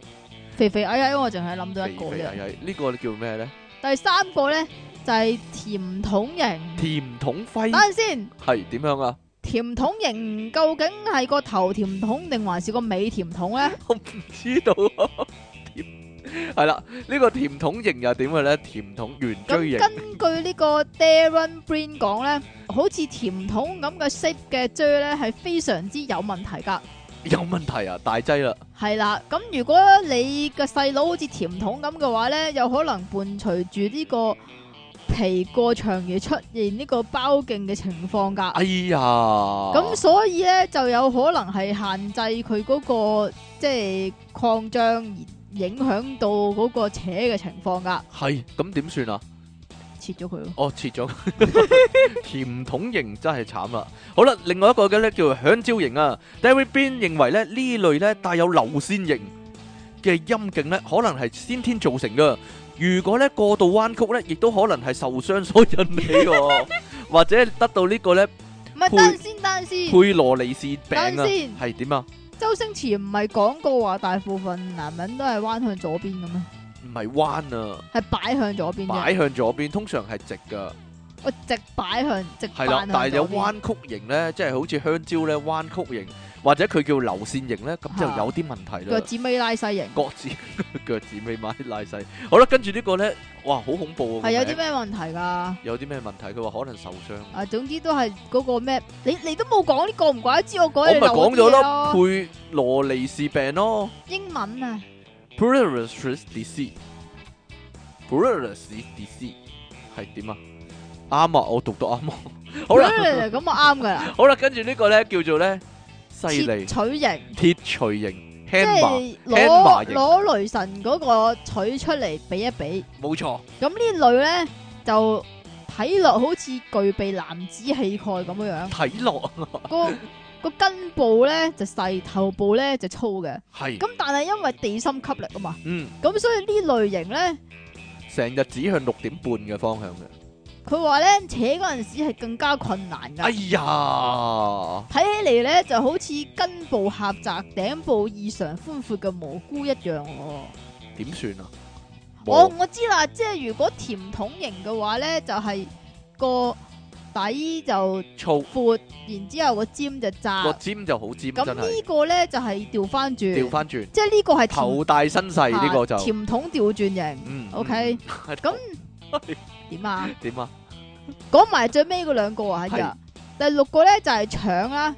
S2: 肥肥哎矮矮，我淨係諗到
S1: 肥
S2: 一個
S1: 肥哎
S2: 啫。
S1: 矮矮，呢個叫咩咧？
S2: 第三個咧就係甜筒型，
S1: 甜筒輝
S2: 等陣先，
S1: 係點樣啊？
S2: 甜筒型究竟係個頭甜筒定還是個尾甜筒咧？
S1: 我唔知道啊。甜係啦，呢個甜筒型又點嘅咧？甜筒圓錐型
S2: 咁。根據呢個 Darren Breen 講咧，好似甜筒咁嘅 shape 嘅啫咧係非常之有問題㗎。
S1: 有問題啊，大劑啦，
S2: 係啦，咁如果你個細佬好似甜筒咁嘅話咧，有可能伴隨住呢個皮過長而出現呢個包徑嘅情況㗎。
S1: 哎呀，
S2: 咁
S1: 咁
S2: 所以咧就有可能係限制佢嗰、個即係擴張而影響到嗰個扯嘅情況噶，
S1: 係咁點算啊？
S2: 切咗佢咯。
S1: 哦，切 咗甜筒型真係慘啦。好啦，另外一個嘅咧叫香蕉型啊。David Bean 認為咧呢類咧帶有流線型嘅陰莖咧，可能係先天造成噶。如果咧過度彎曲咧，亦都可能係受傷所引起喎，或者得到呢個咧
S2: 唔係
S1: 配
S2: 等陣先，等陣先，
S1: 佩羅尼氏病
S2: 等
S1: 啊
S2: 陣，先。
S1: 係點啊？
S2: 周星馳唔係講過話大部分男人都係彎向左邊嘅咩？
S1: 唔係彎啊，
S2: 係擺向左邊啫。
S1: 擺向左邊，通常係直噶。
S2: 我直擺向直
S1: 係啦，
S2: 扮
S1: 但係
S2: 向
S1: 有
S2: 左
S1: 彎
S2: 邊。
S1: 曲型咧，即係好似香蕉咧彎曲型，或者佢叫流線型咧，咁就
S2: 嚇
S1: 有啲問題
S2: 腳
S1: 啦。
S2: 趾尾拉西型
S1: 腳趾 腳趾尾買拉細，好啦，跟住呢個咧，哇，好恐怖啊！
S2: 係有
S1: 個名
S2: 啲咩問題㗎？
S1: 有啲咩問題？佢話可能受傷。
S2: 啊，總之都係嗰個咩？你你都冇講呢個，唔怪得知我
S1: 我
S2: 講
S1: 咪
S2: 你漏
S1: 講
S2: 咗
S1: 咗
S2: 啲嘢
S1: 咯，
S2: 咯。
S1: 佩羅尼氏病咯
S2: 英文啊，
S1: ，Pulmonary disease，Pulmonary disease 係點啊？啱啊，我讀到啱啊。 好啦，
S2: 咁啊啱㗎啦。
S1: 好啦，跟住呢個咧叫做咧犀利
S2: 切取型，
S1: 鐵錘型
S2: 即
S1: hammer。
S2: 係
S1: Hammer
S2: 攞
S1: 型
S2: 攞雷神嗰個取出嚟比一比，
S1: 冇錯，
S2: 咁呢類咧就睇落好似具備男子氣概咁樣 樣，
S1: 睇落啊
S2: 個個根部咧就細，頭部咧就粗嘅，
S1: 係，
S2: 咁但係因為地心吸力啊嘛，
S1: 嗯，
S2: 咁所以呢類型咧，
S1: 成日指向六點半嘅方向嘅。
S2: 佢話咧扯嗰陣時係更加困難
S1: 哎
S2: 㗎。
S1: 呀，
S2: 睇起嚟咧就好似根部狹窄、頂部異常寬闊嘅蘑菇一樣喎、
S1: 點算啊？
S2: 我
S1: 冇
S2: 我知啦，即系如果甜筒型嘅話咧，就係個底就
S1: 粗
S2: 闊，然之后个尖就窄。
S1: 個尖就好尖，
S2: 啊咁
S1: 真
S2: 呢
S1: 係
S2: 個咧就係調翻轉，
S1: 調翻轉，
S2: 即係呢個係甜
S1: 頭大身細呢個
S2: 啊
S1: 就，
S2: 甜筒調轉型。
S1: 嗯
S2: OK，
S1: 嗯
S2: 咁點啊？
S1: 點啊？
S2: 講埋最尾嗰兩個啊，係啊。第六個咧就係腸啦，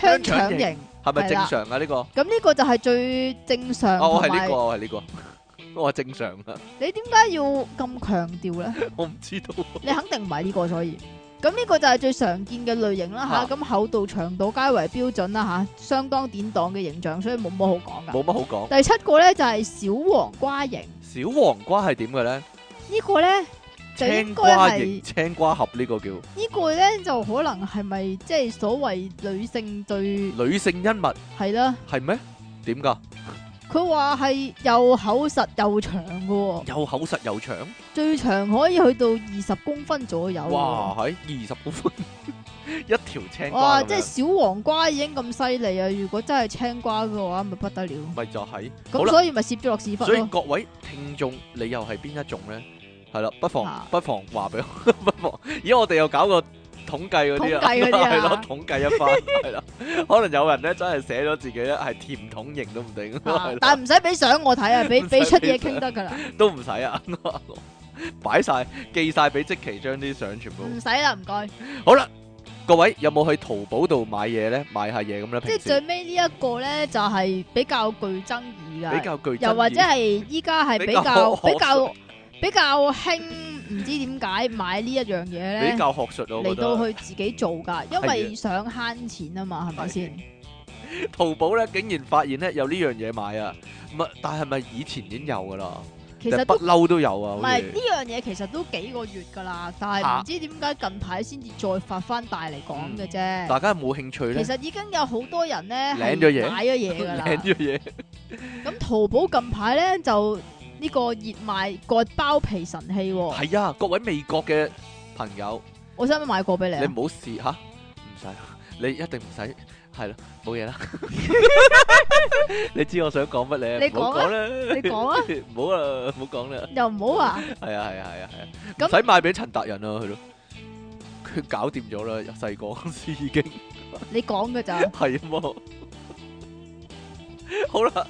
S2: 香腸
S1: 香腸
S2: 型
S1: 型。係咪
S2: 係
S1: 正
S2: 啦
S1: 常啊？呢個啊，
S2: 咁呢個就係最正常。
S1: 哦我係
S2: 啊同埋
S1: 呢個，我係呢個， 我係正常啊，
S2: 你點解要咁強調咧？
S1: 我唔知道。
S2: 你肯定唔係呢個，所以咁呢個就係最常見嘅類型啦
S1: 啊
S2: 吓，咁、厚度、長度皆為標準啦吓、相當典當嘅形象，所以冇乜好講噶。
S1: 冇乜好講。
S2: 第七個咧就係小黃瓜型，
S1: 小黃瓜係點嘅咧？
S2: 呢個咧就
S1: 青
S2: 應該
S1: 瓜
S2: 係
S1: 型、青瓜盒呢個叫
S2: 呢個咧就可能係咪即係所謂女性最
S1: 女性恩物
S2: 係啦？
S1: 係咩？點㗎？
S2: 佢話係又厚實又長嘅喎，
S1: 又厚實又長。
S2: 最長可以去到二十公分左右喎。
S1: 哇！喺二十公分 一條青瓜
S2: 哇！
S1: 咁
S2: 即係
S1: 樣，
S2: 小黃瓜已經咁犀利啊！如果真係青瓜嘅話，咪不得了。
S1: 咪就係好
S2: 咁
S1: 啦
S2: 所以咪攝咗落屎忽
S1: 所以
S2: 咯。啊
S1: 各位聽眾，你又係邊一種咧？係啦，不妨
S2: 啊
S1: 不妨話俾我，不妨，而家我哋又搞個統計嗰啲啊，
S2: 統計嗰啲 啊
S1: 係咯，統計一番，係啦，可能有人咧真係寫咗自己咧係甜筒型都唔定，
S2: 啊
S1: 係啦
S2: 但系唔使俾相我睇 啊，俾
S1: 唔使
S2: 俾出
S1: 俾
S2: 嘢
S1: 相
S2: 傾得噶啦，
S1: 都唔使啊， 擺晒寄晒俾即期將啲相全部。
S2: 唔使啦，唔該。
S1: 好啦，各位有冇去淘寶度買嘢咧？買下嘢咁咧，
S2: 即係
S1: 平
S2: 最
S1: 時
S2: 尾呢一個咧，就係比較具爭議
S1: 比
S2: 㗎，
S1: 較具
S2: 啊又或者
S1: 爭議
S2: 係依家係比較
S1: 比較
S2: 比較比較興，唔知點解買呢一樣嘢咧
S1: 比，較學術咯，我
S2: 嚟
S1: 覺
S2: 到
S1: 得
S2: 去自己做㗎，因為想慳錢啊嘛，係咪先？
S1: 淘寶咧竟然發現咧有呢樣嘢買啊！唔係，但係咪以前已經有噶啦？
S2: 其
S1: 即係
S2: 實
S1: 不
S2: 都
S1: 嬲都有啊！
S2: 唔
S1: 好
S2: 係
S1: 似
S2: 呢樣嘢，其實都幾個月㗎啦，但係
S1: 嚇
S2: 唔知點解近排先至再發翻大嚟講嘅啫。
S1: 大家有冇興趣
S2: 其
S1: 咧？
S2: 實已經有好多人咧
S1: 領
S2: 係
S1: 咗嘢
S2: 買咗嘢㗎啦。
S1: 領咗嘢。
S2: 咁淘寶近排咧就呢個熱賣割包皮神器喎、
S1: 系啊，各位美國嘅朋友，
S2: 我使唔使買過俾你
S1: 你
S2: 啊？
S1: 唔好試吓，唔使，你一定唔使，係咯，冇嘢啦。 你知我想講乜咧？
S2: 你
S1: 唔好
S2: 講啊
S1: 講啦，
S2: 你講啊，
S1: 唔好啦，唔好講啦，
S2: 又唔好啊！
S1: 係啊，係啊，係啊，係啊，唔
S2: 咁
S1: 使賣俾陳達人啊，係咯，佢搞掂咗啦，細個嗰時已經
S2: 你講 嘅咋？
S1: 係啊嘛。好啦，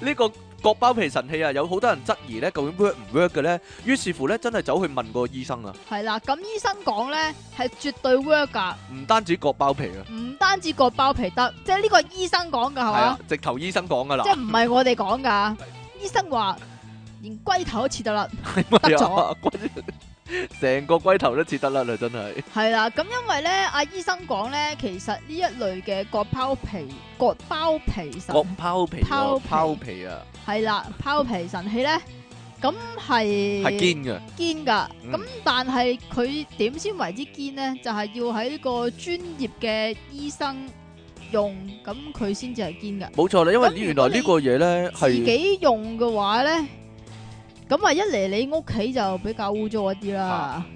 S1: 呢個割包皮神器啊，有好多人質疑咧，究竟 work 唔 work 嘅咧？於是乎咧，真係走去問個醫生啊，
S2: 係啦，咁醫生講咧係絕對 work 噶，
S1: 唔單止割包皮啊。
S2: 唔單止割包皮得，即係呢個醫生講噶係
S1: 係啊
S2: 嘛？，
S1: 直頭醫生講噶啦
S2: 即，係唔係我哋講噶？醫生話連龜頭都切得甩，
S1: 係
S2: 得
S1: 啊，龜 成個龜頭都切得甩啦，真係
S2: 係啦。咁因為咧，阿醫生講咧，其實呢一類嘅割包皮、割包皮神
S1: 割包皮喎，
S2: 拋皮
S1: 拋皮啊，
S2: 係啦，包皮神器咧，咁係
S1: 係堅嘅，
S2: 堅噶，
S1: 嗯
S2: 咁、但係佢點先為之堅呢？就係、要喺個專業嘅醫生用，咁佢先至係堅噶。
S1: 冇錯啦，因為
S2: 咁
S1: 呢
S2: 如
S1: 原來
S2: 果
S1: 呢個嘢咧
S2: 自
S1: 係
S2: 己用嘅話呢，咁啊一嚟你屋企就比較污糟一啲啦
S1: 啊，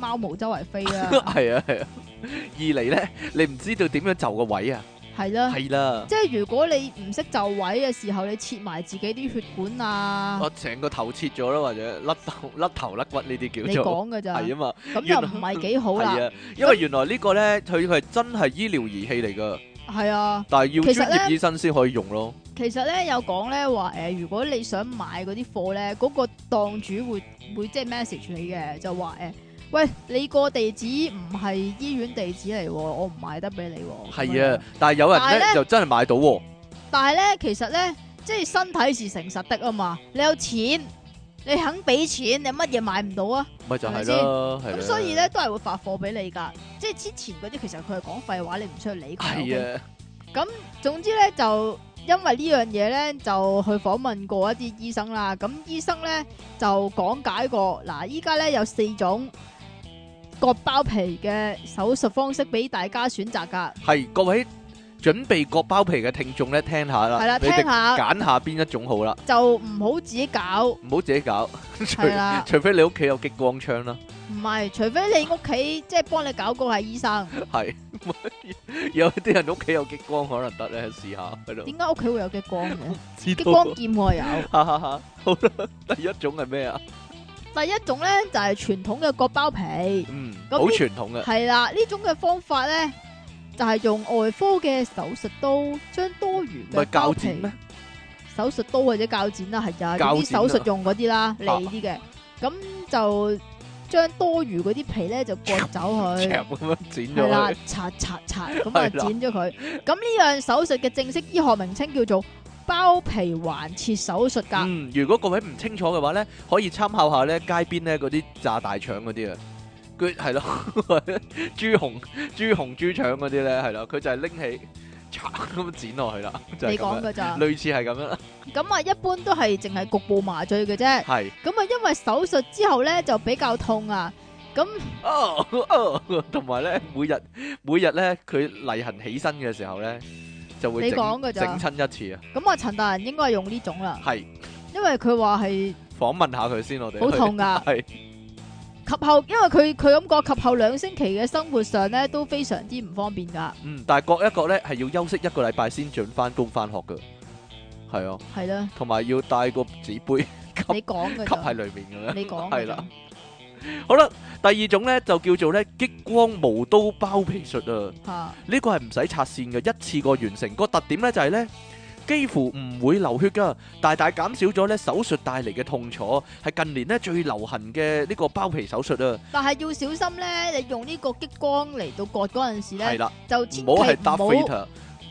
S2: 貓毛周圍 飛啦，
S1: 係啊係啊，二嚟咧你唔知道點樣就個位啊，
S2: 係啦。
S1: 係啦，
S2: 即係如果你唔識就位嘅時候，你切埋自己啲血管啊，
S1: 我成個頭切咗啦，或者甩頭 甩頭甩骨呢啲
S2: 你
S1: 叫做
S2: 講㗎咋，
S1: 係啊嘛，
S2: 咁
S1: 原
S2: 就
S1: 來
S2: 唔係幾好啦
S1: 係。啊，因為原來呢個咧佢佢係真係醫療儀器嚟噶，
S2: 係啊。
S1: 但係要
S2: 其實
S1: 專業
S2: 呢
S1: 醫生先可以用咯，
S2: 其實咧有講咧話誒，如果你想買嗰啲貨咧，嗰、個檔主會會即係 message 你嘅，就話誒、喂，你個地址唔係醫院地址嚟喎，我唔買得俾你喎。
S1: 係
S2: 咁樣
S1: 啊，，但係有人
S2: 但係
S1: 咧
S2: 呢
S1: 就真係買到喎。
S2: 但係咧其實咧，即係身體是誠實的啊嘛，你有錢，你肯俾錢，你乜嘢買唔到啊？
S1: 咪就係
S2: 係咪先
S1: 咯，係
S2: 咁
S1: 啦
S2: 所以咧，都係會發貨俾你㗎。即係之前嗰啲其實佢係講廢話，你唔需要理佢。OK？
S1: 係啊，
S2: 總之咧，就因為呢樣嘢咧，就去訪問過一啲醫生啦。咁醫生咧就講解過，嗱，依家咧有四種割包皮嘅手術方式俾大家選擇噶，
S1: 係各位準備割包皮嘅聽眾咧，聽下啦，
S2: 係啦，
S1: 你
S2: 聽
S1: 哋
S2: 下
S1: 揀下邊一種好啦，
S2: 就唔好自己搞，
S1: 唔好自己搞， 除
S2: 係啦，
S1: 除非你屋企有激光槍啦，
S2: 唔係，除非你屋企即係幫你搞嗰係醫生，
S1: 係有啲人屋企有激光可能得咧，試下係咯，
S2: 點解屋企會有激 光嘅？
S1: 知
S2: 激
S1: 道
S2: 光劍我有。
S1: 哈哈哈，好啦，第一種係咩啊？
S2: 第一種咧就係傳統嘅割包皮。
S1: 嗯，
S2: 咁
S1: 好
S2: 呢
S1: 傳統嘅，
S2: 系啦，呢種嘅方法咧，就係用外科嘅手術刀將多餘
S1: 唔
S2: 嘅
S1: 係
S2: 包
S1: 鉸
S2: 皮
S1: 剪咩？
S2: 手術刀或者铰剪啦，係啊，
S1: 鉸
S2: 啲
S1: 剪啊
S2: 手術用嗰啲啦，利啲嘅，咁就將多餘嗰啲皮咧就割走
S1: 尺
S2: 佢。
S1: 咁樣剪
S2: 係啦
S1: 咗佢，，
S2: 擦擦擦咁啊，
S1: 係啦
S2: 剪咗佢。咁呢樣手術嘅正式醫學名稱叫做包皮環切手術噶。
S1: 嗯，如果各位唔清楚嘅話咧，可以參考下咧街邊咧嗰啲炸大腸嗰啲啊，佢係咯， 豬紅豬紅豬腸嗰啲咧係咯，佢就係拎起，嚓咁剪落去啦，就係
S2: 你
S1: 咁
S2: 講啊
S1: 樣，
S2: 噶咋？
S1: 類似係咁樣啦，
S2: 咁啊，一般都係淨係局部麻醉嘅啫。
S1: 係
S2: 咁啊，因為手術之後咧就比較痛啊。
S1: 哦哦，同埋咧每日每日咧佢例行起身嘅時候咧就會
S2: 你
S1: 整
S2: 講㗎咋
S1: 整親一次啊，
S2: 咁啊，陳大人應該係用呢種啦，
S1: 係
S2: 因為佢話係
S1: 訪問下佢先，我哋
S2: 好痛噶。
S1: 係
S2: 及後，因為佢佢咁講，及後兩星期嘅生活上咧都非常之唔方便噶，
S1: 嗯，但 係各一各咧係要休息一個禮拜先準翻工翻學㗎，係啊。
S2: 係啦，
S1: 同埋要帶個紙杯吸
S2: 你講嘅
S1: 吸喺
S2: 咋，
S1: 裏面咁樣。
S2: 你 講
S1: 係
S2: 嘅
S1: 啦
S2: 咋，
S1: 好啦，第二種咧就叫做咧激光無刀包皮術啊。
S2: 吓
S1: 呢個係唔使拆線嘅，一次過完成。個特點呢就係呢，幾乎唔會流血噶，大大減少咗呢手術帶嚟嘅痛楚，係近年呢最流行嘅呢個包皮手術啊。
S2: 但係要小心咧，你用呢個激光嚟到割嗰陣時
S1: 係
S2: 咧，
S1: 啦，
S2: 就千祈
S1: 唔好係搭
S2: 唔好
S1: fater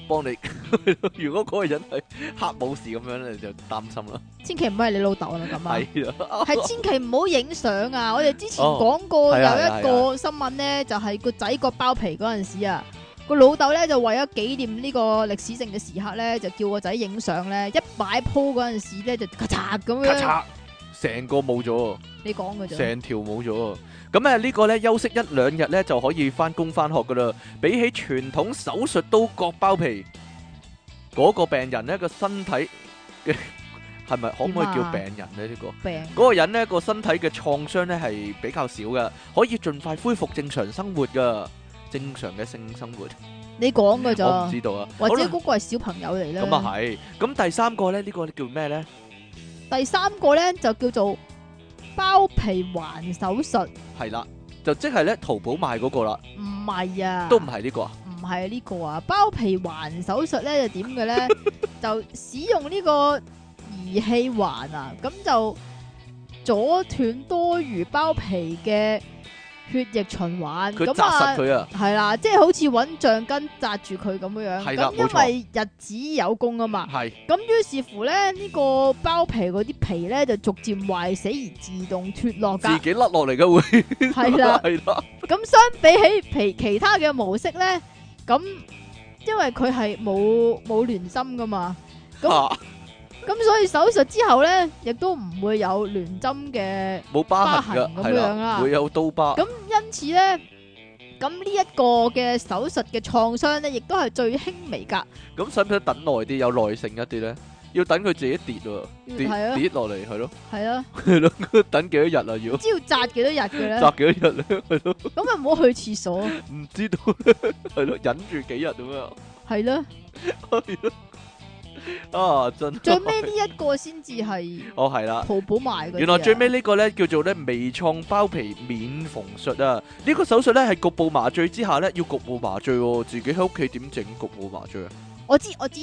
S1: 幫你。 如果嗰個人係黑武士咁樣，你就擔心啦。
S2: 千祈唔好係你老豆啦咁啊！
S1: 係啊，
S2: 係千祈唔好影相啊！我哋之前
S1: 哦
S2: 講過
S1: 係
S2: 有
S1: 啊係啊
S2: 一個新聞咧，就係個仔割包皮嗰陣時啊，個老豆咧就為咗紀念呢個歷史性嘅時刻咧，就叫個仔影相咧，一擺 po 嗰陣時咧就咔嚓咁
S1: 咔
S2: 樣，
S1: 嚓，成個冇咗啊。
S2: 你講嘅啫，
S1: 成條冇咗。咁誒呢個咧休息一兩日咧就可以翻工翻學噶啦。比起傳統手術刀割包皮，嗰、個病人咧個身體 嘅係咪可唔可以
S2: 點
S1: 叫
S2: 啊
S1: 病人咧？呢、個
S2: 病
S1: 嗰個人咧個身體嘅創傷咧係比較少嘅，可以盡快恢復正常生活噶。正常嘅性生活，
S2: 你講嘅
S1: 我唔
S2: 咋，
S1: 知道啊。
S2: 或者
S1: 好啦
S2: 嗰個係小朋友嚟咧。
S1: 咁啊係。咁第三個咧，呢、個叫咩咧？
S2: 第三個咧就叫做包皮環手術，
S1: 係啦，就即係咧淘寶賣嗰個啦，
S2: 唔係啊，
S1: 都唔係呢個啊。
S2: 唔係呢個啊，包皮環手術咧就點嘅 咧？就使用呢個儀器環啊，咁就阻斷多餘包皮嘅血液循環。
S1: 佢
S2: 咁
S1: 扎實
S2: 啊，
S1: 佢啊，
S2: 係啦，即係好似揾橡筋扎住佢咁樣樣。
S1: 係啦冇
S2: 咁因
S1: 錯
S2: 為日子有功啊嘛，
S1: 係
S2: 咁於是乎咧，呢、個包皮嗰啲皮咧就逐漸壞死而自動脱落
S1: 自
S2: 㗎，
S1: 己甩落嚟嘅會。
S2: 係 啦。
S1: 系啦，
S2: 咁相比起其其他嘅模式咧，咁因為佢係冇冇聯心噶嘛，咁
S1: 嚇
S2: 咁所以手術之後咧，亦都唔會有聯針嘅，
S1: 冇疤痕
S2: 疤痕咁
S1: 噶，係
S2: 樣啦
S1: 啦，會有刀疤，
S2: 咁因此咧，咁呢一個嘅手術嘅創傷咧，亦都係最輕微噶，
S1: 咁使唔使等耐啲，有耐性一啲咧？要等佢自己跌喎，跌
S2: 係啊
S1: 跌落嚟係咯，
S2: 係啊，
S1: 係咯，等幾多日啊？要
S2: 唔知要扎幾多日嘅咧，
S1: 扎幾多日咧？係咯，
S2: 咁咪唔好去廁所，
S1: 唔知道 係咯，忍住幾日咁樣，
S2: 係咯，
S1: 係咯，啊真係
S2: 最尾呢一個先至係
S1: 哦係啦。
S2: 淘寶賣啊嘅，
S1: 原來最尾呢個呢叫做呢微創包皮免縫術啊！呢個手術呢係局部麻醉之下呢，要局部麻醉喎，自己喺屋企點整局部麻醉啊？
S2: 我知我知，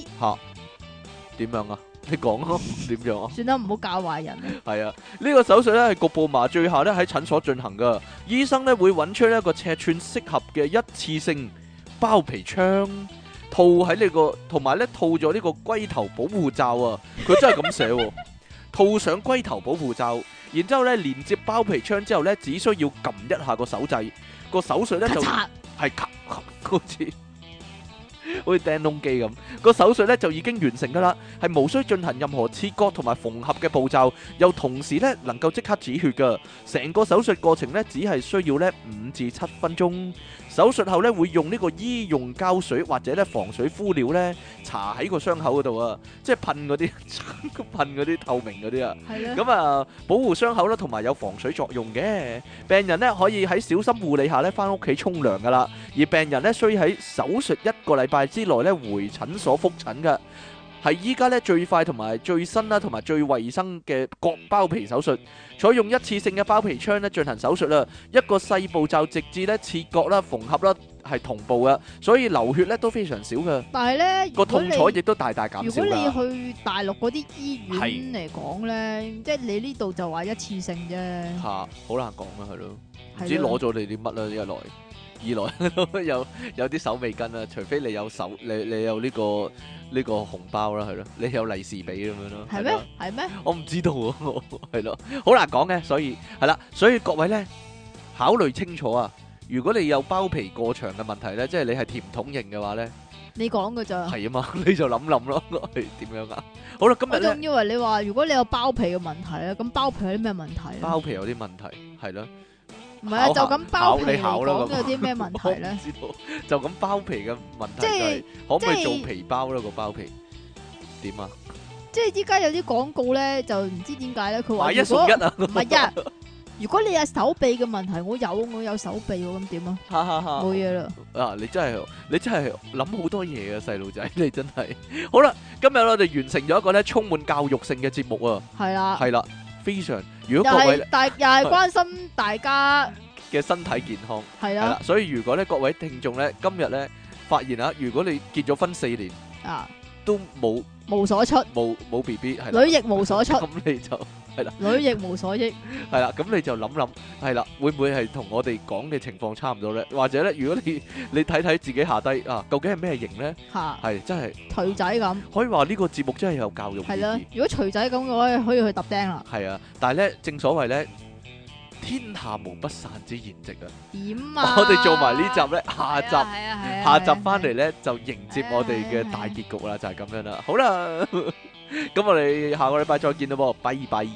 S1: 點樣啊？ 你講咯，點樣啊？
S2: 算啦，唔好教壞人，
S1: 系啊，呢、個手術咧係局部麻醉下咧喺診所進行噶，醫生咧會揾出一個尺寸適合嘅一次性包皮槍，套喺你個，同埋咧套咗呢個龜頭保護罩啊，佢真係咁寫喎， 套上龜頭保護罩，然之後咧連接包皮槍之後咧，只需要撳一下個手掣，個手術咧
S2: 咔
S1: 就。
S2: 嚓，
S1: 係咔咔好似好似掟窿機咁，個手術咧就已經完成㗎啦，係無需進行任何切割同埋縫合嘅步驟，又同時咧能夠即刻止血㗎。成個手術過程咧只係需要咧五至七分鐘。手術後咧會用呢個醫用膠水或者咧防水敷料咧搽喺個傷口嗰度啊，即係噴嗰啲噴嗰啲透明嗰啲啊。
S2: 係啦，
S1: 咁啊，保護傷口啦，同埋有防水作用嘅。病人咧可以喺小心護理下咧翻屋企沖涼噶啦，而病人咧需喺手術一個禮拜之內咧回診所覆診噶。係依家咧最快同埋最新啊啦，同埋最衞生嘅割包皮手術，採用一次性嘅包皮槍咧進行手術啦，一個細步驟直至咧切割啦、縫合啦係同步噶，所以流血咧都非常少噶，
S2: 但係
S1: 個
S2: 咧如果
S1: 痛
S2: 你
S1: 楚亦都大大減
S2: 如
S1: 少
S2: 果
S1: 㗎。
S2: 你去大陸嗰啲醫院嚟講咧，即係你呢度就話一次性啫，
S1: 嚇，好難講啊，係咯。唔知
S2: 係咯
S1: 攞咗你啲乜啦，一來，二來 有有啲手尾巾啦，除非你有手，你你有呢、個呢、個紅包啦，係咯，你有利是俾咁樣咯，
S2: 係
S1: 咯
S2: 咩？係咩？
S1: 我唔知道啊，我係咯，好難講嘅，所以係啦，所以各位咧考慮清楚啊！如果你有包皮過長嘅問題咧，即係你係甜筒型嘅話咧，
S2: 你講㗎咋？
S1: 係啊嘛， 你就諗諗咯，係點樣啊？好啦，今
S2: 我
S1: 日咧
S2: 仲以為你話如果你有包皮嘅問題啊咧，咁包皮有啲咩問題咧？
S1: 包皮有啲問題，係咯。
S2: 唔係啊，
S1: 考
S2: 就
S1: 下
S2: 咁包皮
S1: 考
S2: 嚟
S1: 你考啦
S2: 講
S1: 咁
S2: 有啲咩問題咧？
S1: 我唔知道，就咁包皮嘅問題
S2: 即
S1: 就
S2: 係
S1: 係可唔可以
S2: 即係
S1: 做皮包咧？個包皮點啊？
S2: 即係依家有啲廣告咧，就唔知點解咧，佢話
S1: 買一
S2: 如果
S1: 送一啊！
S2: 唔係 啊，如果你有手臂嘅問題，我有我有手臂喎，咁點啊？
S1: 哈哈哈！
S2: 冇嘢啦，
S1: 啊！你真係你真係諗好多嘢啊，細路仔，你真係好啦！今日我哋完成咗一個咧充滿教育性嘅節目啊，
S2: 係啦，
S1: 係啦，非常。如果
S2: 又
S1: 各位
S2: 係大又係關心大家
S1: 嘅身體健康。
S2: 係
S1: 系
S2: 啦
S1: 啦，所以如果咧各位聽眾咧今日咧發現啊，如果你結咗婚四年
S2: 啊，
S1: 都冇
S2: 無所出，
S1: 冇冇 B B，係啦，
S2: 女亦 無所出，
S1: 咁你就
S2: 女亦無所益，
S1: 係啦，咁你就諗諗係啦，會唔會係同我哋講嘅情況差唔多咧？或者咧，如果你 你睇睇自己下低啊，究竟係咩型咧？
S2: 吓
S1: 係真係
S2: 錘仔咁
S1: 可以話呢個節目真係有教育
S2: 係啦
S1: 意。
S2: 如果錘仔咁嘅話，可以去揼釘啦。
S1: 義。係啊，但係咧，正所謂咧，天下無不散之筵席啊！
S2: 點 啊？
S1: 我哋做埋呢集咧，下
S2: 係
S1: 集
S2: 啊。係啊係啊
S1: 下集
S2: 係啊
S1: 翻嚟咧就迎接我哋嘅 大結局啦，就係咁樣啦。好啦，咁我哋下個禮拜再見啦噃，拜拜。